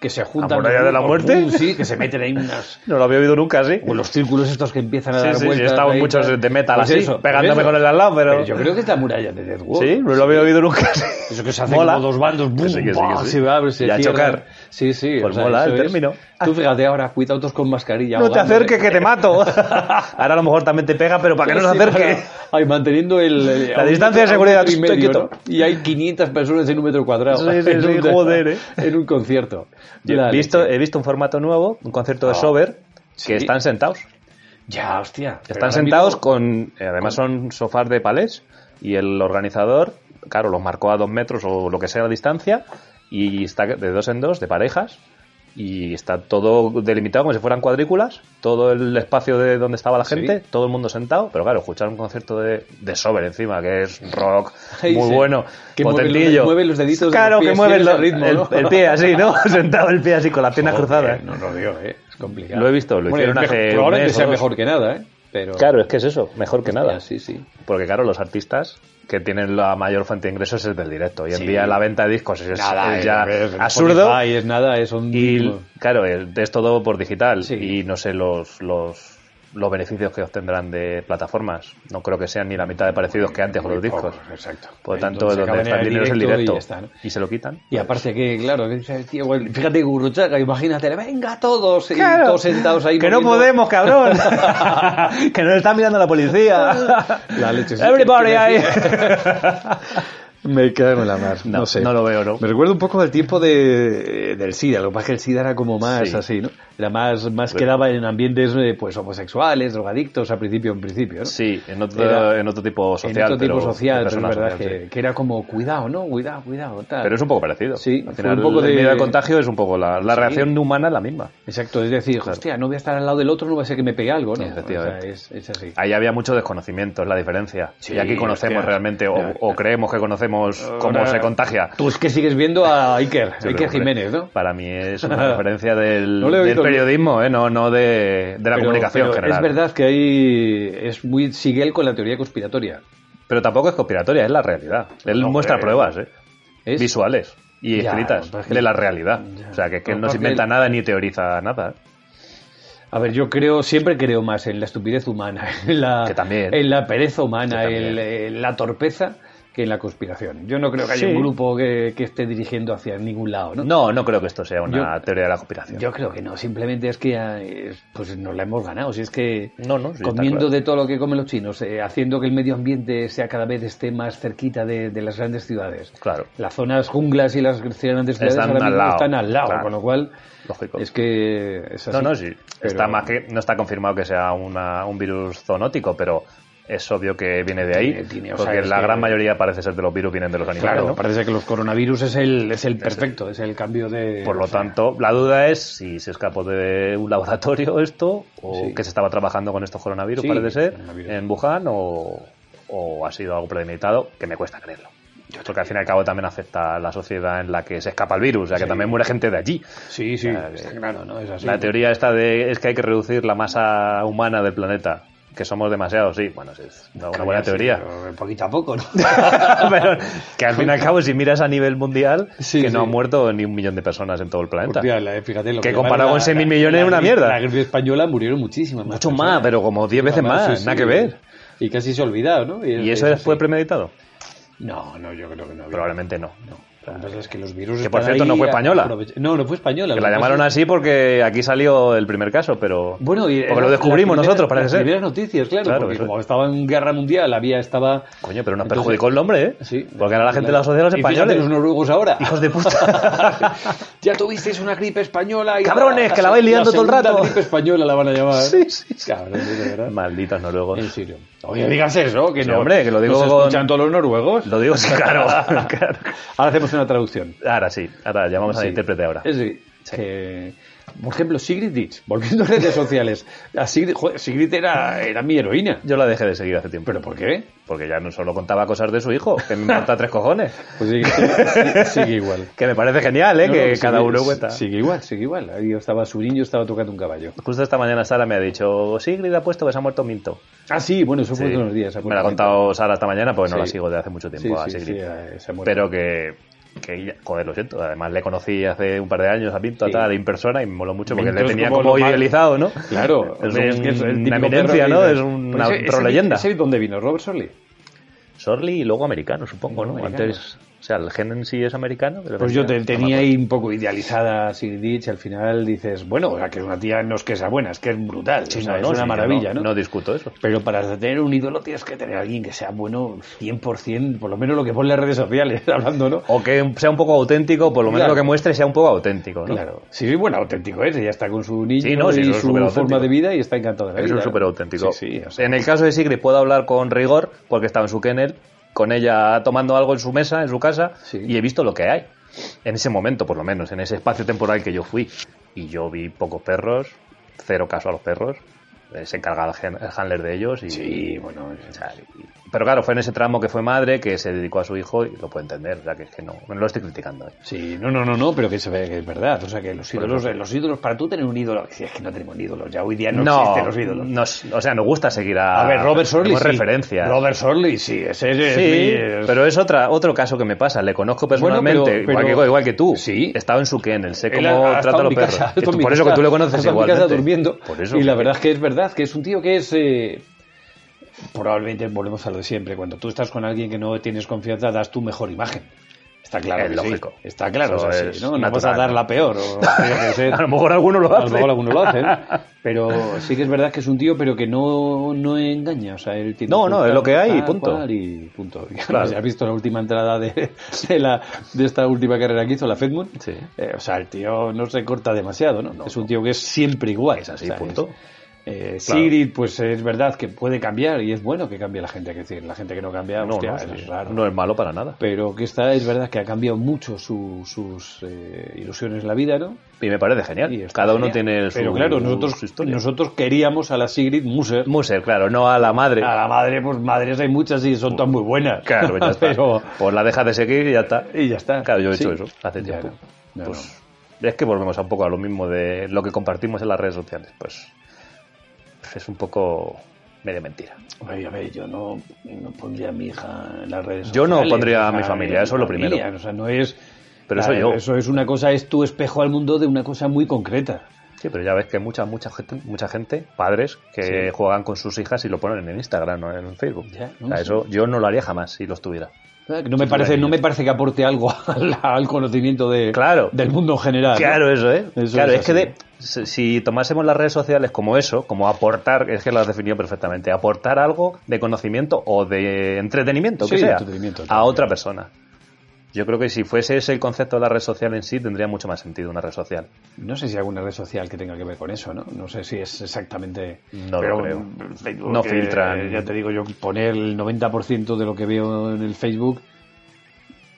Speaker 2: Que se juntan. los
Speaker 1: muralla de la
Speaker 2: grupos,
Speaker 1: muerte?
Speaker 2: pum, Sí, que se meten ahí unas.
Speaker 1: No lo había oído nunca, ¿sí?
Speaker 2: O los círculos estos que empiezan a
Speaker 1: Sí,
Speaker 2: dar
Speaker 1: sí, sí,
Speaker 2: vueltas.
Speaker 1: estaban
Speaker 2: ahí,
Speaker 1: muchos
Speaker 2: tal.
Speaker 1: de metal
Speaker 2: Pues
Speaker 1: así,
Speaker 2: eso,
Speaker 1: pegándome
Speaker 2: eso.
Speaker 1: con el al lado, pero...
Speaker 2: Pero yo creo que es la muralla de Dead Wolf.
Speaker 1: Sí, no lo había oído nunca, sí.
Speaker 2: Eso que se hace
Speaker 1: Mola.
Speaker 2: como dos bandos, boom,
Speaker 1: Que sí, que sí, que
Speaker 2: bah,
Speaker 1: sí.
Speaker 2: se abre, se
Speaker 1: Y a
Speaker 2: cierra.
Speaker 1: chocar.
Speaker 2: Sí, sí.
Speaker 1: Pues mola
Speaker 2: eso
Speaker 1: el
Speaker 2: es.
Speaker 1: término.
Speaker 2: Tú fíjate ahora, cuidado todos con mascarilla.
Speaker 1: No te
Speaker 2: ahogándote.
Speaker 1: acerques que te mato. [LAUGHS] Ahora a lo mejor también te pega, pero para que no
Speaker 2: Sí,
Speaker 1: se acerque.
Speaker 2: para- Ay, manteniendo el, el-
Speaker 1: La
Speaker 2: a un
Speaker 1: distancia de
Speaker 2: metro- a
Speaker 1: seguridad,
Speaker 2: un metro
Speaker 1: estoy
Speaker 2: y medio,
Speaker 1: quieto.
Speaker 2: ¿no? Y hay 500 personas en un metro cuadrado.
Speaker 1: Sí, sí,
Speaker 2: [LAUGHS] en
Speaker 1: sí,
Speaker 2: un-
Speaker 1: joder, ¿eh?
Speaker 2: En un concierto.
Speaker 1: Yo
Speaker 2: La
Speaker 1: he, visto,
Speaker 2: leche.
Speaker 1: he visto un formato nuevo, un concierto de
Speaker 2: Ah,
Speaker 1: Sober,
Speaker 2: sí.
Speaker 1: que están sentados.
Speaker 2: Ya, hostia. pero
Speaker 1: Están
Speaker 2: ahora
Speaker 1: sentados
Speaker 2: mismo-
Speaker 1: con. eh, Además son sofás de palés y el organizador, claro, los marcó a dos metros o lo que sea la distancia y está de dos en dos, de parejas. Y está todo delimitado como si fueran cuadrículas, todo el espacio de donde estaba la
Speaker 2: Sí.
Speaker 1: gente, todo el mundo sentado, pero claro, escuchar un concierto de, de Sober encima, que es
Speaker 2: [LAUGHS]
Speaker 1: rock
Speaker 2: Ay,
Speaker 1: muy
Speaker 2: sí.
Speaker 1: bueno,
Speaker 2: Que mueve los-
Speaker 1: potentillo.
Speaker 2: mueve los deditos de
Speaker 1: Claro,
Speaker 2: los pies,
Speaker 1: que mueve
Speaker 2: tiene
Speaker 1: lo-
Speaker 2: ese ritmo,
Speaker 1: el,
Speaker 2: ¿no?
Speaker 1: el pie así,
Speaker 2: [LAUGHS]
Speaker 1: ¿no? [LAUGHS] Sentado el pie así con las piernas
Speaker 2: Joder,
Speaker 1: cruzadas.
Speaker 2: No lo veo, ¿eh? Es complicado.
Speaker 1: Lo he visto, lo hicieron
Speaker 2: es mejor-
Speaker 1: hace un
Speaker 2: Probablemente
Speaker 1: mes o
Speaker 2: sea
Speaker 1: dos.
Speaker 2: mejor que nada, ¿eh? Pero...
Speaker 1: Claro, es que es eso, mejor que nada.
Speaker 2: Ya, Sí, sí.
Speaker 1: Porque claro, los artistas que tienen la mayor fuente de ingresos es del directo. Hoy en
Speaker 2: Sí.
Speaker 1: día la venta de discos es,
Speaker 2: Nada,
Speaker 1: es
Speaker 2: eh,
Speaker 1: ya
Speaker 2: es- es
Speaker 1: absurdo.
Speaker 2: Spotify, es nada, es un...
Speaker 1: Y claro, el- es todo por digital.
Speaker 2: Sí.
Speaker 1: Y no sé los, los, los beneficios que obtendrán de plataformas. No creo que sean ni la mitad de parecidos que antes con los
Speaker 2: Muy
Speaker 1: discos.
Speaker 2: pocos, exacto. Eh,
Speaker 1: Por lo tanto,
Speaker 2: Entonces,
Speaker 1: donde
Speaker 2: acaban
Speaker 1: está el
Speaker 2: en
Speaker 1: dinero es el
Speaker 2: directo y
Speaker 1: directo.
Speaker 2: ya está, ¿no?
Speaker 1: Y se lo quitan.
Speaker 2: Y aparte que, claro, que dices, tío, bueno, fíjate Gurruchaga, imagínate, venga todos, y
Speaker 1: Claro.
Speaker 2: todos sentados ahí.
Speaker 1: que no
Speaker 2: moviendo-
Speaker 1: podemos, cabrón.
Speaker 2: [LAUGHS]
Speaker 1: que nos está mirando la policía.
Speaker 2: La leche, sí,
Speaker 1: Everybody
Speaker 2: que-
Speaker 1: ahí.
Speaker 2: [LAUGHS] Me cago en la mar. No, sé.
Speaker 1: no lo veo, ¿no?
Speaker 2: Me recuerda un poco al tiempo de, del SIDA. Lo que pasa es que el SIDA era como más
Speaker 1: Sí.
Speaker 2: así, ¿no? Era más, más quedaba en ambientes eh, pues homosexuales, drogadictos, al principio, en principio, ¿no?
Speaker 1: Sí, en otro,
Speaker 2: Era-
Speaker 1: en otro tipo social.
Speaker 2: en otro tipo
Speaker 1: pero-
Speaker 2: social,
Speaker 1: de
Speaker 2: pero es
Speaker 1: personas
Speaker 2: verdad
Speaker 1: sociales,
Speaker 2: que, que era como, cuidado, ¿no? Cuidado, cuidado, tal.
Speaker 1: Pero es un poco parecido.
Speaker 2: Sí,
Speaker 1: al
Speaker 2: fue
Speaker 1: final,
Speaker 2: un poco
Speaker 1: el
Speaker 2: de-
Speaker 1: miedo al contagio es un poco la, la
Speaker 2: Sí.
Speaker 1: reacción humana es la misma.
Speaker 2: Exacto, es decir, hostia, no voy a estar al lado del otro, no va a ser que me pegue algo, ¿no?
Speaker 1: Efectivamente.
Speaker 2: O sea, es, es así.
Speaker 1: Ahí había mucho desconocimiento, es la diferencia.
Speaker 2: Sí,
Speaker 1: y aquí conocemos
Speaker 2: hostia.
Speaker 1: realmente, o, o creemos que conocemos cómo
Speaker 2: Ahora-
Speaker 1: se contagia.
Speaker 2: Tú es que sigues viendo a
Speaker 1: Yo
Speaker 2: Iker, Iker
Speaker 1: creo que
Speaker 2: Jiménez, ¿no?
Speaker 1: Para mí es
Speaker 2: [LAUGHS]
Speaker 1: una referencia del,
Speaker 2: No lo he
Speaker 1: del
Speaker 2: oído.
Speaker 1: periodismo, ¿eh? no, no de, de la
Speaker 2: Pero-
Speaker 1: comunicación
Speaker 2: pero
Speaker 1: general.
Speaker 2: Es verdad que ahí es muy Siguel con la teoría conspiratoria.
Speaker 1: Pero tampoco es conspiratoria, es la realidad. Él muestra pruebas ¿eh?
Speaker 2: Es-
Speaker 1: visuales y
Speaker 2: Ya,
Speaker 1: escritas
Speaker 2: pero es que-
Speaker 1: de la realidad.
Speaker 2: Ya.
Speaker 1: O sea, que, que él
Speaker 2: Pero
Speaker 1: no se
Speaker 2: porque
Speaker 1: inventa
Speaker 2: él-
Speaker 1: nada ni teoriza nada. ¿eh?
Speaker 2: A ver, yo creo, siempre creo más en la estupidez humana, [LAUGHS] en la,
Speaker 1: Que también.
Speaker 2: en la pereza humana,
Speaker 1: Que también.
Speaker 2: en, la- en la torpeza que en la conspiración. Yo no creo que haya
Speaker 1: Sí.
Speaker 2: un grupo que, que esté dirigiendo hacia ningún lado, ¿no?
Speaker 1: No, no creo que esto sea una teoría de la conspiración.
Speaker 2: Yo creo que no, simplemente es que ah, es- pues nos la hemos ganado. Si es que
Speaker 1: No, no, sí, está
Speaker 2: comiendo
Speaker 1: claro.
Speaker 2: de todo lo que comen los chinos, eh, haciendo que el medio ambiente sea cada vez esté más cerquita de, de las grandes ciudades.
Speaker 1: Claro.
Speaker 2: Las zonas junglas y las grandes ciudades
Speaker 1: Están
Speaker 2: ahora
Speaker 1: al
Speaker 2: mismo
Speaker 1: lado,
Speaker 2: están al lado,
Speaker 1: claro.
Speaker 2: con lo cual
Speaker 1: Lógico.
Speaker 2: es que es así.
Speaker 1: No, no, sí.
Speaker 2: Pero-
Speaker 1: Está más que, no está confirmado que sea una- un virus zoonótico, pero es obvio que viene de ahí.
Speaker 2: Tiene- tiene, o sea,
Speaker 1: porque
Speaker 2: es
Speaker 1: la
Speaker 2: que-
Speaker 1: gran mayoría parece ser de los virus vienen de los animales.
Speaker 2: Claro,
Speaker 1: ¿no?
Speaker 2: parece que los coronavirus es el, es el perfecto, es el cambio de...
Speaker 1: Por lo tanto, la duda es si se escapó de un [LAUGHS] laboratorio esto, o
Speaker 2: Sí.
Speaker 1: que se estaba trabajando con estos coronavirus,
Speaker 2: Sí,
Speaker 1: parece ser,
Speaker 2: coronavirus.
Speaker 1: en Wuhan, o, o ha sido algo premeditado, que me cuesta creerlo. Porque al fin y al cabo también afecta a la sociedad en la que se escapa el virus, o sea que también muere gente de allí.
Speaker 2: Sí, sí,
Speaker 1: Claro,
Speaker 2: está claro, ¿no? Es así.
Speaker 1: La teoría esta de es que hay que reducir la masa humana del planeta, que somos demasiados, sí, bueno, sí, es una, una buena
Speaker 2: Sí,
Speaker 1: teoría.
Speaker 2: pero Poquito a poco, ¿no?
Speaker 1: [LAUGHS] Pero que al fin y al cabo, si miras a nivel mundial,
Speaker 2: Sí,
Speaker 1: que no
Speaker 2: sí.
Speaker 1: ha muerto ni un millón de personas en todo el planeta.
Speaker 2: Hostia, Pues la- eh, fíjate lo
Speaker 1: Que
Speaker 2: llaman
Speaker 1: comparado
Speaker 2: la-
Speaker 1: con 100.000
Speaker 2: la-
Speaker 1: millones es
Speaker 2: la
Speaker 1: una
Speaker 2: gripe-
Speaker 1: mierda.
Speaker 2: La gripe española murieron muchísimas más.
Speaker 1: Mucho más,
Speaker 2: personas.
Speaker 1: pero como 10 veces
Speaker 2: Además,
Speaker 1: más,
Speaker 2: sí,
Speaker 1: nada
Speaker 2: sí.
Speaker 1: que ver.
Speaker 2: Y casi se ha olvidado, ¿no?
Speaker 1: ¿Y eso después
Speaker 2: sí.
Speaker 1: premeditado?
Speaker 2: No, no, yo creo que no.
Speaker 1: Probablemente no. no.
Speaker 2: Entonces, es que los virus
Speaker 1: Que, por
Speaker 2: están
Speaker 1: cierto, no
Speaker 2: ahí
Speaker 1: fue española.
Speaker 2: aprovech- No, no fue española.
Speaker 1: Que
Speaker 2: Lo
Speaker 1: la
Speaker 2: pasa
Speaker 1: llamaron
Speaker 2: es-
Speaker 1: así porque aquí salió el primer caso, pero.
Speaker 2: Bueno, y
Speaker 1: Porque
Speaker 2: era
Speaker 1: lo descubrimos
Speaker 2: las primeras-
Speaker 1: nosotros, parece
Speaker 2: las
Speaker 1: ser.
Speaker 2: primeras noticias, claro,
Speaker 1: Claro,
Speaker 2: porque
Speaker 1: eso es.
Speaker 2: como estaba en guerra mundial, había estaba
Speaker 1: Coño, pero nos
Speaker 2: Entonces-
Speaker 1: perjudicó el nombre, ¿eh?
Speaker 2: Sí.
Speaker 1: Porque ahora la gente
Speaker 2: Claro.
Speaker 1: la asocia a los
Speaker 2: Y fíjate
Speaker 1: españoles.
Speaker 2: los noruegos ahora.
Speaker 1: Hijos de
Speaker 2: [LAUGHS]
Speaker 1: puta.
Speaker 2: ya tuvisteis una gripe española. Y
Speaker 1: Cabrones,
Speaker 2: la-
Speaker 1: que la vais liando todo el
Speaker 2: segunda
Speaker 1: rato.
Speaker 2: gripe española la van a llamar.
Speaker 1: Sí, sí, sí.
Speaker 2: Cabrones, de verdad.
Speaker 1: Malditos noruegos.
Speaker 2: En serio. Oye, digas eso, que
Speaker 1: Sí,
Speaker 2: no.
Speaker 1: hombre, que lo digo
Speaker 2: nos
Speaker 1: con-
Speaker 2: escuchan todos los noruegos.
Speaker 1: Lo
Speaker 2: [LAUGHS]
Speaker 1: digo, sí, claro. claro.
Speaker 2: Ahora hacemos una traducción.
Speaker 1: Ahora sí, ahora llamamos al
Speaker 2: Sí.
Speaker 1: intérprete ahora.
Speaker 2: Es decir, que, por ejemplo, Sigrid Ditch, volviendo a redes sociales. A Sigrid, joder, Sigrid era, era mi heroína.
Speaker 1: Yo la dejé de seguir hace tiempo.
Speaker 2: ¿Pero por qué?
Speaker 1: Porque ya no solo contaba cosas de su hijo, que me
Speaker 2: [LAUGHS]
Speaker 1: importa tres cojones.
Speaker 2: Pues sigue, sigue- sigue igual.
Speaker 1: [LAUGHS] Que me parece genial, ¿eh?
Speaker 2: No, no,
Speaker 1: que
Speaker 2: sigue-
Speaker 1: cada uno cuenta.
Speaker 2: Sigue igual, sigue igual. Ahí estaba su niño, estaba tocando un caballo.
Speaker 1: Justo esta mañana Sara me ha dicho, Sigrid ha puesto que se ha muerto Minto.
Speaker 2: Ah, sí, bueno, eso fue
Speaker 1: Sí.
Speaker 2: hace unos días.
Speaker 1: Me la ha contado Sara esta mañana porque no
Speaker 2: Sí.
Speaker 1: la sigo de hace mucho tiempo a
Speaker 2: Sí, sí,
Speaker 1: Sigrid.
Speaker 2: sí, eh, se ha muerto.
Speaker 1: Pero que, que ya- joder, lo siento. Además le conocí hace un par de años a Pinto,
Speaker 2: Sí.
Speaker 1: tal, en persona y me moló mucho porque le
Speaker 2: Minto es
Speaker 1: tenía
Speaker 2: como
Speaker 1: como,
Speaker 2: lo más-
Speaker 1: idealizado, ¿no?
Speaker 2: Claro,
Speaker 1: es,
Speaker 2: hombre,
Speaker 1: un-
Speaker 2: es que es el
Speaker 1: una
Speaker 2: típico
Speaker 1: eminencia,
Speaker 2: perro
Speaker 1: ¿no?
Speaker 2: que-
Speaker 1: Es una
Speaker 2: Pero ese- ese-
Speaker 1: leyenda.
Speaker 2: ese- ¿Dónde vino? ¿Robert Sorley?
Speaker 1: Sorley y luego americano, supongo, ¿no?
Speaker 2: Americano.
Speaker 1: Antes, o sea, el gen en sí es americano. pero "Ah,
Speaker 2: Pues yo
Speaker 1: venía-
Speaker 2: te- tenía ahí un poco idealizada a Sigrid Ditch, al final dices, bueno, o sea, que es una tía no es que sea buena, es que es brutal,
Speaker 1: Sí,
Speaker 2: o
Speaker 1: no,
Speaker 2: sea,
Speaker 1: pues, ah, no,
Speaker 2: es una
Speaker 1: sí,
Speaker 2: maravilla,
Speaker 1: yo no-
Speaker 2: ¿no?
Speaker 1: No discuto eso.
Speaker 2: Pero para tener un ídolo tienes que tener a alguien que sea bueno 100%, por lo menos lo que pone en las redes sociales, [LAUGHS] hablando, ¿no?
Speaker 1: O que sea un poco auténtico, por lo menos
Speaker 2: Claro.
Speaker 1: lo que muestre sea un poco auténtico, ¿no?
Speaker 2: Claro. Sí, sí, bueno, auténtico es. Ella está con su niño
Speaker 1: Sí, no, sí,
Speaker 2: y
Speaker 1: eso es
Speaker 2: su
Speaker 1: superauténtico.
Speaker 2: forma de vida y está encantada de la
Speaker 1: Es
Speaker 2: vida.
Speaker 1: un Eh, súper auténtico.
Speaker 2: Sí, sí, o sea,
Speaker 1: En el caso de Sigrid puedo hablar con rigor porque estaba en su kennel, con ella tomando algo en su mesa, en su casa,
Speaker 2: Sí.
Speaker 1: y he visto lo que hay. En ese momento, por lo menos, en ese espacio temporal que yo fui. Y yo vi pocos perros, cero caso a los perros. eh, Se encargaba el gen- el handler de ellos y,
Speaker 2: Sí, bueno,
Speaker 1: o sea, y- Pero claro, fue en ese tramo que fue madre, que se dedicó a su hijo y lo puedo entender. O sea, que es que no, no lo estoy criticando. ¿eh?
Speaker 2: Sí, no, no, no, no, pero que se ve que es verdad. O sea, que los ídolos, los ídolos, para tú tener un ídolo, si es que no tenemos ídolos, ya hoy día no, existen los ídolos.
Speaker 1: nos- o sea, nos gusta seguir a.
Speaker 2: A ver, Robert Sorley.
Speaker 1: tenemos
Speaker 2: Sí.
Speaker 1: referencias.
Speaker 2: Robert Sorley, sí, ese es. es
Speaker 1: Sí,
Speaker 2: mi- es-
Speaker 1: pero es otra, otro caso que me pasa. Le conozco personalmente,
Speaker 2: pero-
Speaker 1: igual,
Speaker 2: pero-
Speaker 1: que, igual que tú.
Speaker 2: Sí.
Speaker 1: He estado en su kennel, sé
Speaker 2: él
Speaker 1: cómo
Speaker 2: ha- ha
Speaker 1: trata
Speaker 2: estado
Speaker 1: a
Speaker 2: en
Speaker 1: los
Speaker 2: mi
Speaker 1: perros.
Speaker 2: casa, ha
Speaker 1: Que tú-
Speaker 2: estado en mi
Speaker 1: por eso que
Speaker 2: casa,
Speaker 1: tú le
Speaker 2: ha
Speaker 1: conoces
Speaker 2: estado en mi
Speaker 1: igual.
Speaker 2: casa durmiendo.
Speaker 1: Por eso.
Speaker 2: Y la verdad es que es verdad, que es un tío que es... eh, probablemente volvemos a lo de siempre. Cuando tú estás con alguien que no tienes confianza, das tu mejor imagen. Está claro.
Speaker 1: Es
Speaker 2: que sí.
Speaker 1: lógico.
Speaker 2: Está claro.
Speaker 1: Eso
Speaker 2: o sea, sí,
Speaker 1: es
Speaker 2: ¿no? no vas a
Speaker 1: natural.
Speaker 2: dar la
Speaker 1: [LAUGHS]
Speaker 2: peor. o- yo qué sé.
Speaker 1: A lo mejor alguno lo
Speaker 2: A lo
Speaker 1: hace.
Speaker 2: mejor alguno lo
Speaker 1: [LAUGHS]
Speaker 2: hace, ¿no? Pero sí que es verdad que es un tío, pero que no, no engaña. O sea, él tiene
Speaker 1: No, no,
Speaker 2: punta,
Speaker 1: es lo que hay y
Speaker 2: tal,
Speaker 1: punto.
Speaker 2: cual, y punto. [LAUGHS] Y
Speaker 1: Claro.
Speaker 2: si has visto la última entrada de, de la, de esta última carrera que hizo, la Fedmon.
Speaker 1: Sí.
Speaker 2: Eh, o sea, el tío no se corta demasiado, ¿no? es un tío que es siempre igual.
Speaker 1: Es así,
Speaker 2: o sea,
Speaker 1: punto.
Speaker 2: es- eh,
Speaker 1: Claro.
Speaker 2: Sigrid, pues es verdad que puede cambiar y es bueno que cambie la gente. Que decir, la gente que no cambia,
Speaker 1: No,
Speaker 2: hostia,
Speaker 1: no,
Speaker 2: es
Speaker 1: sí,
Speaker 2: raro.
Speaker 1: no es malo para nada.
Speaker 2: Pero que está, es verdad que ha cambiado mucho su- sus eh, ilusiones en la vida, ¿no?
Speaker 1: Y me parece genial.
Speaker 2: Y está
Speaker 1: Cada uno
Speaker 2: genial.
Speaker 1: tiene su,
Speaker 2: Pero claro,
Speaker 1: su
Speaker 2: nosotros,
Speaker 1: historia.
Speaker 2: nosotros queríamos a la Sigrid Muser.
Speaker 1: Muser, claro, no a la madre.
Speaker 2: A la madre, pues madres hay muchas y son todas muy buenas.
Speaker 1: [LAUGHS] Claro,
Speaker 2: [LAUGHS]
Speaker 1: ya está. [LAUGHS]
Speaker 2: Pero-
Speaker 1: Pues la dejas de seguir y ya está.
Speaker 2: y ya está.
Speaker 1: Claro, yo he
Speaker 2: Sí.
Speaker 1: hecho eso hace
Speaker 2: Ya
Speaker 1: tiempo.
Speaker 2: no, ya
Speaker 1: Pues es que volvemos a un poco a lo mismo de lo que compartimos en las redes sociales. Pues, pues es un poco medio mentira.
Speaker 2: no. Oye, a ver, yo no, no pondría a mi hija en las redes
Speaker 1: Yo no
Speaker 2: sociales,
Speaker 1: pondría a mi
Speaker 2: hija,
Speaker 1: familia,
Speaker 2: en
Speaker 1: eso es lo
Speaker 2: familia,
Speaker 1: primero.
Speaker 2: O sea, no es...
Speaker 1: Pero eso yo.
Speaker 2: Eso es una cosa, es tu espejo al mundo de una cosa muy concreta.
Speaker 1: Sí, pero ya ves que mucha, mucha gente, mucha gente, padres, que juegan con sus hijas y lo ponen en Instagram o en Facebook.
Speaker 2: Ya,
Speaker 1: O
Speaker 2: no
Speaker 1: sea,
Speaker 2: sé.
Speaker 1: eso yo no lo haría jamás si los tuviera.
Speaker 2: No me, parece, no me parece que aporte algo [LAUGHS] al, al conocimiento de,
Speaker 1: Claro.
Speaker 2: del mundo en general. ¿no?
Speaker 1: Claro, eso, ¿eh?
Speaker 2: Eso
Speaker 1: claro,
Speaker 2: es
Speaker 1: es, que
Speaker 2: así.
Speaker 1: de- si- si tomásemos las redes sociales como eso, como aportar, es que lo has definido perfectamente, aportar algo de conocimiento o de entretenimiento, que
Speaker 2: Sí, de
Speaker 1: sea,
Speaker 2: entretenimiento,
Speaker 1: a
Speaker 2: claro.
Speaker 1: otra persona. Yo creo que si fuese ese el concepto de la red social en sí, tendría mucho más sentido una red social.
Speaker 2: No sé si hay alguna red social que tenga que ver con eso, ¿no? No sé si es exactamente...
Speaker 1: No lo
Speaker 2: Pero,
Speaker 1: creo.
Speaker 2: mm, Facebook,
Speaker 1: No
Speaker 2: eh,
Speaker 1: filtran.
Speaker 2: Ya te digo, yo poner el 90% de lo que veo en el Facebook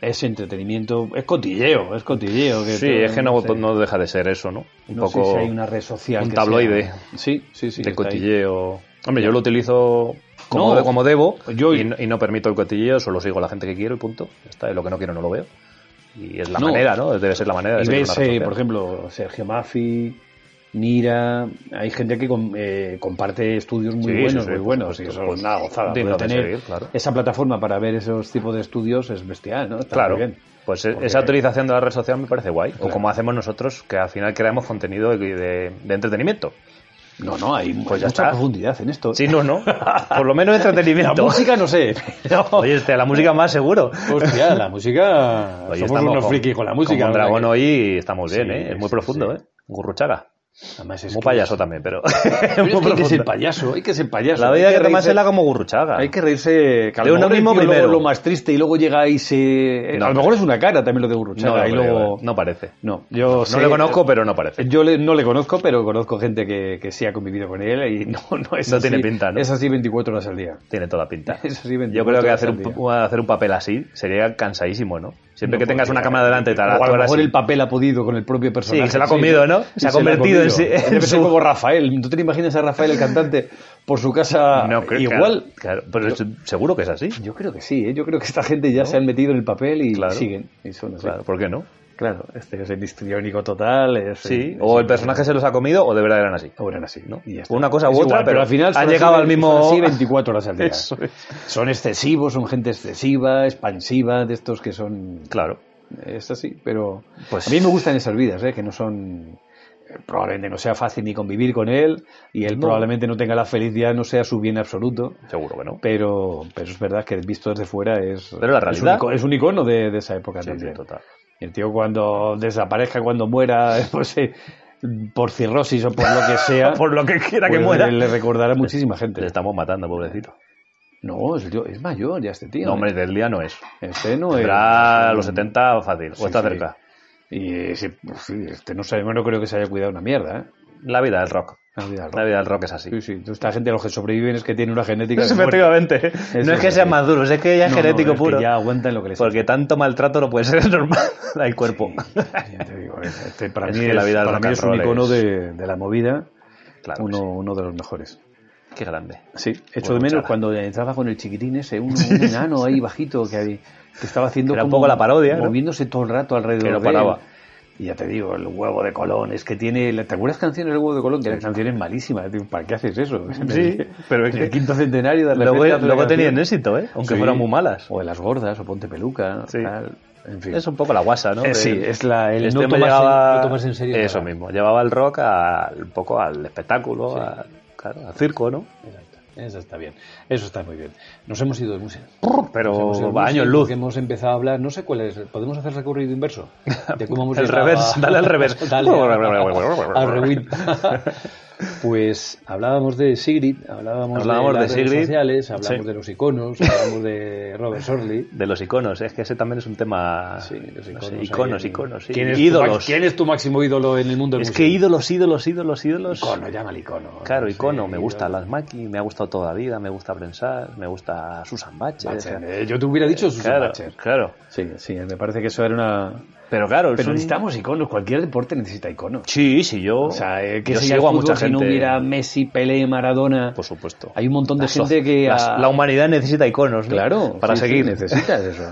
Speaker 2: es entretenimiento, es cotilleo, es cotilleo. que
Speaker 1: Sí,
Speaker 2: tú-
Speaker 1: es que no, pues,
Speaker 2: sé.
Speaker 1: no deja de ser eso, ¿no? Un
Speaker 2: No sé
Speaker 1: poco
Speaker 2: si hay una red social.
Speaker 1: un
Speaker 2: que
Speaker 1: tabloide.
Speaker 2: sea- Sí, sí, sí.
Speaker 1: de
Speaker 2: está ahí.
Speaker 1: cotilleo. Hombre, yo lo utilizo como,
Speaker 2: No.
Speaker 1: como debo
Speaker 2: Yo-
Speaker 1: y, no, y no permito el cotilleo, solo sigo a la gente que quiero y punto. Ya está, y lo que no quiero no lo veo. Y es la
Speaker 2: No.
Speaker 1: manera, ¿no? Debe ser la manera de
Speaker 2: Y
Speaker 1: seguir una
Speaker 2: ves,
Speaker 1: red
Speaker 2: eh,
Speaker 1: social.
Speaker 2: por ejemplo, Sergio Maffi, Nira, hay gente que com- eh, comparte estudios
Speaker 1: Sí,
Speaker 2: muy
Speaker 1: sí,
Speaker 2: buenos,
Speaker 1: sí,
Speaker 2: muy
Speaker 1: por
Speaker 2: buenos, y
Speaker 1: supuesto.
Speaker 2: eso es una gozada.
Speaker 1: Digno
Speaker 2: poder
Speaker 1: de
Speaker 2: tener
Speaker 1: seguir, claro.
Speaker 2: Esa plataforma para ver esos tipos de estudios es bestial, ¿no? Está
Speaker 1: Claro.
Speaker 2: muy bien.
Speaker 1: Pues e-
Speaker 2: Porque-
Speaker 1: esa utilización de la red social me parece guay. O
Speaker 2: Claro.
Speaker 1: como hacemos nosotros, que al final creamos contenido de, de- de entretenimiento.
Speaker 2: No, no, hay
Speaker 1: Pues ya
Speaker 2: mucha
Speaker 1: está.
Speaker 2: profundidad en esto.
Speaker 1: Sí, no, no. Por lo menos
Speaker 2: [LAUGHS] La
Speaker 1: entretenimiento.
Speaker 2: música
Speaker 1: [LAUGHS]
Speaker 2: no sé, pero...
Speaker 1: Oye, este, la música más seguro.
Speaker 2: Hostia, la música...
Speaker 1: Oye,
Speaker 2: Somos unos
Speaker 1: con-
Speaker 2: frikis con la música.
Speaker 1: Con
Speaker 2: la verdad
Speaker 1: Dragón
Speaker 2: que-
Speaker 1: hoy estamos bien,
Speaker 2: Sí,
Speaker 1: ¿eh? Es muy
Speaker 2: sí,
Speaker 1: profundo,
Speaker 2: sí.
Speaker 1: ¿eh? Gurruchaga.
Speaker 2: Además es
Speaker 1: Muy
Speaker 2: que-
Speaker 1: payaso también, pero. [LAUGHS]
Speaker 2: Pero
Speaker 1: muy
Speaker 2: es que [LAUGHS] hay que ser
Speaker 1: profundo.
Speaker 2: payaso, hay que ser payaso.
Speaker 1: La
Speaker 2: hay
Speaker 1: vida que te
Speaker 2: reírse-
Speaker 1: más es la como Gurruchaga.
Speaker 2: Hay que reírse. que a
Speaker 1: De
Speaker 2: lo
Speaker 1: uno
Speaker 2: mejor el
Speaker 1: mismo
Speaker 2: tío
Speaker 1: primero.
Speaker 2: Luego lo más triste y luego llega y se.
Speaker 1: No,
Speaker 2: a lo mejor es una cara también lo de Gurruchaga.
Speaker 1: No, lo
Speaker 2: y
Speaker 1: creo,
Speaker 2: luego.
Speaker 1: eh. No parece.
Speaker 2: No, yo
Speaker 1: No
Speaker 2: sé- eh,
Speaker 1: lo conozco, pero no parece.
Speaker 2: Yo le- no le conozco, pero conozco gente que, que sí ha convivido con él y [LAUGHS] no, no es
Speaker 1: No
Speaker 2: así.
Speaker 1: tiene pinta, ¿no?
Speaker 2: Es así 24 horas al día.
Speaker 1: Tiene toda pinta.
Speaker 2: [LAUGHS] Eso sí, 24
Speaker 1: Yo creo que hacer
Speaker 2: horas al
Speaker 1: un, hacer un papel así sería cansadísimo, ¿no? Siempre
Speaker 2: No,
Speaker 1: que tengas
Speaker 2: porque-
Speaker 1: una cámara delante y tal,
Speaker 2: o a lo
Speaker 1: actuar
Speaker 2: mejor
Speaker 1: así.
Speaker 2: el papel ha podido con el propio personaje.
Speaker 1: Sí, se lo ha comido, ¿no?
Speaker 2: Y
Speaker 1: Se ha convertido en sí- en
Speaker 2: Debe ser
Speaker 1: su-
Speaker 2: como Rafael. ¿Tú te imaginas a Rafael, el cantante, por su casa
Speaker 1: No, creo-
Speaker 2: igual?
Speaker 1: claro, claro, pero es- seguro que es así.
Speaker 2: Yo creo que sí, ¿eh? yo creo que esta gente ya se han metido en el papel y
Speaker 1: Claro.
Speaker 2: siguen. Y son así.
Speaker 1: Claro, ¿por qué no?
Speaker 2: Claro, este es el histriónico total. es-
Speaker 1: Sí,
Speaker 2: es-
Speaker 1: o el personaje se los ha comido o de verdad eran así.
Speaker 2: o eran así, ¿no? Y ya está.
Speaker 1: Una cosa
Speaker 2: Es
Speaker 1: u otra,
Speaker 2: igual,
Speaker 1: pero
Speaker 2: al final
Speaker 1: han
Speaker 2: son así
Speaker 1: llegado
Speaker 2: ve-
Speaker 1: al mismo-
Speaker 2: son
Speaker 1: [LAUGHS]
Speaker 2: así 24 horas al día.
Speaker 1: Eso es.
Speaker 2: Son excesivos, son gente excesiva, expansiva, de estos que son.
Speaker 1: Claro.
Speaker 2: Es así, pero.
Speaker 1: Pues-
Speaker 2: A mí me gustan esas vidas, ¿eh? que no son. Probablemente no sea fácil ni convivir con él y él probablemente no tenga la felicidad, no sea su bien absoluto.
Speaker 1: Seguro que no.
Speaker 2: Pero, pero es verdad que visto desde fuera es,
Speaker 1: Pero la
Speaker 2: es, un,
Speaker 1: realidad-
Speaker 2: ico- es un icono de, de esa época.
Speaker 1: Sí, sí,
Speaker 2: también.
Speaker 1: total.
Speaker 2: El tío cuando desaparezca, cuando muera, [LAUGHS] pues, eh, por cirrosis o por lo que sea,
Speaker 1: [LAUGHS] Por lo que quiera que
Speaker 2: pues,
Speaker 1: muera.
Speaker 2: le- le recordará a muchísima gente.
Speaker 1: Le estamos matando, pobrecito.
Speaker 2: No, es, tío- es mayor ya este tío.
Speaker 1: No, hombre,
Speaker 2: ¿eh?
Speaker 1: del día no es.
Speaker 2: este no es.
Speaker 1: Tendrá
Speaker 2: es un-
Speaker 1: los 70 fácil,
Speaker 2: Sí,
Speaker 1: o está
Speaker 2: sí.
Speaker 1: cerca.
Speaker 2: Y ese- pues, sí, este no, sabe, no creo que se haya cuidado una mierda, ¿eh?
Speaker 1: La vida del rock.
Speaker 2: La vida del
Speaker 1: La
Speaker 2: rock.
Speaker 1: vida del rock es así.
Speaker 2: Sí, sí. Entonces, Esta gente, los que sobreviven es que tiene
Speaker 1: [LAUGHS]
Speaker 2: una genética. de muerte.
Speaker 1: Efectivamente.
Speaker 2: Eso
Speaker 1: no es que
Speaker 2: es
Speaker 1: sean
Speaker 2: así.
Speaker 1: más duros, es que ya es
Speaker 2: No, no,
Speaker 1: genético
Speaker 2: que
Speaker 1: puro.
Speaker 2: ya aguantan lo que les
Speaker 1: Porque tanto maltrato no puede ser [LAUGHS] normal al cuerpo.
Speaker 2: Ya te digo, este para
Speaker 1: Es
Speaker 2: mí,
Speaker 1: que
Speaker 2: es,
Speaker 1: la vida del
Speaker 2: para mí
Speaker 1: rock
Speaker 2: es
Speaker 1: and
Speaker 2: un
Speaker 1: roll
Speaker 2: icono
Speaker 1: es-
Speaker 2: de, de la movida,
Speaker 1: Claro.
Speaker 2: uno,
Speaker 1: que sí.
Speaker 2: uno de los mejores.
Speaker 1: Qué grande.
Speaker 2: Sí, echo
Speaker 1: Bueno,
Speaker 2: de menos
Speaker 1: muchas
Speaker 2: cuando entraba con el chiquitín ese, un, un enano ahí bajito que, ahí- que estaba haciendo
Speaker 1: Era un poco la parodia, ¿no?
Speaker 2: moviéndose todo el rato alrededor
Speaker 1: Que no
Speaker 2: de él.
Speaker 1: paraba.
Speaker 2: Y ya te digo, el huevo de Colón, es que tiene... ¿Te acuerdas canciones del huevo de Colón? Que eran canciones malísimas. digo, ¿Para qué haces eso? [LAUGHS]
Speaker 1: Sí, pero es
Speaker 2: En el
Speaker 1: que-
Speaker 2: quinto centenario de
Speaker 1: Luego,
Speaker 2: repente haces una
Speaker 1: luego
Speaker 2: canción.
Speaker 1: tenían éxito, ¿eh? Aunque
Speaker 2: Sí.
Speaker 1: fueran muy malas.
Speaker 2: O de las gordas, o ponte peluca,
Speaker 1: Sí.
Speaker 2: tal. En fin.
Speaker 1: Es un poco la guasa, ¿no?
Speaker 2: Eh, sí,
Speaker 1: De-
Speaker 2: es la- el no
Speaker 1: tema
Speaker 2: tomarse-
Speaker 1: llevaba-
Speaker 2: no tomarse en serio
Speaker 1: Eso
Speaker 2: nada.
Speaker 1: mismo. Llevaba el rock al- un poco al espectáculo, al, claro, al circo, ¿no?
Speaker 2: Exacto. Eso está bien. Eso está muy bien. Nos hemos ido de música. Nos Pues hemos ido
Speaker 1: Pero
Speaker 2: de música
Speaker 1: años luz.
Speaker 2: porque Hemos empezado a hablar, no sé cuál es, podemos hacer recorrido
Speaker 1: [LAUGHS]
Speaker 2: inverso. De cómo hemos
Speaker 1: El
Speaker 2: llegado
Speaker 1: revés,
Speaker 2: a-
Speaker 1: dale al revés.
Speaker 2: [LAUGHS] Dale
Speaker 1: [LAUGHS]
Speaker 2: a- al rewind. [LAUGHS] Pues hablábamos de Sigrid, hablábamos,
Speaker 1: Hablábamos
Speaker 2: de, las
Speaker 1: de
Speaker 2: redes
Speaker 1: Sigrid.
Speaker 2: sociales, hablamos
Speaker 1: Sí.
Speaker 2: de los iconos, hablamos de Robert Shirley.
Speaker 1: De los iconos, es que ese también es un tema.
Speaker 2: Sí, los
Speaker 1: no
Speaker 2: iconos.
Speaker 1: sé,
Speaker 2: ahí
Speaker 1: iconos,
Speaker 2: en-
Speaker 1: iconos, sí.
Speaker 2: ¿Quién es tu
Speaker 1: ídolos.
Speaker 2: ma- ¿Quién es tu máximo ídolo en el mundo del
Speaker 1: Es
Speaker 2: música?
Speaker 1: que ídolos, ídolos, ídolos, ídolos.
Speaker 2: Icono, llámale icono.
Speaker 1: Claro,
Speaker 2: Sí,
Speaker 1: icono, me gusta
Speaker 2: ídolo.
Speaker 1: Las Maki, me ha gustado toda la vida, me gusta Prensar, me gusta Susan Bacher.
Speaker 2: Bacher, eh, Yo te hubiera dicho Susan
Speaker 1: claro,
Speaker 2: Bacher.
Speaker 1: claro.
Speaker 2: Sí, sí, me parece que eso era una...
Speaker 1: Pero claro, es
Speaker 2: Pero
Speaker 1: un-
Speaker 2: necesitamos iconos, cualquier deporte necesita iconos.
Speaker 1: Sí, sí, yo.
Speaker 2: O sea, eh, que
Speaker 1: yo
Speaker 2: si
Speaker 1: sigo a mucha
Speaker 2: si
Speaker 1: gente.
Speaker 2: no hubiera Messi, Pelé, Maradona.
Speaker 1: Por supuesto.
Speaker 2: Hay un montón de
Speaker 1: La so-
Speaker 2: gente que.
Speaker 1: las-
Speaker 2: a-
Speaker 1: La humanidad necesita iconos, ¿no?
Speaker 2: Claro,
Speaker 1: Para
Speaker 2: sí, sí,
Speaker 1: seguir.
Speaker 2: [LAUGHS] necesitas eso.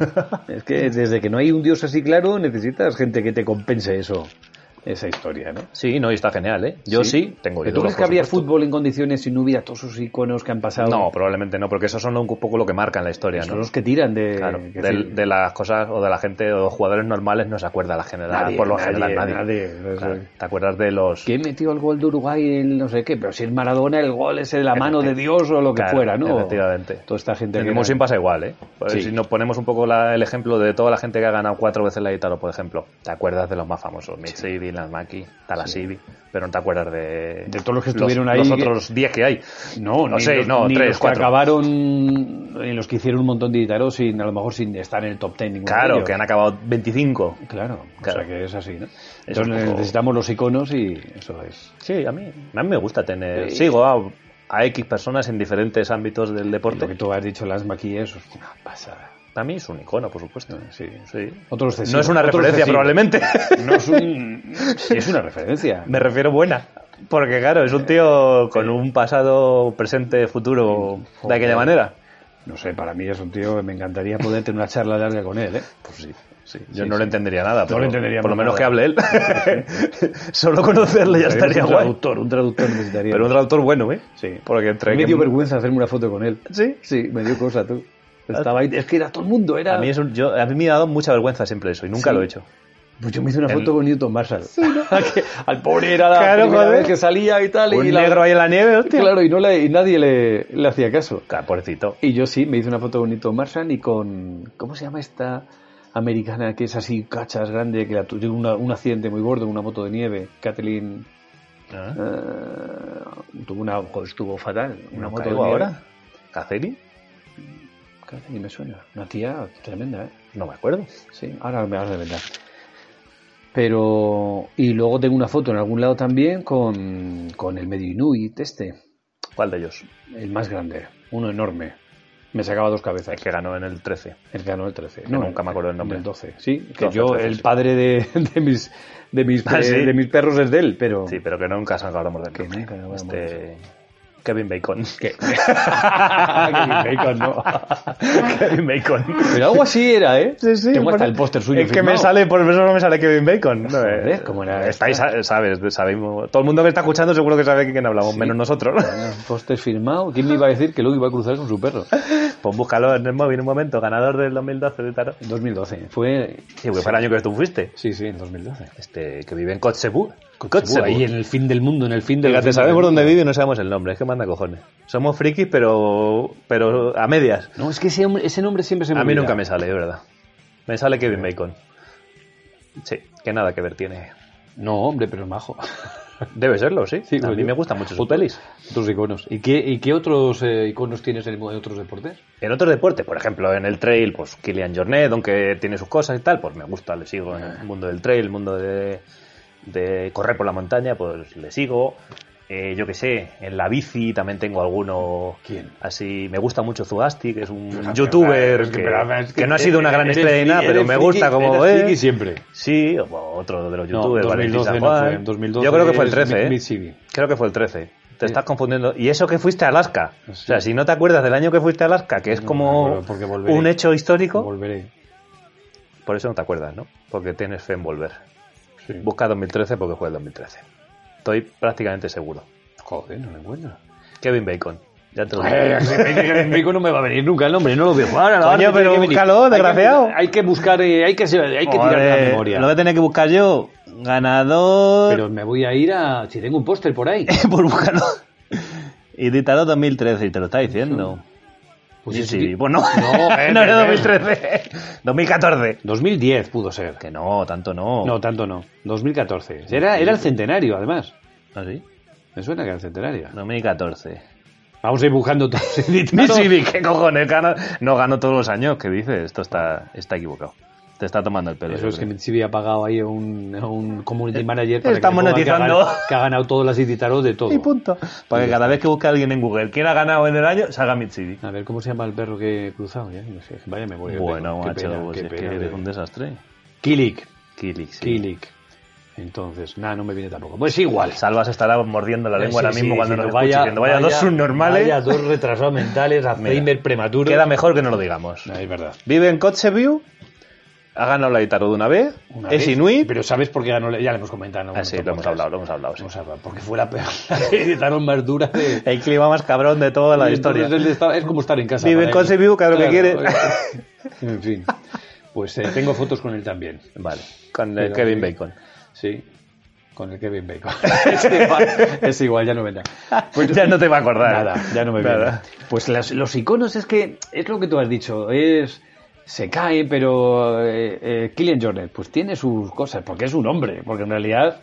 Speaker 2: es que desde que no hay un dios así claro, necesitas gente que te compense eso. Esa historia, ¿no?
Speaker 1: [LAUGHS] Sí, no, y está genial, ¿eh? Yo sí, tengo
Speaker 2: ¿Pero ¿Tú
Speaker 1: ídolos,
Speaker 2: crees que
Speaker 1: por
Speaker 2: habría
Speaker 1: supuesto.
Speaker 2: fútbol en condiciones si no hubiera todos esos iconos que han pasado?
Speaker 1: No, probablemente no, porque esos son un poco lo que marcan la historia,
Speaker 2: son
Speaker 1: ¿no?
Speaker 2: los que tiran de.
Speaker 1: Claro,
Speaker 2: que
Speaker 1: del-
Speaker 2: sí.
Speaker 1: de las cosas o de la gente o de los jugadores normales no se acuerda la general,
Speaker 2: Nadie,
Speaker 1: por lo
Speaker 2: nadie,
Speaker 1: general nadie.
Speaker 2: nadie,
Speaker 1: Claro,
Speaker 2: eso.
Speaker 1: ¿Te acuerdas de los
Speaker 2: ¿Quién metió el gol de Uruguay? El no sé qué, pero si es Maradona, el gol es de la mano de Dios o lo que
Speaker 1: Claro,
Speaker 2: fuera, ¿no?
Speaker 1: efectivamente.
Speaker 2: Toda esta gente.
Speaker 1: En
Speaker 2: que
Speaker 1: el
Speaker 2: era-
Speaker 1: Musim pasa igual, ¿eh? Pues
Speaker 2: Sí.
Speaker 1: Si nos ponemos un poco la- el ejemplo de toda la gente que ha ganado cuatro veces la Italo, por ejemplo, te acuerdas de los más famosos, Mitch Sidi, Lanmaki, Talasivi, pero no te acuerdas de...
Speaker 2: De todos los que estuvieron ahí
Speaker 1: Los
Speaker 2: que-
Speaker 1: otros 10 que hay.
Speaker 2: No,
Speaker 1: no
Speaker 2: ni
Speaker 1: sé,
Speaker 2: los,
Speaker 1: no,
Speaker 2: ni
Speaker 1: 3,
Speaker 2: los que
Speaker 1: 4.
Speaker 2: acabaron, ni los que hicieron un montón de guitarros sin, a lo mejor sin estar en el top 10 ninguno de
Speaker 1: Claro,
Speaker 2: ellos.
Speaker 1: que han acabado 25.
Speaker 2: Claro,
Speaker 1: Claro.
Speaker 2: o sea que es así, ¿no?
Speaker 1: Es un
Speaker 2: Entonces
Speaker 1: poco-
Speaker 2: necesitamos los iconos y eso es.
Speaker 1: Sí, a mí, a mí me gusta tener... Sigo a, a X personas en diferentes ámbitos del
Speaker 2: Lo que
Speaker 1: deporte.
Speaker 2: tú has dicho, las maquillas, es una pasada.
Speaker 1: Para mí es un icono, por supuesto.
Speaker 2: Sí.
Speaker 1: Sí.
Speaker 2: Otro excesivo,
Speaker 1: No es una
Speaker 2: otro
Speaker 1: referencia,
Speaker 2: excesivo.
Speaker 1: probablemente.
Speaker 2: No
Speaker 1: [LAUGHS]
Speaker 2: es un... sí, es una referencia.
Speaker 1: Me refiero buena. Porque claro, es un tío con un pasado, presente, futuro de aquella manera.
Speaker 2: No sé, para mí es un tío que me encantaría poder tener una charla larga con él, ¿eh?
Speaker 1: Pues sí. Yo no le entendería nada, pero
Speaker 2: lo entenderíamos
Speaker 1: por lo menos
Speaker 2: nada.
Speaker 1: que hable él. [LAUGHS] Solo conocerle ya
Speaker 2: Necesitaríamos
Speaker 1: estaría
Speaker 2: un
Speaker 1: guay.
Speaker 2: traductor, un traductor necesitaría.
Speaker 1: Pero un traductor bueno, ¿eh?
Speaker 2: Sí.
Speaker 1: Porque entre
Speaker 2: me
Speaker 1: que-
Speaker 2: dio vergüenza hacerme una foto con él.
Speaker 1: Sí.
Speaker 2: Sí, me dio cosa, tú. Estaba ahí, es que era todo el mundo, era...
Speaker 1: A mí, es un- yo, a mí me ha dado mucha vergüenza siempre eso y nunca
Speaker 2: Sí.
Speaker 1: lo he hecho.
Speaker 2: Pues yo me hice una
Speaker 1: El-
Speaker 2: foto con Newton Marshall. Que al pobre era la
Speaker 1: Claro,
Speaker 2: primera
Speaker 1: joder.
Speaker 2: vez que salía y tal.
Speaker 1: Un
Speaker 2: y la-
Speaker 1: negro ahí en la nieve, hostia.
Speaker 2: [LAUGHS] Claro, y, no le- y nadie le, le hacía caso.
Speaker 1: Claro, pobrecito.
Speaker 2: Y yo sí, me hice una foto con Newton Marshall y con... ¿Cómo se llama esta americana que es así, cachas, grande, que la tu- tuvo una- un accidente muy gordo en una moto de nieve? Kathleen...
Speaker 1: Ah,
Speaker 2: eh, tuvo una... joder, estuvo fatal. Una
Speaker 1: ¿No
Speaker 2: moto de
Speaker 1: caigo
Speaker 2: nieve.
Speaker 1: ahora? ¿Caceri?
Speaker 2: Kathleen me suena. Una tía tremenda, ¿eh?
Speaker 1: No me acuerdo.
Speaker 2: Sí, ahora me vas a verdad. Pero. Y luego tengo una foto en algún lado también con, con el medio Inuit, este,
Speaker 1: ¿Cuál de ellos?
Speaker 2: el más grande, uno enorme. Me sacaba dos cabezas.
Speaker 1: El que ganó en el 13.
Speaker 2: El que ganó el 13.
Speaker 1: Que nunca me acuerdo el nombre.
Speaker 2: El 12, sí. Que
Speaker 1: 12,
Speaker 2: yo,
Speaker 1: 13,
Speaker 2: el
Speaker 1: sí.
Speaker 2: padre de, de mis, de, mis,
Speaker 1: Ah,
Speaker 2: pe-
Speaker 1: sí.
Speaker 2: de mis perros es de él, pero.
Speaker 1: Sí, pero que nunca se acordamos del
Speaker 2: Que
Speaker 1: nombre.
Speaker 2: nunca nos acordamos
Speaker 1: Este... Kevin Bacon. [LAUGHS]
Speaker 2: Kevin Bacon, no.
Speaker 1: Kevin Bacon.
Speaker 2: Pero algo así era, ¿eh? Tengo hasta
Speaker 1: bueno,
Speaker 2: el póster suyo.
Speaker 1: Es que me
Speaker 2: firmado.
Speaker 1: sale, por eso no me sale Kevin Bacon. No,
Speaker 2: Joder,
Speaker 1: eh,
Speaker 2: ¿cómo era
Speaker 1: Estáis, sabes, sabemos. Todo el mundo que está escuchando seguro que sabe de quién hablamos, menos nosotros.
Speaker 2: Un Póster firmado. ¿Quién me iba a decir que luego iba a cruzar con su perro?
Speaker 1: [LAUGHS] Pues búscalo en el móvil un momento, ganador del 2012 de Tarot.
Speaker 2: En 2012. Fue.
Speaker 1: Sí, porque fue el año que tú fuiste.
Speaker 2: Sí, sí, en 2012.
Speaker 1: Este, que vive en Kotzebue.
Speaker 2: Kotzebue, ahí en el fin del mundo, en el fin del
Speaker 1: Fíjate,
Speaker 2: fin
Speaker 1: sabemos
Speaker 2: del mundo.
Speaker 1: dónde vive y no sabemos el nombre. Es que manda cojones. Somos frikis, pero, pero a medias.
Speaker 2: No, es que ese, hombre- ese nombre siempre se me
Speaker 1: A mí
Speaker 2: olvida.
Speaker 1: nunca me sale, de verdad. Me sale Kevin Bacon. Sí, que nada que ver tiene.
Speaker 2: No, hombre, pero es majo.
Speaker 1: Debe serlo, sí.
Speaker 2: Sí,
Speaker 1: a
Speaker 2: pues
Speaker 1: mí
Speaker 2: yo-
Speaker 1: me gustan mucho sus
Speaker 2: Otro-
Speaker 1: pelis.
Speaker 2: Otros iconos. ¿Y qué, y qué otros eh, iconos tienes en, en otros deportes?
Speaker 1: En otros deportes, por ejemplo, en el trail, pues Kilian Jornet, aunque tiene sus cosas y tal, pues me gusta, le sigo en el mundo del trail, el mundo de, de correr por la montaña, pues le sigo. Eh, yo qué sé, en la bici también tengo alguno.
Speaker 6: ¿Quién?
Speaker 1: Así, me gusta mucho Zugasti, que es un
Speaker 6: Pero,
Speaker 1: youtuber
Speaker 6: pero,
Speaker 1: Ah, que,
Speaker 6: pero, es que
Speaker 1: que no ha sido una gran
Speaker 6: eres
Speaker 1: estrella ni nada,
Speaker 6: friki,
Speaker 1: pero
Speaker 6: eres
Speaker 1: me
Speaker 6: friki,
Speaker 1: gusta como
Speaker 6: eres
Speaker 1: es.
Speaker 6: friki siempre.
Speaker 1: Sí, o otro de los
Speaker 2: No,
Speaker 1: youtubers, Valentín
Speaker 2: 2012
Speaker 1: San
Speaker 2: no
Speaker 1: Juan.
Speaker 2: fue, en 2012
Speaker 1: Yo creo que fue el
Speaker 2: es
Speaker 1: 13,
Speaker 2: Mid-
Speaker 1: ¿eh?
Speaker 2: Mid City.
Speaker 1: Creo que fue el 13. Te estás confundiendo. Y eso que fuiste a Alaska. O sea, si no te acuerdas del año que fuiste a Alaska, que es
Speaker 2: me
Speaker 1: como
Speaker 2: acuerdo, porque volveré.
Speaker 1: un hecho histórico,
Speaker 2: Volveré.
Speaker 1: por eso no te acuerdas, ¿no? Porque tienes fe en volver.
Speaker 2: Sí.
Speaker 1: Busca 2013 porque fue el 2013. Estoy prácticamente seguro.
Speaker 2: Joder, no lo encuentro.
Speaker 1: Kevin Bacon. Ya te lo digo.
Speaker 2: Eh, si me dice que el no me va a venir nunca el nombre, no lo veo. Ahora, ahora
Speaker 1: Coño,
Speaker 2: tiene
Speaker 1: pero
Speaker 2: que venir.
Speaker 1: búscalo,
Speaker 2: Hay que-
Speaker 1: desgraciado.
Speaker 2: Hay que, buscar, eh, hay que, ser- hay que tirar de la
Speaker 1: Joder,
Speaker 2: memoria.
Speaker 1: Lo voy a tener que buscar yo. Ganador.
Speaker 2: Pero me voy a ir a... Si tengo un póster por ahí.
Speaker 1: [LAUGHS] por buscarlo. Editado 2013, y te lo está diciendo.
Speaker 2: Pues
Speaker 1: sí,
Speaker 2: es
Speaker 1: sí,
Speaker 2: que-
Speaker 1: bueno,
Speaker 2: No,
Speaker 1: [LAUGHS] no,
Speaker 2: eh,
Speaker 1: era
Speaker 2: eh,
Speaker 1: 2013, 2014.
Speaker 2: 2010 pudo ser.
Speaker 1: Que no, tanto no.
Speaker 2: No, tanto no. 2014. Era, era el centenario, además.
Speaker 1: ¿Ah, sí?
Speaker 2: Me suena que era el centenario.
Speaker 1: 2014.
Speaker 2: Vamos a ir buscando todos
Speaker 1: [LAUGHS]
Speaker 2: los
Speaker 1: Mi
Speaker 2: editados.
Speaker 1: Civic, ¿qué cojones? Gana- no gano todos los años, ¿qué dices? Esto está, está equivocado. Te está tomando el pelo.
Speaker 2: Eso
Speaker 1: yo
Speaker 2: es que
Speaker 1: creo.
Speaker 2: Mitsubishi ha pagado ahí a un, a un community manager que
Speaker 1: Eh, está
Speaker 2: le ponga
Speaker 1: monetizando.
Speaker 2: Que ha, ganado- que ha ganado todas las editaros de todo.
Speaker 1: Y punto. Para que cada vez que busque a alguien en Google quién ha ganado en el año, salga mi Civic.
Speaker 2: A ver, ¿cómo se llama el perro que he cruzado? Ya, no sé, vaya me voy.
Speaker 1: Bueno,
Speaker 2: qué
Speaker 1: macho,
Speaker 2: pena,
Speaker 1: pues
Speaker 2: qué
Speaker 1: es
Speaker 2: pena,
Speaker 1: que eres
Speaker 2: de-
Speaker 1: un desastre.
Speaker 2: Kilik.
Speaker 1: Kilik, sí.
Speaker 2: Kilik. Entonces, nada, no me viene tampoco. Pues igual.
Speaker 1: Salvas estará mordiendo la lengua
Speaker 2: Sí,
Speaker 1: ahora
Speaker 2: sí,
Speaker 1: mismo cuando
Speaker 2: diciendo,
Speaker 1: nos escuche, diciendo, vaya, dos subnormales. [LAUGHS]
Speaker 2: Vaya dos retrasados mentales, Alzheimer prematuro.
Speaker 1: Queda mejor que no lo digamos.
Speaker 2: No, es verdad.
Speaker 1: Vive en Kotzebue. Ha ganado la guitarra de una vez.
Speaker 2: Una
Speaker 1: es
Speaker 2: vez,
Speaker 1: inuit.
Speaker 2: Pero ¿sabes por qué ganó? la- Ya le hemos comentado. en algún
Speaker 1: Ah, sí,
Speaker 2: otro
Speaker 1: lo hemos
Speaker 2: podcast.
Speaker 1: hablado, lo hemos hablado. sí.
Speaker 2: Vamos a hablar, porque fue la peor. [LAUGHS] la que editaron más dura de,
Speaker 1: El clima más cabrón de toda la
Speaker 2: Y
Speaker 1: historia.
Speaker 2: entonces él está- es como estar en casa.
Speaker 1: Vive
Speaker 2: para
Speaker 1: en
Speaker 2: él.
Speaker 1: Kotzebue, que es lo que quiere.
Speaker 2: En fin. Pues eh, tengo fotos con él también.
Speaker 1: Vale, con el
Speaker 2: Pero
Speaker 1: Kevin
Speaker 2: sí.
Speaker 1: Bacon.
Speaker 2: Sí. Con el Kevin Bacon. [LAUGHS] es, igual, es igual, ya no vendrá.
Speaker 1: [LAUGHS]
Speaker 2: Pues,
Speaker 1: ya no te va a acordar.
Speaker 2: Nada, ya no me viene.
Speaker 1: Nada.
Speaker 2: Pues las- los iconos es que es lo que tú has dicho, es se cae, pero eh, eh, Killian Jornet pues tiene sus cosas, porque es un hombre, porque en realidad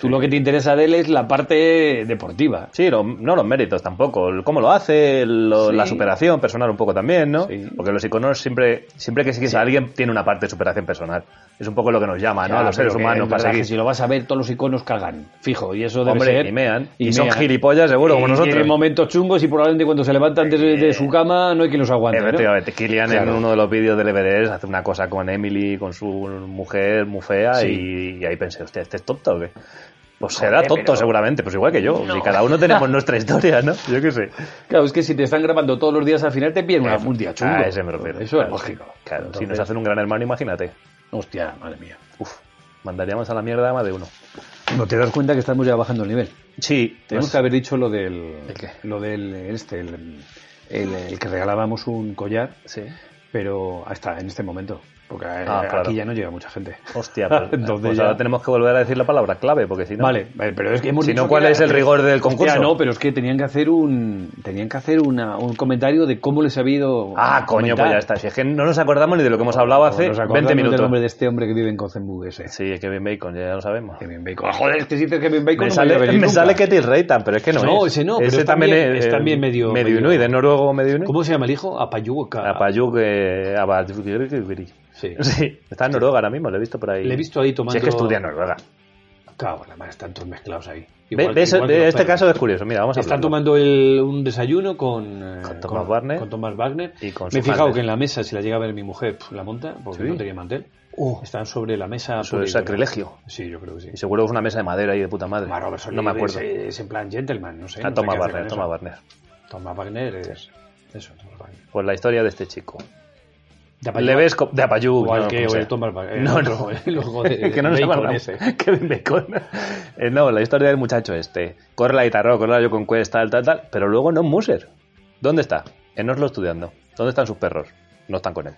Speaker 2: tú lo que te interesa de él es la parte deportiva.
Speaker 1: Sí, lo- no los méritos tampoco. el Cómo lo hace, el- lo-
Speaker 2: Sí.
Speaker 1: la superación personal un poco también, ¿no?
Speaker 2: Sí.
Speaker 1: Porque los iconos siempre, siempre que sigues a alguien tiene una parte de superación personal. Es un poco lo que nos llama, ¿no?
Speaker 2: Ya,
Speaker 1: A los seres
Speaker 2: pero que
Speaker 1: humanos
Speaker 2: es
Speaker 1: para
Speaker 2: verdad que
Speaker 1: seguir.
Speaker 2: Si lo vas a ver, todos los iconos cagan, fijo, y eso debe
Speaker 1: Hombre,
Speaker 2: ser-
Speaker 1: y mean. Y son gilipollas, seguro, como
Speaker 2: Y
Speaker 1: nosotros. Eh,
Speaker 2: tienen momentos chungos y probablemente cuando se levantan de, de su cama no hay quien los aguante. ¿no?
Speaker 1: Efectivamente, Kilian
Speaker 2: Claro.
Speaker 1: en uno de los vídeos del Everest hace una cosa con Emily, con su mujer muy fea,
Speaker 2: Sí.
Speaker 1: y, y ahí pensé, hostia, ¿este es tonto o qué? Pues será tonto seguramente, pues igual que yo. Si cada uno
Speaker 2: [LAUGHS]
Speaker 1: tenemos nuestra historia, ¿no? Yo qué sé.
Speaker 2: Claro, es que si te están grabando todos los días al final te pierdes
Speaker 1: Eh,
Speaker 2: un día chungo.
Speaker 1: A ese me refiero.
Speaker 2: Eso
Speaker 1: Claro,
Speaker 2: es lógico.
Speaker 1: Claro, si
Speaker 2: Entonces,
Speaker 1: nos hacen un gran hermano, imagínate.
Speaker 2: Hostia, madre mía.
Speaker 1: Uf, mandaríamos a la mierda a más de uno.
Speaker 2: No te das cuenta que estamos ya bajando el nivel.
Speaker 1: Sí,
Speaker 2: Tenemos
Speaker 1: pues,
Speaker 2: que haber dicho lo del.
Speaker 1: ¿El qué?
Speaker 2: Lo del. Este, el, el- el que regalábamos un collar.
Speaker 1: Sí.
Speaker 7: pero hasta en este momento, porque eh,
Speaker 1: Ah, claro.
Speaker 7: aquí ya no llega mucha gente.
Speaker 2: [LAUGHS]
Speaker 1: Hostia, pues,
Speaker 7: Entonces
Speaker 1: pues
Speaker 7: ya-
Speaker 1: ahora tenemos que volver a decir la palabra clave, porque si no.
Speaker 7: Vale,
Speaker 2: eh,
Speaker 7: vale, pero es que hemos
Speaker 1: Si
Speaker 7: dicho
Speaker 1: no, ¿cuál
Speaker 7: que
Speaker 1: es el rigor del
Speaker 7: Hostia,
Speaker 1: concurso?
Speaker 7: no, pero es que tenían que hacer un tenían que hacer una- un comentario de cómo les ha ido
Speaker 1: Ah, coño, pues ya está. Si es que no nos acordamos ni de lo que hemos hablado
Speaker 2: Pues
Speaker 1: hace 20
Speaker 7: el nombre
Speaker 1: minutos.
Speaker 7: de este hombre que vive en Cozenburg ese.
Speaker 1: Sí, es Kevin Bacon, ya lo sabemos.
Speaker 7: Kevin
Speaker 2: Ah,
Speaker 7: Bacon. Joder, es que si dices Kevin Bacon
Speaker 1: Me
Speaker 7: no
Speaker 1: sale,
Speaker 7: voy a venir
Speaker 1: me
Speaker 7: nunca.
Speaker 1: sale que te Reitan, pero es que no,
Speaker 2: No,
Speaker 1: es.
Speaker 2: ese no, pero es también- es también medio-
Speaker 1: eh, Medio
Speaker 2: medio-
Speaker 1: inuit, de noruego medio inuit.
Speaker 2: ¿Cómo se llama el hijo? Apayuca.
Speaker 1: Apayuk, eh, Abadgrigri.
Speaker 2: Sí.
Speaker 1: [LAUGHS] Sí, está en Noruega ahora mismo, lo he visto por ahí.
Speaker 2: Le he visto ahí
Speaker 1: Si
Speaker 2: tomando.
Speaker 1: es que estudia en Noruega.
Speaker 2: Cago en la madre, están todos mezclados ahí.
Speaker 1: Ve-
Speaker 2: Igual-
Speaker 1: ves,
Speaker 2: igual que
Speaker 1: eh,
Speaker 2: los
Speaker 1: este
Speaker 2: perros.
Speaker 1: caso es curioso, mira, vamos a
Speaker 2: Están
Speaker 1: hablarlo.
Speaker 2: tomando el- un desayuno con, eh,
Speaker 1: Con Thomas Wagner.
Speaker 2: con Thomas Wagner.
Speaker 1: Y con
Speaker 2: Me
Speaker 1: su
Speaker 2: he fijado
Speaker 1: padre.
Speaker 2: que en la mesa, si la llega a ver mi mujer, pf, la monta, porque
Speaker 1: Sí.
Speaker 2: no tenía mantel. Están sobre la mesa.
Speaker 1: Eso
Speaker 2: pura y
Speaker 1: es
Speaker 2: dura.
Speaker 1: sacrilegio.
Speaker 2: Sí, yo creo que sí.
Speaker 1: Y seguro es una mesa de madera ahí de puta madre.
Speaker 2: Omar Robertson
Speaker 1: no me
Speaker 2: es-
Speaker 1: acuerdo.
Speaker 2: Es, en plan gentleman, no sé.
Speaker 1: Ah,
Speaker 2: no sé
Speaker 1: toma
Speaker 2: qué hace
Speaker 1: Barner,
Speaker 2: con
Speaker 1: toma
Speaker 2: eso.
Speaker 1: Barner.
Speaker 2: Thomas Wagner es... Eso, Thomas Wagner.
Speaker 1: Pues la historia de este chico.
Speaker 2: De
Speaker 1: Le ves co- de Apayú.
Speaker 2: O al
Speaker 1: no,
Speaker 2: que-
Speaker 1: como
Speaker 2: o el
Speaker 1: sea.
Speaker 2: Thomas Wagner.
Speaker 1: No,
Speaker 2: el
Speaker 1: no. [LAUGHS]
Speaker 2: otro, el ojo de-
Speaker 1: que no nos
Speaker 2: Bacon
Speaker 1: llama
Speaker 2: ese.
Speaker 1: [LAUGHS] Kevin Bacon. Eh, no, la historia del muchacho este. Corre la guitarra, corre la yo con Quest, tal, tal, tal. Pero luego no Muser. ¿Dónde está? En Oslo estudiando. ¿Dónde están sus perros? No están con él.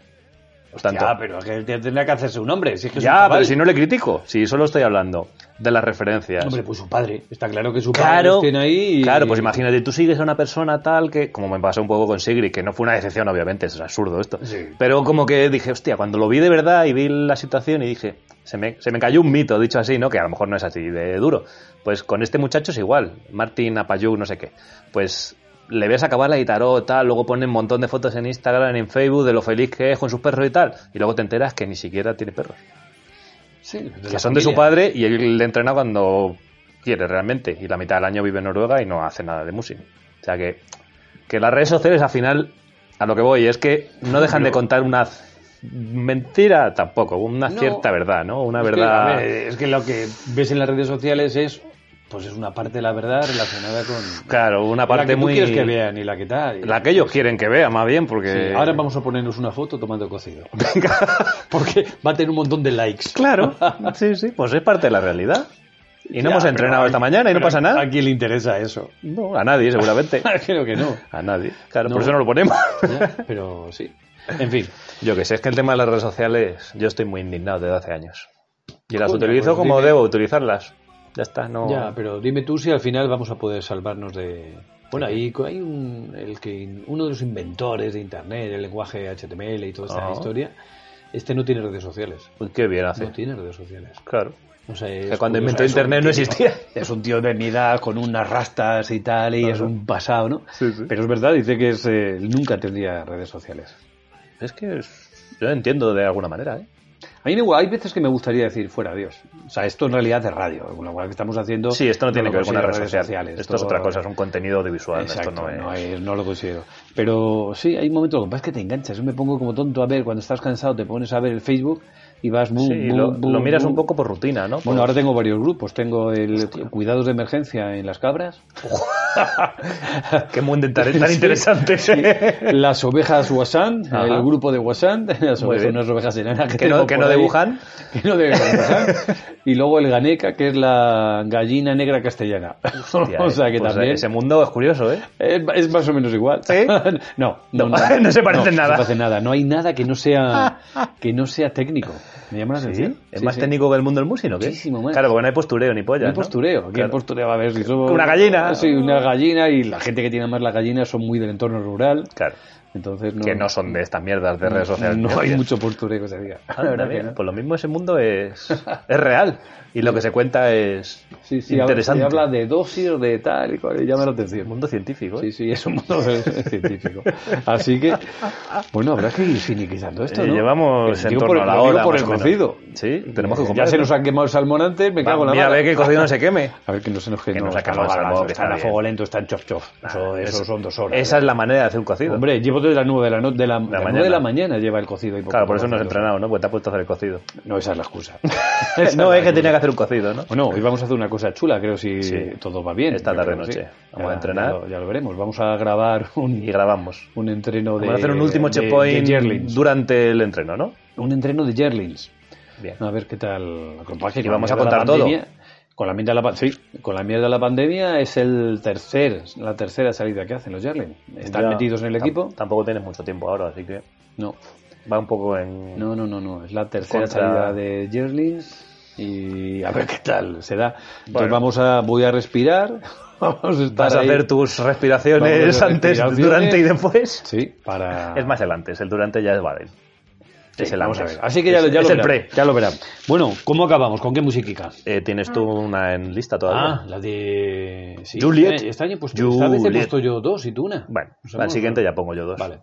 Speaker 1: Por tanto-
Speaker 2: Ya, pero es que tendría que hacerse un nombre. Si es que es un
Speaker 1: ya,
Speaker 2: chaval.
Speaker 1: pero si no le critico. Si solo estoy hablando de las referencias.
Speaker 2: Hombre, pues su padre. Está claro que su
Speaker 1: Claro,
Speaker 2: padre tiene ahí. y-
Speaker 1: claro, pues imagínate, tú sigues a una persona tal que, como me pasó un poco con Sigrid, que no fue una decepción, obviamente, es absurdo esto,
Speaker 2: Sí.
Speaker 1: pero como que dije, hostia, cuando lo vi de verdad y vi la situación y dije, se me, se me cayó un mito, dicho así, ¿no? Que a lo mejor no es así de duro. Pues con este muchacho es igual, Martín Apayú, no sé qué. Pues le ves acabar la guitarra tal, luego ponen un montón de fotos en Instagram, en Facebook, de lo feliz que es con sus perros y tal, y luego te enteras que ni siquiera tiene perros
Speaker 2: Sí, de
Speaker 1: que
Speaker 2: la
Speaker 1: son de su
Speaker 2: familia.
Speaker 1: padre y él le entrena cuando quiere realmente. Y la mitad del año vive en Noruega y no hace nada de música. O sea que, que las redes sociales al final, a lo que voy, es que no dejan de contar una c- mentira tampoco, una
Speaker 2: No.
Speaker 1: cierta verdad, ¿no? Una
Speaker 2: Es que,
Speaker 1: verdad...
Speaker 2: a ver, es que lo que ves en las redes sociales es. Pues es una parte de la verdad relacionada con.
Speaker 1: claro, una
Speaker 2: la que
Speaker 1: parte
Speaker 2: tú
Speaker 1: muy...
Speaker 2: quieres que vean y la que tal. y-
Speaker 1: La que ellos quieren que vea, más bien, porque...
Speaker 2: Sí, Ahora vamos a ponernos una foto tomando
Speaker 1: [LAUGHS]
Speaker 2: cocido. Porque va a tener un montón de likes. [LAUGHS]
Speaker 1: Claro, sí, sí, pues es parte de la realidad. Y no
Speaker 2: Ya,
Speaker 1: hemos
Speaker 2: pero
Speaker 1: entrenado
Speaker 2: a-
Speaker 1: esta mañana y no
Speaker 2: pero
Speaker 1: pasa nada.
Speaker 2: ¿A quién le interesa eso?
Speaker 1: [LAUGHS] No, a nadie,
Speaker 2: [LAUGHS]
Speaker 1: seguramente.
Speaker 2: Creo que no.
Speaker 1: A nadie. Claro,
Speaker 2: No.
Speaker 1: por eso no lo ponemos.
Speaker 2: Ya, Pero sí. En fin.
Speaker 1: Yo que sé, es que el tema de las redes sociales, yo estoy muy indignado desde hace años. Y las
Speaker 2: Coño,
Speaker 1: utilizo
Speaker 2: pues
Speaker 1: como
Speaker 2: dime.
Speaker 1: debo utilizarlas. Ya está, no.
Speaker 2: Ya, pero dime tú si al final vamos a poder salvarnos de. Bueno, ahí co- hay un, el que, in- uno de los inventores de Internet, el lenguaje HTML y toda esta
Speaker 1: Ajá.
Speaker 2: historia. Este no tiene redes sociales.
Speaker 1: Uy, qué bien hace.
Speaker 2: No tiene redes sociales.
Speaker 1: Claro.
Speaker 2: O sea, es
Speaker 1: Que cuando
Speaker 2: curioso,
Speaker 1: inventó
Speaker 2: es un
Speaker 1: Internet no
Speaker 2: tío-
Speaker 1: existía. [LAUGHS]
Speaker 2: Es un tío de mi edad con unas rastas y tal, y es un pasado, ¿no?
Speaker 1: Sí, sí.
Speaker 2: Pero es verdad, dice que es, eh, nunca tendría redes sociales.
Speaker 1: Es que es- yo entiendo de alguna manera, ¿eh?
Speaker 2: A mí me gu- hay veces que me gustaría decir fuera Dios. O sea, esto en realidad es radio, con lo cual que estamos haciendo.
Speaker 1: Sí, esto no tiene
Speaker 2: lo
Speaker 1: que ver con una red
Speaker 2: considero
Speaker 1: social. Esto es otra cosa, es un contenido audiovisual.
Speaker 2: Exacto,
Speaker 1: esto no es.
Speaker 2: no lo considero. Pero sí, hay momentos, lo que pasa es que te enganchas. Yo me pongo como tonto a ver, cuando estás cansado te pones a ver el Facebook y vas muy...
Speaker 1: Sí, lo, lo miras un poco por rutina, ¿no?
Speaker 2: Bueno,
Speaker 1: Por-
Speaker 2: ahora tengo varios grupos. Tengo el cuidados de emergencia en las cabras,
Speaker 1: Qué mundo
Speaker 2: [LAUGHS]
Speaker 1: tan tan
Speaker 2: Sí.
Speaker 1: interesante.
Speaker 2: las ovejas Wasan,
Speaker 1: Ajá.
Speaker 2: el grupo de Wasan, [LAUGHS] las
Speaker 1: Muy
Speaker 2: ovejas,
Speaker 1: bien.
Speaker 2: unas ovejas enanas [LAUGHS] que,
Speaker 1: Que no-
Speaker 2: tengo
Speaker 1: que
Speaker 2: por
Speaker 1: no
Speaker 2: ahí.
Speaker 1: dibujan.
Speaker 2: Que no dibujan. y luego el Ganeca, que es la gallina negra castellana.
Speaker 1: [LAUGHS] [LAUGHS] Hostia,
Speaker 2: [LAUGHS] o sea
Speaker 1: eh,
Speaker 2: que
Speaker 1: pues,
Speaker 2: también...
Speaker 1: Ese mundo es curioso, ¿eh?
Speaker 2: Es, es más o menos igual.
Speaker 1: ¿Sí?
Speaker 2: [LAUGHS] No,
Speaker 1: No,
Speaker 2: no,
Speaker 1: [LAUGHS] no se parece en
Speaker 2: no
Speaker 1: nada.
Speaker 2: se parece en nada. No hay nada que
Speaker 1: [LAUGHS]
Speaker 2: no sea que no sea técnico. Me llama la atención.
Speaker 1: Es
Speaker 2: Sí,
Speaker 1: más
Speaker 2: sí.
Speaker 1: técnico que el mundo del músico, ¿qué?
Speaker 2: Muchísimo más.
Speaker 1: Claro, porque no hay postureo ni
Speaker 2: No
Speaker 1: polla.
Speaker 2: hay postureo. ¿Qué postureo va a haber? Si somos-
Speaker 1: Una gallina.
Speaker 2: Sí, una gallina y la gente que tiene más la gallina son muy del entorno rural.
Speaker 1: Claro.
Speaker 2: Entonces no,
Speaker 1: que no son de estas mierdas de redes sociales.
Speaker 2: no hay
Speaker 1: Hostias.
Speaker 2: mucho postureo que se diga.
Speaker 1: Ah,
Speaker 2: La
Speaker 1: mira,
Speaker 2: verdad que
Speaker 1: mira,
Speaker 2: no.
Speaker 1: Pues lo mismo ese mundo [LAUGHS] es, es real y lo que se cuenta es
Speaker 2: Sí, sí, habla-
Speaker 1: interesante.
Speaker 2: se habla de dosis, de tal y cual, y llama la
Speaker 1: El
Speaker 2: atención.
Speaker 1: mundo científico. ¿eh?
Speaker 2: Sí, sí, es un mundo científico. Así que, bueno, habrá que ir finiquitando esto,
Speaker 1: Eh,
Speaker 2: ¿no?
Speaker 1: Llevamos en
Speaker 2: Lo digo
Speaker 1: torno
Speaker 2: por-
Speaker 1: a la
Speaker 2: lo digo
Speaker 1: hora.
Speaker 2: por
Speaker 1: más
Speaker 2: el
Speaker 1: o menos.
Speaker 2: cocido.
Speaker 1: Sí, tenemos que
Speaker 2: Ya
Speaker 1: comprar.
Speaker 2: se nos ha quemado el salmón antes, me cago en la
Speaker 1: Mira,
Speaker 2: mala.
Speaker 1: ve que el cocido [LAUGHS] no se queme.
Speaker 2: [LAUGHS] A ver que no se nos
Speaker 1: Que
Speaker 2: queme.
Speaker 1: nos
Speaker 2: No,
Speaker 1: ha
Speaker 2: está
Speaker 1: quemado el
Speaker 2: mal,
Speaker 1: salmón, que
Speaker 2: Están
Speaker 1: está
Speaker 2: a
Speaker 1: bien.
Speaker 2: fuego lento, están chof chof. Eso,
Speaker 1: Ah,
Speaker 2: eso
Speaker 1: es-
Speaker 2: son dos horas. ¿eh?
Speaker 1: Esa es la manera de hacer un cocido.
Speaker 2: Hombre, llevo desde las nueve de la noche, de la, las nueve
Speaker 1: mañana.
Speaker 2: de la mañana lleva el cocido. y poco
Speaker 1: claro, por eso nos
Speaker 2: cocido.
Speaker 1: entrenado, ¿no? Porque te has puesto a hacer el cocido.
Speaker 2: No, esa es
Speaker 1: [LAUGHS]
Speaker 2: la excusa.
Speaker 1: no, es que tenía que hacer un cocido, ¿no?
Speaker 2: Bueno, hoy vamos a hacer una cosa chula, creo, si
Speaker 1: Sí.
Speaker 2: todo va bien.
Speaker 1: Esta
Speaker 2: Yo
Speaker 1: tarde
Speaker 2: creo que
Speaker 1: noche. Vamos a
Speaker 2: Ya-
Speaker 1: entrenar.
Speaker 2: Ya lo, ya lo veremos. Vamos a grabar [LAUGHS]
Speaker 1: Y
Speaker 2: un,
Speaker 1: grabamos.
Speaker 2: un entreno de.
Speaker 1: Vamos a hacer un último
Speaker 2: de- de
Speaker 1: checkpoint
Speaker 2: yearlings.
Speaker 1: durante el entreno, ¿no?
Speaker 2: Un entreno de Jerlings.
Speaker 1: Bien.
Speaker 2: A ver qué tal. lo que pasa es que
Speaker 1: Y
Speaker 2: con la
Speaker 1: vamos a
Speaker 2: mierda de la
Speaker 1: contar todo.
Speaker 2: pandemia- Con la, mierda de la, pan- sí, con la mierda de la pandemia es el tercer, la tercera salida que hacen los Jerlings. Están
Speaker 1: Ya- Ah.
Speaker 2: metidos en el
Speaker 1: tam-
Speaker 2: equipo.
Speaker 1: Tampoco tienes mucho tiempo ahora, así que.
Speaker 2: No.
Speaker 1: Va un poco en.
Speaker 8: No, no, no, no. Es la tercera
Speaker 1: Contra-
Speaker 8: salida de Jerlins y a ver qué tal se da. Entonces
Speaker 1: Bueno.
Speaker 8: vamos a, voy a
Speaker 2: [LAUGHS]
Speaker 8: respirar. Vamos a estar
Speaker 1: Vas a
Speaker 8: ahí.
Speaker 1: hacer tus
Speaker 8: Vamos
Speaker 1: respiraciones
Speaker 8: a hacer
Speaker 1: antes,
Speaker 8: respiraciones.
Speaker 1: durante y después.
Speaker 8: Sí, para.
Speaker 1: Es más el antes, el durante ya es Baden.
Speaker 8: Sí,
Speaker 1: es el
Speaker 8: vamos a
Speaker 1: antes.
Speaker 8: ver. Así que ya, lo-
Speaker 1: Es-
Speaker 8: ya
Speaker 1: es
Speaker 8: lo
Speaker 1: el
Speaker 8: verán,
Speaker 1: pre.
Speaker 8: Ya lo verán.
Speaker 2: Bueno, ¿cómo acabamos? ¿Con qué musiquica?
Speaker 1: Eh, ¿Tienes tú una en lista
Speaker 2: Ah,
Speaker 1: todavía?
Speaker 2: la de... Sí,
Speaker 1: Juliet.
Speaker 2: Este año he puesto, esta vez he
Speaker 1: Juliet.
Speaker 2: puesto yo dos y tú una.
Speaker 1: Bueno,
Speaker 2: O sea,
Speaker 1: al
Speaker 2: no,
Speaker 1: siguiente ya pongo yo dos.
Speaker 2: Vale.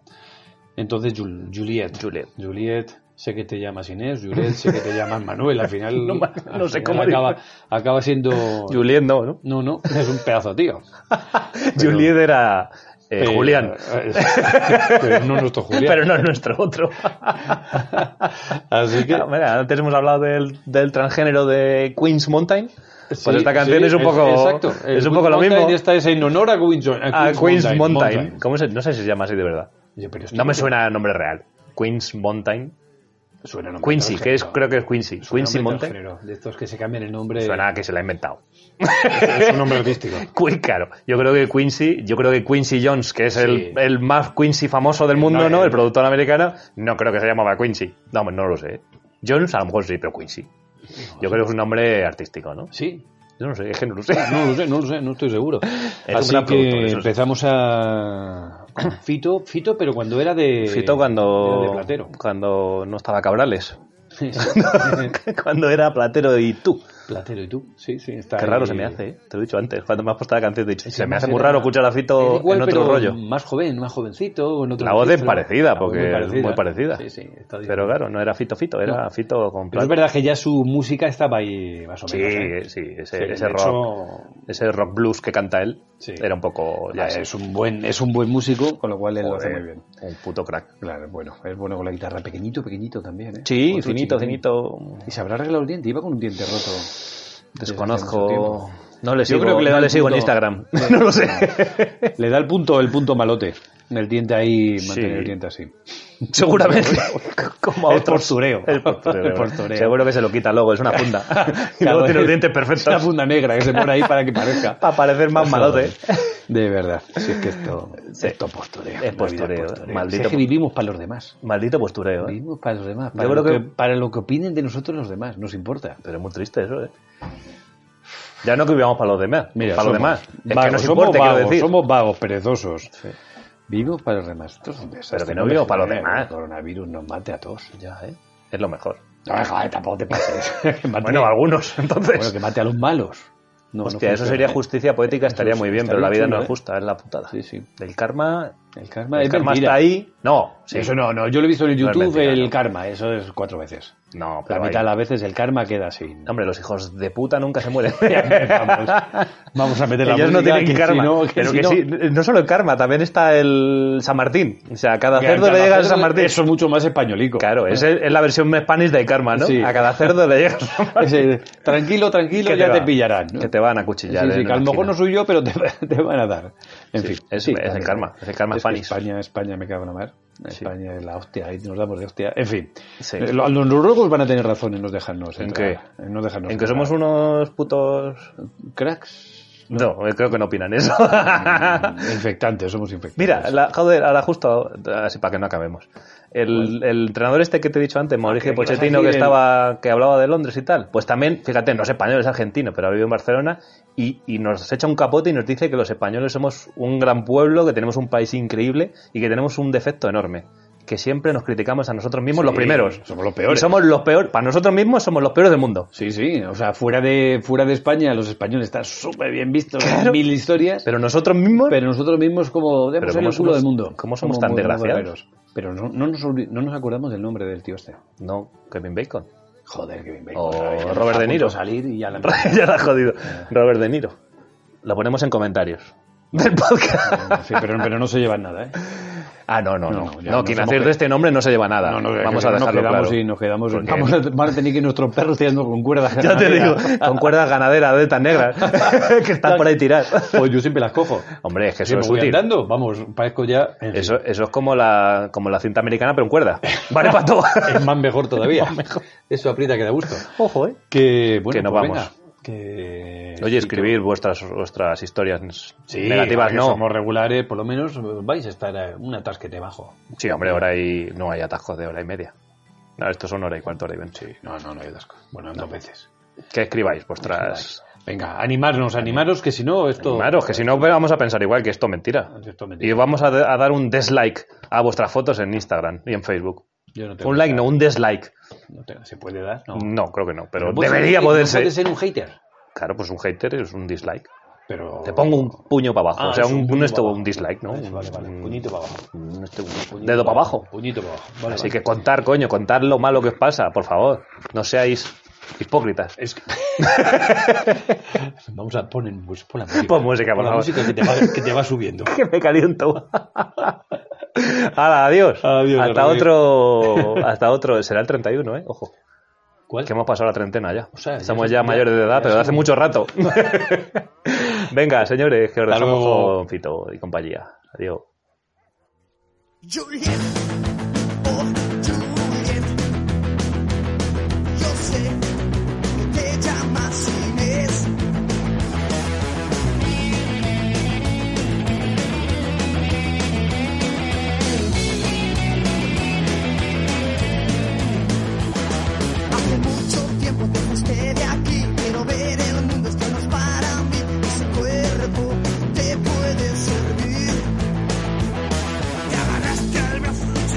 Speaker 2: Entonces, Jul- Juliet.
Speaker 1: Juliet.
Speaker 2: Juliet, sé que te llamas Inés, Juliet, sé que te llamas Manuel. Al final,
Speaker 1: [LAUGHS] No, ma-
Speaker 2: al
Speaker 1: no sé
Speaker 2: final
Speaker 1: cómo digo.
Speaker 2: acaba, acaba siendo...
Speaker 1: Juliet no, [LAUGHS] ¿no?
Speaker 2: No, no, es un pedazo,
Speaker 1: [LAUGHS]
Speaker 2: tío.
Speaker 1: Juliet era eh,
Speaker 2: Pero-
Speaker 1: Julián, [LAUGHS]
Speaker 2: Pero no nuestro Julián.
Speaker 1: pero no es nuestro otro.
Speaker 2: Así que...
Speaker 1: Ah, mira, antes hemos hablado del, del transgénero de Queen's Mountain. Pues
Speaker 2: sí,
Speaker 1: esta canción
Speaker 2: sí,
Speaker 1: es un poco,
Speaker 2: exacto.
Speaker 1: es,
Speaker 2: El
Speaker 1: un poco lo
Speaker 2: Mountain
Speaker 1: mismo.
Speaker 2: Esta es en honor a Queen's, a Queen's,
Speaker 1: A Ah, Queen's Mountain.
Speaker 2: Mountain.
Speaker 1: ¿Cómo se- no sé si se llama así de verdad.
Speaker 2: Oye, pero esto
Speaker 1: No me
Speaker 2: que-
Speaker 1: suena a nombre real. Queen's Mountain.
Speaker 2: Suena nombre
Speaker 1: Quincy,
Speaker 2: transgénero.
Speaker 1: que es, creo que es Quincy.
Speaker 2: Suena
Speaker 1: Quincy
Speaker 2: nombre
Speaker 1: Mountain.
Speaker 2: transgénero, De estos que se cambian el nombre.
Speaker 1: Suena a que se la ha inventado.
Speaker 2: Es un nombre artístico.
Speaker 1: Quin- Claro, yo creo que Quincy, yo creo que Quincy Jones, que es
Speaker 2: Sí.
Speaker 1: el, el más Quincy famoso del mundo,
Speaker 2: no,
Speaker 1: ¿no?
Speaker 2: el-
Speaker 1: El productor americano, no creo que se llamaba Quincy. No, hombre, no lo sé. Jones a lo mejor sí, pero Quincy. Yo creo que es un nombre artístico, ¿no?
Speaker 2: [LAUGHS] Sí.
Speaker 1: Yo no sé, es que no lo sé.
Speaker 2: No lo sé, no lo sé, no
Speaker 1: [LAUGHS]
Speaker 2: estoy seguro.
Speaker 1: un
Speaker 2: Así
Speaker 1: gran productor,
Speaker 2: que
Speaker 1: eso sí.
Speaker 2: empezamos
Speaker 1: [COUGHS]
Speaker 2: a. con Fito, Fito, pero cuando era de.
Speaker 1: Fito
Speaker 2: era
Speaker 1: cuando,
Speaker 2: de platero.
Speaker 1: cuando no estaba Cabrales.
Speaker 2: Sí,
Speaker 1: [LAUGHS] cuando era Platero y tú.
Speaker 2: platero, ¿y tú? Sí, sí, está.
Speaker 1: Qué
Speaker 2: ahí.
Speaker 1: raro se me hace, ¿eh? te lo he dicho antes. Cuando me has puesto la canción, te he dicho,
Speaker 2: Sí,
Speaker 1: se me
Speaker 2: más
Speaker 1: hace muy
Speaker 2: era-
Speaker 1: raro escuchar a Fito
Speaker 2: era igual,
Speaker 1: en otro
Speaker 2: pero
Speaker 1: rollo.
Speaker 2: Más joven,
Speaker 1: [LAUGHS]
Speaker 2: más jovencito. en otro
Speaker 1: La voz es
Speaker 2: registro.
Speaker 1: parecida,
Speaker 2: La voz
Speaker 1: porque es muy parecida.
Speaker 2: Sí, sí, está bien.
Speaker 1: Pero claro, no era Fito Fito, era
Speaker 2: No.
Speaker 1: Fito con
Speaker 2: Pero es
Speaker 1: Platero.
Speaker 2: verdad que ya su música estaba ahí más o
Speaker 1: Sí,
Speaker 2: menos. ¿eh?
Speaker 1: sí, ese,
Speaker 2: Sí,
Speaker 1: ese
Speaker 2: de
Speaker 1: rock.
Speaker 2: hecho,
Speaker 1: ese rock blues que canta él
Speaker 2: Sí.
Speaker 1: era un poco ya
Speaker 2: Ah,
Speaker 1: sé,
Speaker 2: es un buen es un buen músico con lo cual él lo hace
Speaker 1: Joder,
Speaker 2: muy bien
Speaker 1: un puto crack
Speaker 2: claro bueno es bueno con la guitarra pequeñito pequeñito también ¿eh?
Speaker 1: sí
Speaker 2: Otro
Speaker 1: finito
Speaker 2: chiquitín.
Speaker 1: finito
Speaker 2: y se habrá arreglado el diente iba con un diente roto
Speaker 1: desconozco no le
Speaker 2: Yo
Speaker 1: sigo
Speaker 2: creo que le
Speaker 1: no
Speaker 2: da
Speaker 1: le
Speaker 2: el
Speaker 1: sigo en
Speaker 2: punto.
Speaker 1: Instagram [LAUGHS] no lo sé
Speaker 2: le da el punto el punto malote el diente ahí mantener
Speaker 1: Sí.
Speaker 2: el diente así
Speaker 1: [LAUGHS]
Speaker 2: [LAUGHS]
Speaker 1: seguramente como a
Speaker 2: Es
Speaker 1: otros
Speaker 2: postureo.
Speaker 1: Es [LAUGHS] postureo,
Speaker 2: Es postureo.
Speaker 1: seguro que se lo quita luego es una [LAUGHS] funda y luego
Speaker 2: Claro,
Speaker 1: tiene
Speaker 2: es-
Speaker 1: los dientes
Speaker 2: es una
Speaker 1: perfectos
Speaker 2: funda negra que se pone ahí para que parezca
Speaker 1: [LAUGHS] para parecer más malote
Speaker 2: [LAUGHS] de verdad si es que esto
Speaker 1: Sí.
Speaker 2: esto postureo
Speaker 1: Es
Speaker 2: La vida
Speaker 1: postureo, maldito
Speaker 2: Si es que
Speaker 1: po-
Speaker 2: vivimos para los demás
Speaker 1: maldito postureo ¿eh?
Speaker 2: vivimos para los demás
Speaker 1: Yo
Speaker 2: para, lo
Speaker 1: creo
Speaker 2: que...
Speaker 1: que-
Speaker 2: para lo que opinen de nosotros los demás nos importa
Speaker 1: pero es muy triste eso ¿eh? ya no que vivamos para los demás
Speaker 2: Mira,
Speaker 1: para los
Speaker 2: somos
Speaker 1: demás es
Speaker 2: vagos,
Speaker 1: que nos
Speaker 2: somos
Speaker 1: importa quiero
Speaker 2: vagos,
Speaker 1: decir
Speaker 2: somos vagos, perezosos. Vivimos para los demás. Esto es un desastre.
Speaker 1: Pero que no vivimos
Speaker 2: me
Speaker 1: para los
Speaker 2: jodas,
Speaker 1: demás.
Speaker 2: El coronavirus nos mate a todos.
Speaker 1: ya ¿eh? es lo mejor
Speaker 2: No, me jodas, tampoco te
Speaker 1: [LAUGHS]
Speaker 2: pases. Que mate-
Speaker 1: bueno algunos entonces
Speaker 2: bueno, que mate a los malos. No, no
Speaker 1: Hostia, eso
Speaker 2: funciona,
Speaker 1: sería
Speaker 2: ¿eh?
Speaker 1: justicia poética, estaría
Speaker 2: Eso
Speaker 1: muy bien,
Speaker 2: está
Speaker 1: pero la
Speaker 2: bien
Speaker 1: vida
Speaker 2: chulo,
Speaker 1: no
Speaker 2: ¿eh?
Speaker 1: es justa, es la putada.
Speaker 2: Sí, sí.
Speaker 1: El karma,
Speaker 2: El karma,
Speaker 1: el
Speaker 2: es
Speaker 1: karma
Speaker 2: mentira.
Speaker 1: está ahí. No, sí.
Speaker 2: Eso no, no. Yo lo he visto en
Speaker 1: No es
Speaker 2: YouTube,
Speaker 1: mentira,
Speaker 2: el
Speaker 1: no.
Speaker 2: karma. Eso es cuatro veces.
Speaker 1: No,
Speaker 2: La
Speaker 1: pero
Speaker 2: mitad
Speaker 1: ahí-
Speaker 2: de las veces el karma queda así.
Speaker 1: Hombre, los hijos de puta nunca se mueren. [LAUGHS]
Speaker 2: Vamos, vamos a meter la
Speaker 1: Ellos no
Speaker 2: música,
Speaker 1: tienen
Speaker 2: que
Speaker 1: karma.
Speaker 2: si no- que
Speaker 1: pero
Speaker 2: si
Speaker 1: que
Speaker 2: no-
Speaker 1: sí, no solo el karma, también está el San Martín. O sea, a cada
Speaker 2: que
Speaker 1: cerdo
Speaker 2: al
Speaker 1: le llega el
Speaker 2: hacer
Speaker 1: San Martín.
Speaker 2: Eso es mucho más españolico.
Speaker 1: Claro, es, es la versión Spanish del karma, ¿no?
Speaker 2: Sí.
Speaker 1: A cada cerdo le llega el San Martín.
Speaker 2: [LAUGHS] Ese, tranquilo, tranquilo,
Speaker 1: Que
Speaker 2: ya te
Speaker 1: va-
Speaker 2: pillarán. ¿no?
Speaker 1: Que te van a
Speaker 2: Sí,
Speaker 1: cuchillar. ¿eh?
Speaker 2: sí, que a lo mejor no soy yo, pero te, te [LAUGHS] van a dar. En
Speaker 1: Sí,
Speaker 2: fin,
Speaker 1: es-
Speaker 2: sí,
Speaker 1: es el
Speaker 2: también.
Speaker 1: karma, es el karma
Speaker 2: Es que
Speaker 1: Spanish.
Speaker 2: España, España me cago en la mar. España es la hostia, ahí nos damos de hostia. En fin,
Speaker 1: Sí.
Speaker 2: Eh, lo- los noruegos van a tener razón en no dejarnos.
Speaker 1: ¿En
Speaker 2: entrar, En no dejarnos.
Speaker 1: En que
Speaker 2: entrar.
Speaker 1: somos unos putos.
Speaker 2: cracks
Speaker 1: No, eh, creo que no opinan eso.
Speaker 2: infectantes, somos infectantes.
Speaker 1: Mira, la, joder, ahora justo, así para que no acabemos. El, el entrenador este que te he dicho antes, Mauricio
Speaker 2: Pues- que ibas a
Speaker 1: Pochettino, que
Speaker 2: decir el-
Speaker 1: estaba, que hablaba de Londres y tal, pues también, fíjate, no es español, es argentino, pero ha vivido en Barcelona y, y nos echa un capote y nos dice que los españoles somos un gran pueblo, que tenemos un país increíble y que tenemos un defecto enorme, que siempre nos criticamos a nosotros mismos los primeros.
Speaker 2: somos los
Speaker 1: Y
Speaker 2: peores.
Speaker 1: somos los peores, para nosotros mismos somos los peores del mundo.
Speaker 2: Sí, sí, o sea, fuera de, fuera de España los españoles están súper bien vistos,
Speaker 1: Claro.
Speaker 2: mil historias.
Speaker 1: Pero nosotros mismos,
Speaker 2: Pero nosotros mismos como
Speaker 1: Pero
Speaker 2: debemos ser
Speaker 1: ¿cómo
Speaker 2: el culo
Speaker 1: somos-
Speaker 2: del mundo.
Speaker 1: cómo somos
Speaker 2: Como
Speaker 1: tan
Speaker 2: muy- muy
Speaker 1: desgraciados?
Speaker 2: barberos. Pero no, no nos, olvi- no nos acordamos del nombre del tío este.
Speaker 1: no, Kevin Bacon.
Speaker 2: Joder, Kevin Bacon.
Speaker 1: O
Speaker 2: ¿sabes?
Speaker 1: Robert
Speaker 2: Ya está
Speaker 1: De
Speaker 2: a punto
Speaker 1: Niro.
Speaker 2: salir
Speaker 1: [LAUGHS]
Speaker 2: y ya la
Speaker 1: ya la ha jodido. Robert De Niro. Lo ponemos en comentarios del podcast.
Speaker 2: Sí, pero, pero no se llevan nada, ¿eh?
Speaker 1: [LAUGHS] Ah, no, no,
Speaker 2: No,
Speaker 1: no.
Speaker 2: no,
Speaker 1: No,
Speaker 2: ya nos
Speaker 1: quien
Speaker 2: hemos
Speaker 1: acierte
Speaker 2: quedado.
Speaker 1: este nombre no se lleva nada. Vamos a dejarlo
Speaker 2: nos quedamos
Speaker 1: claro.
Speaker 2: y nos quedamos.
Speaker 1: Porque-
Speaker 2: Vamos a, van a tener que nuestros perros tirando con cuerdas.
Speaker 1: [LAUGHS] [LAUGHS] Ya te digo, con cuerdas ganaderas de estas [LAUGHS] negras que están por ahí tiradas.
Speaker 2: [LAUGHS] Pues yo siempre las cojo.
Speaker 1: Hombre, es que eso
Speaker 2: Siempre
Speaker 1: es
Speaker 2: voy
Speaker 1: útil.
Speaker 2: andando. Vamos, parezco ya. en fin,
Speaker 1: Eso, eso es como la, como la cinta americana, pero en
Speaker 2: [LAUGHS]
Speaker 1: cuerda. Vale para todo.
Speaker 2: es más mejor todavía. Eso aprieta que da gusto.
Speaker 1: Ojo, eh.
Speaker 2: Que bueno,
Speaker 1: Que no
Speaker 2: pues
Speaker 1: vamos.
Speaker 2: venga, que que...
Speaker 1: [LAUGHS] Oye, escribir vuestras, vuestras historias
Speaker 2: Sí,
Speaker 1: negativas,
Speaker 2: ahora que
Speaker 1: no.
Speaker 2: somos regulares, por lo menos vais a estar a una tasquete bajo.
Speaker 1: Sí, hombre, ahora y no hay atajos de hora y media. No, estos son hora y cuarto, hora y veinte.
Speaker 2: No, no, no hay atasco. Bueno, dos veces.
Speaker 1: Que escribáis vuestras...
Speaker 2: Venga, animarnos, animaros, que si no, esto...
Speaker 1: Claro, que si no vamos a pensar igual que esto es mentira.
Speaker 2: Esto me
Speaker 1: Y vamos a, a dar un dislike a vuestras fotos en Instagram y en Facebook.
Speaker 2: Yo no tengo
Speaker 1: Un like, no, un dislike.
Speaker 2: No tengo- ¿Se puede dar? No.
Speaker 1: No, creo que no, pero,
Speaker 2: No puede
Speaker 1: debería
Speaker 2: ser-
Speaker 1: poder
Speaker 2: no
Speaker 1: ser.
Speaker 2: Puede ser un hater.
Speaker 1: Claro, pues un hater es un dislike.
Speaker 2: Pero...
Speaker 1: Te pongo un puño para abajo,
Speaker 2: Ah,
Speaker 1: o sea,
Speaker 2: es
Speaker 1: un, un
Speaker 2: puño
Speaker 1: esto,
Speaker 2: para
Speaker 1: un dislike, ¿no?
Speaker 2: Vale, vale, vale.
Speaker 1: Un-
Speaker 2: Puñito para abajo.
Speaker 1: un este, un
Speaker 2: Puñito
Speaker 1: dedo para abajo.
Speaker 2: Puñito para abajo. Vale,
Speaker 1: Así
Speaker 2: vale.
Speaker 1: que contar, coño, contar lo malo que os pasa, por favor. No seáis hipócritas.
Speaker 2: Es que- [LAUGHS] Vamos a poner pues, pon la música.
Speaker 1: Pon música, por
Speaker 2: la
Speaker 1: favor.
Speaker 2: música que te, va, [LAUGHS] que te va subiendo.
Speaker 1: [LAUGHS] que me caliento. Hala, adiós.
Speaker 2: Adiós,
Speaker 1: hasta
Speaker 2: Rodrigo.
Speaker 1: otro, hasta otro, será el 31, ¿eh? Ojo,
Speaker 2: ¿Cuál?
Speaker 1: que hemos pasado la treintena ya.
Speaker 2: O sea,
Speaker 1: Estamos
Speaker 2: ya-
Speaker 1: ya
Speaker 2: ya-
Speaker 1: mayores de edad,
Speaker 2: ya
Speaker 1: pero de hace
Speaker 2: somos-
Speaker 1: mucho rato.
Speaker 2: [LAUGHS]
Speaker 1: Venga, señores, que os
Speaker 2: Hasta
Speaker 1: dejamos
Speaker 2: luego.
Speaker 1: con Fito y compañía. Adiós.
Speaker 9: Juliet, oh Juliet, yo sé que te llamas Inés. Hace mucho tiempo te fuiste de aquí, quiero ver el mundo, esto no es para mí, ese cuerpo te puede servir. Te agarraste al brazo oh,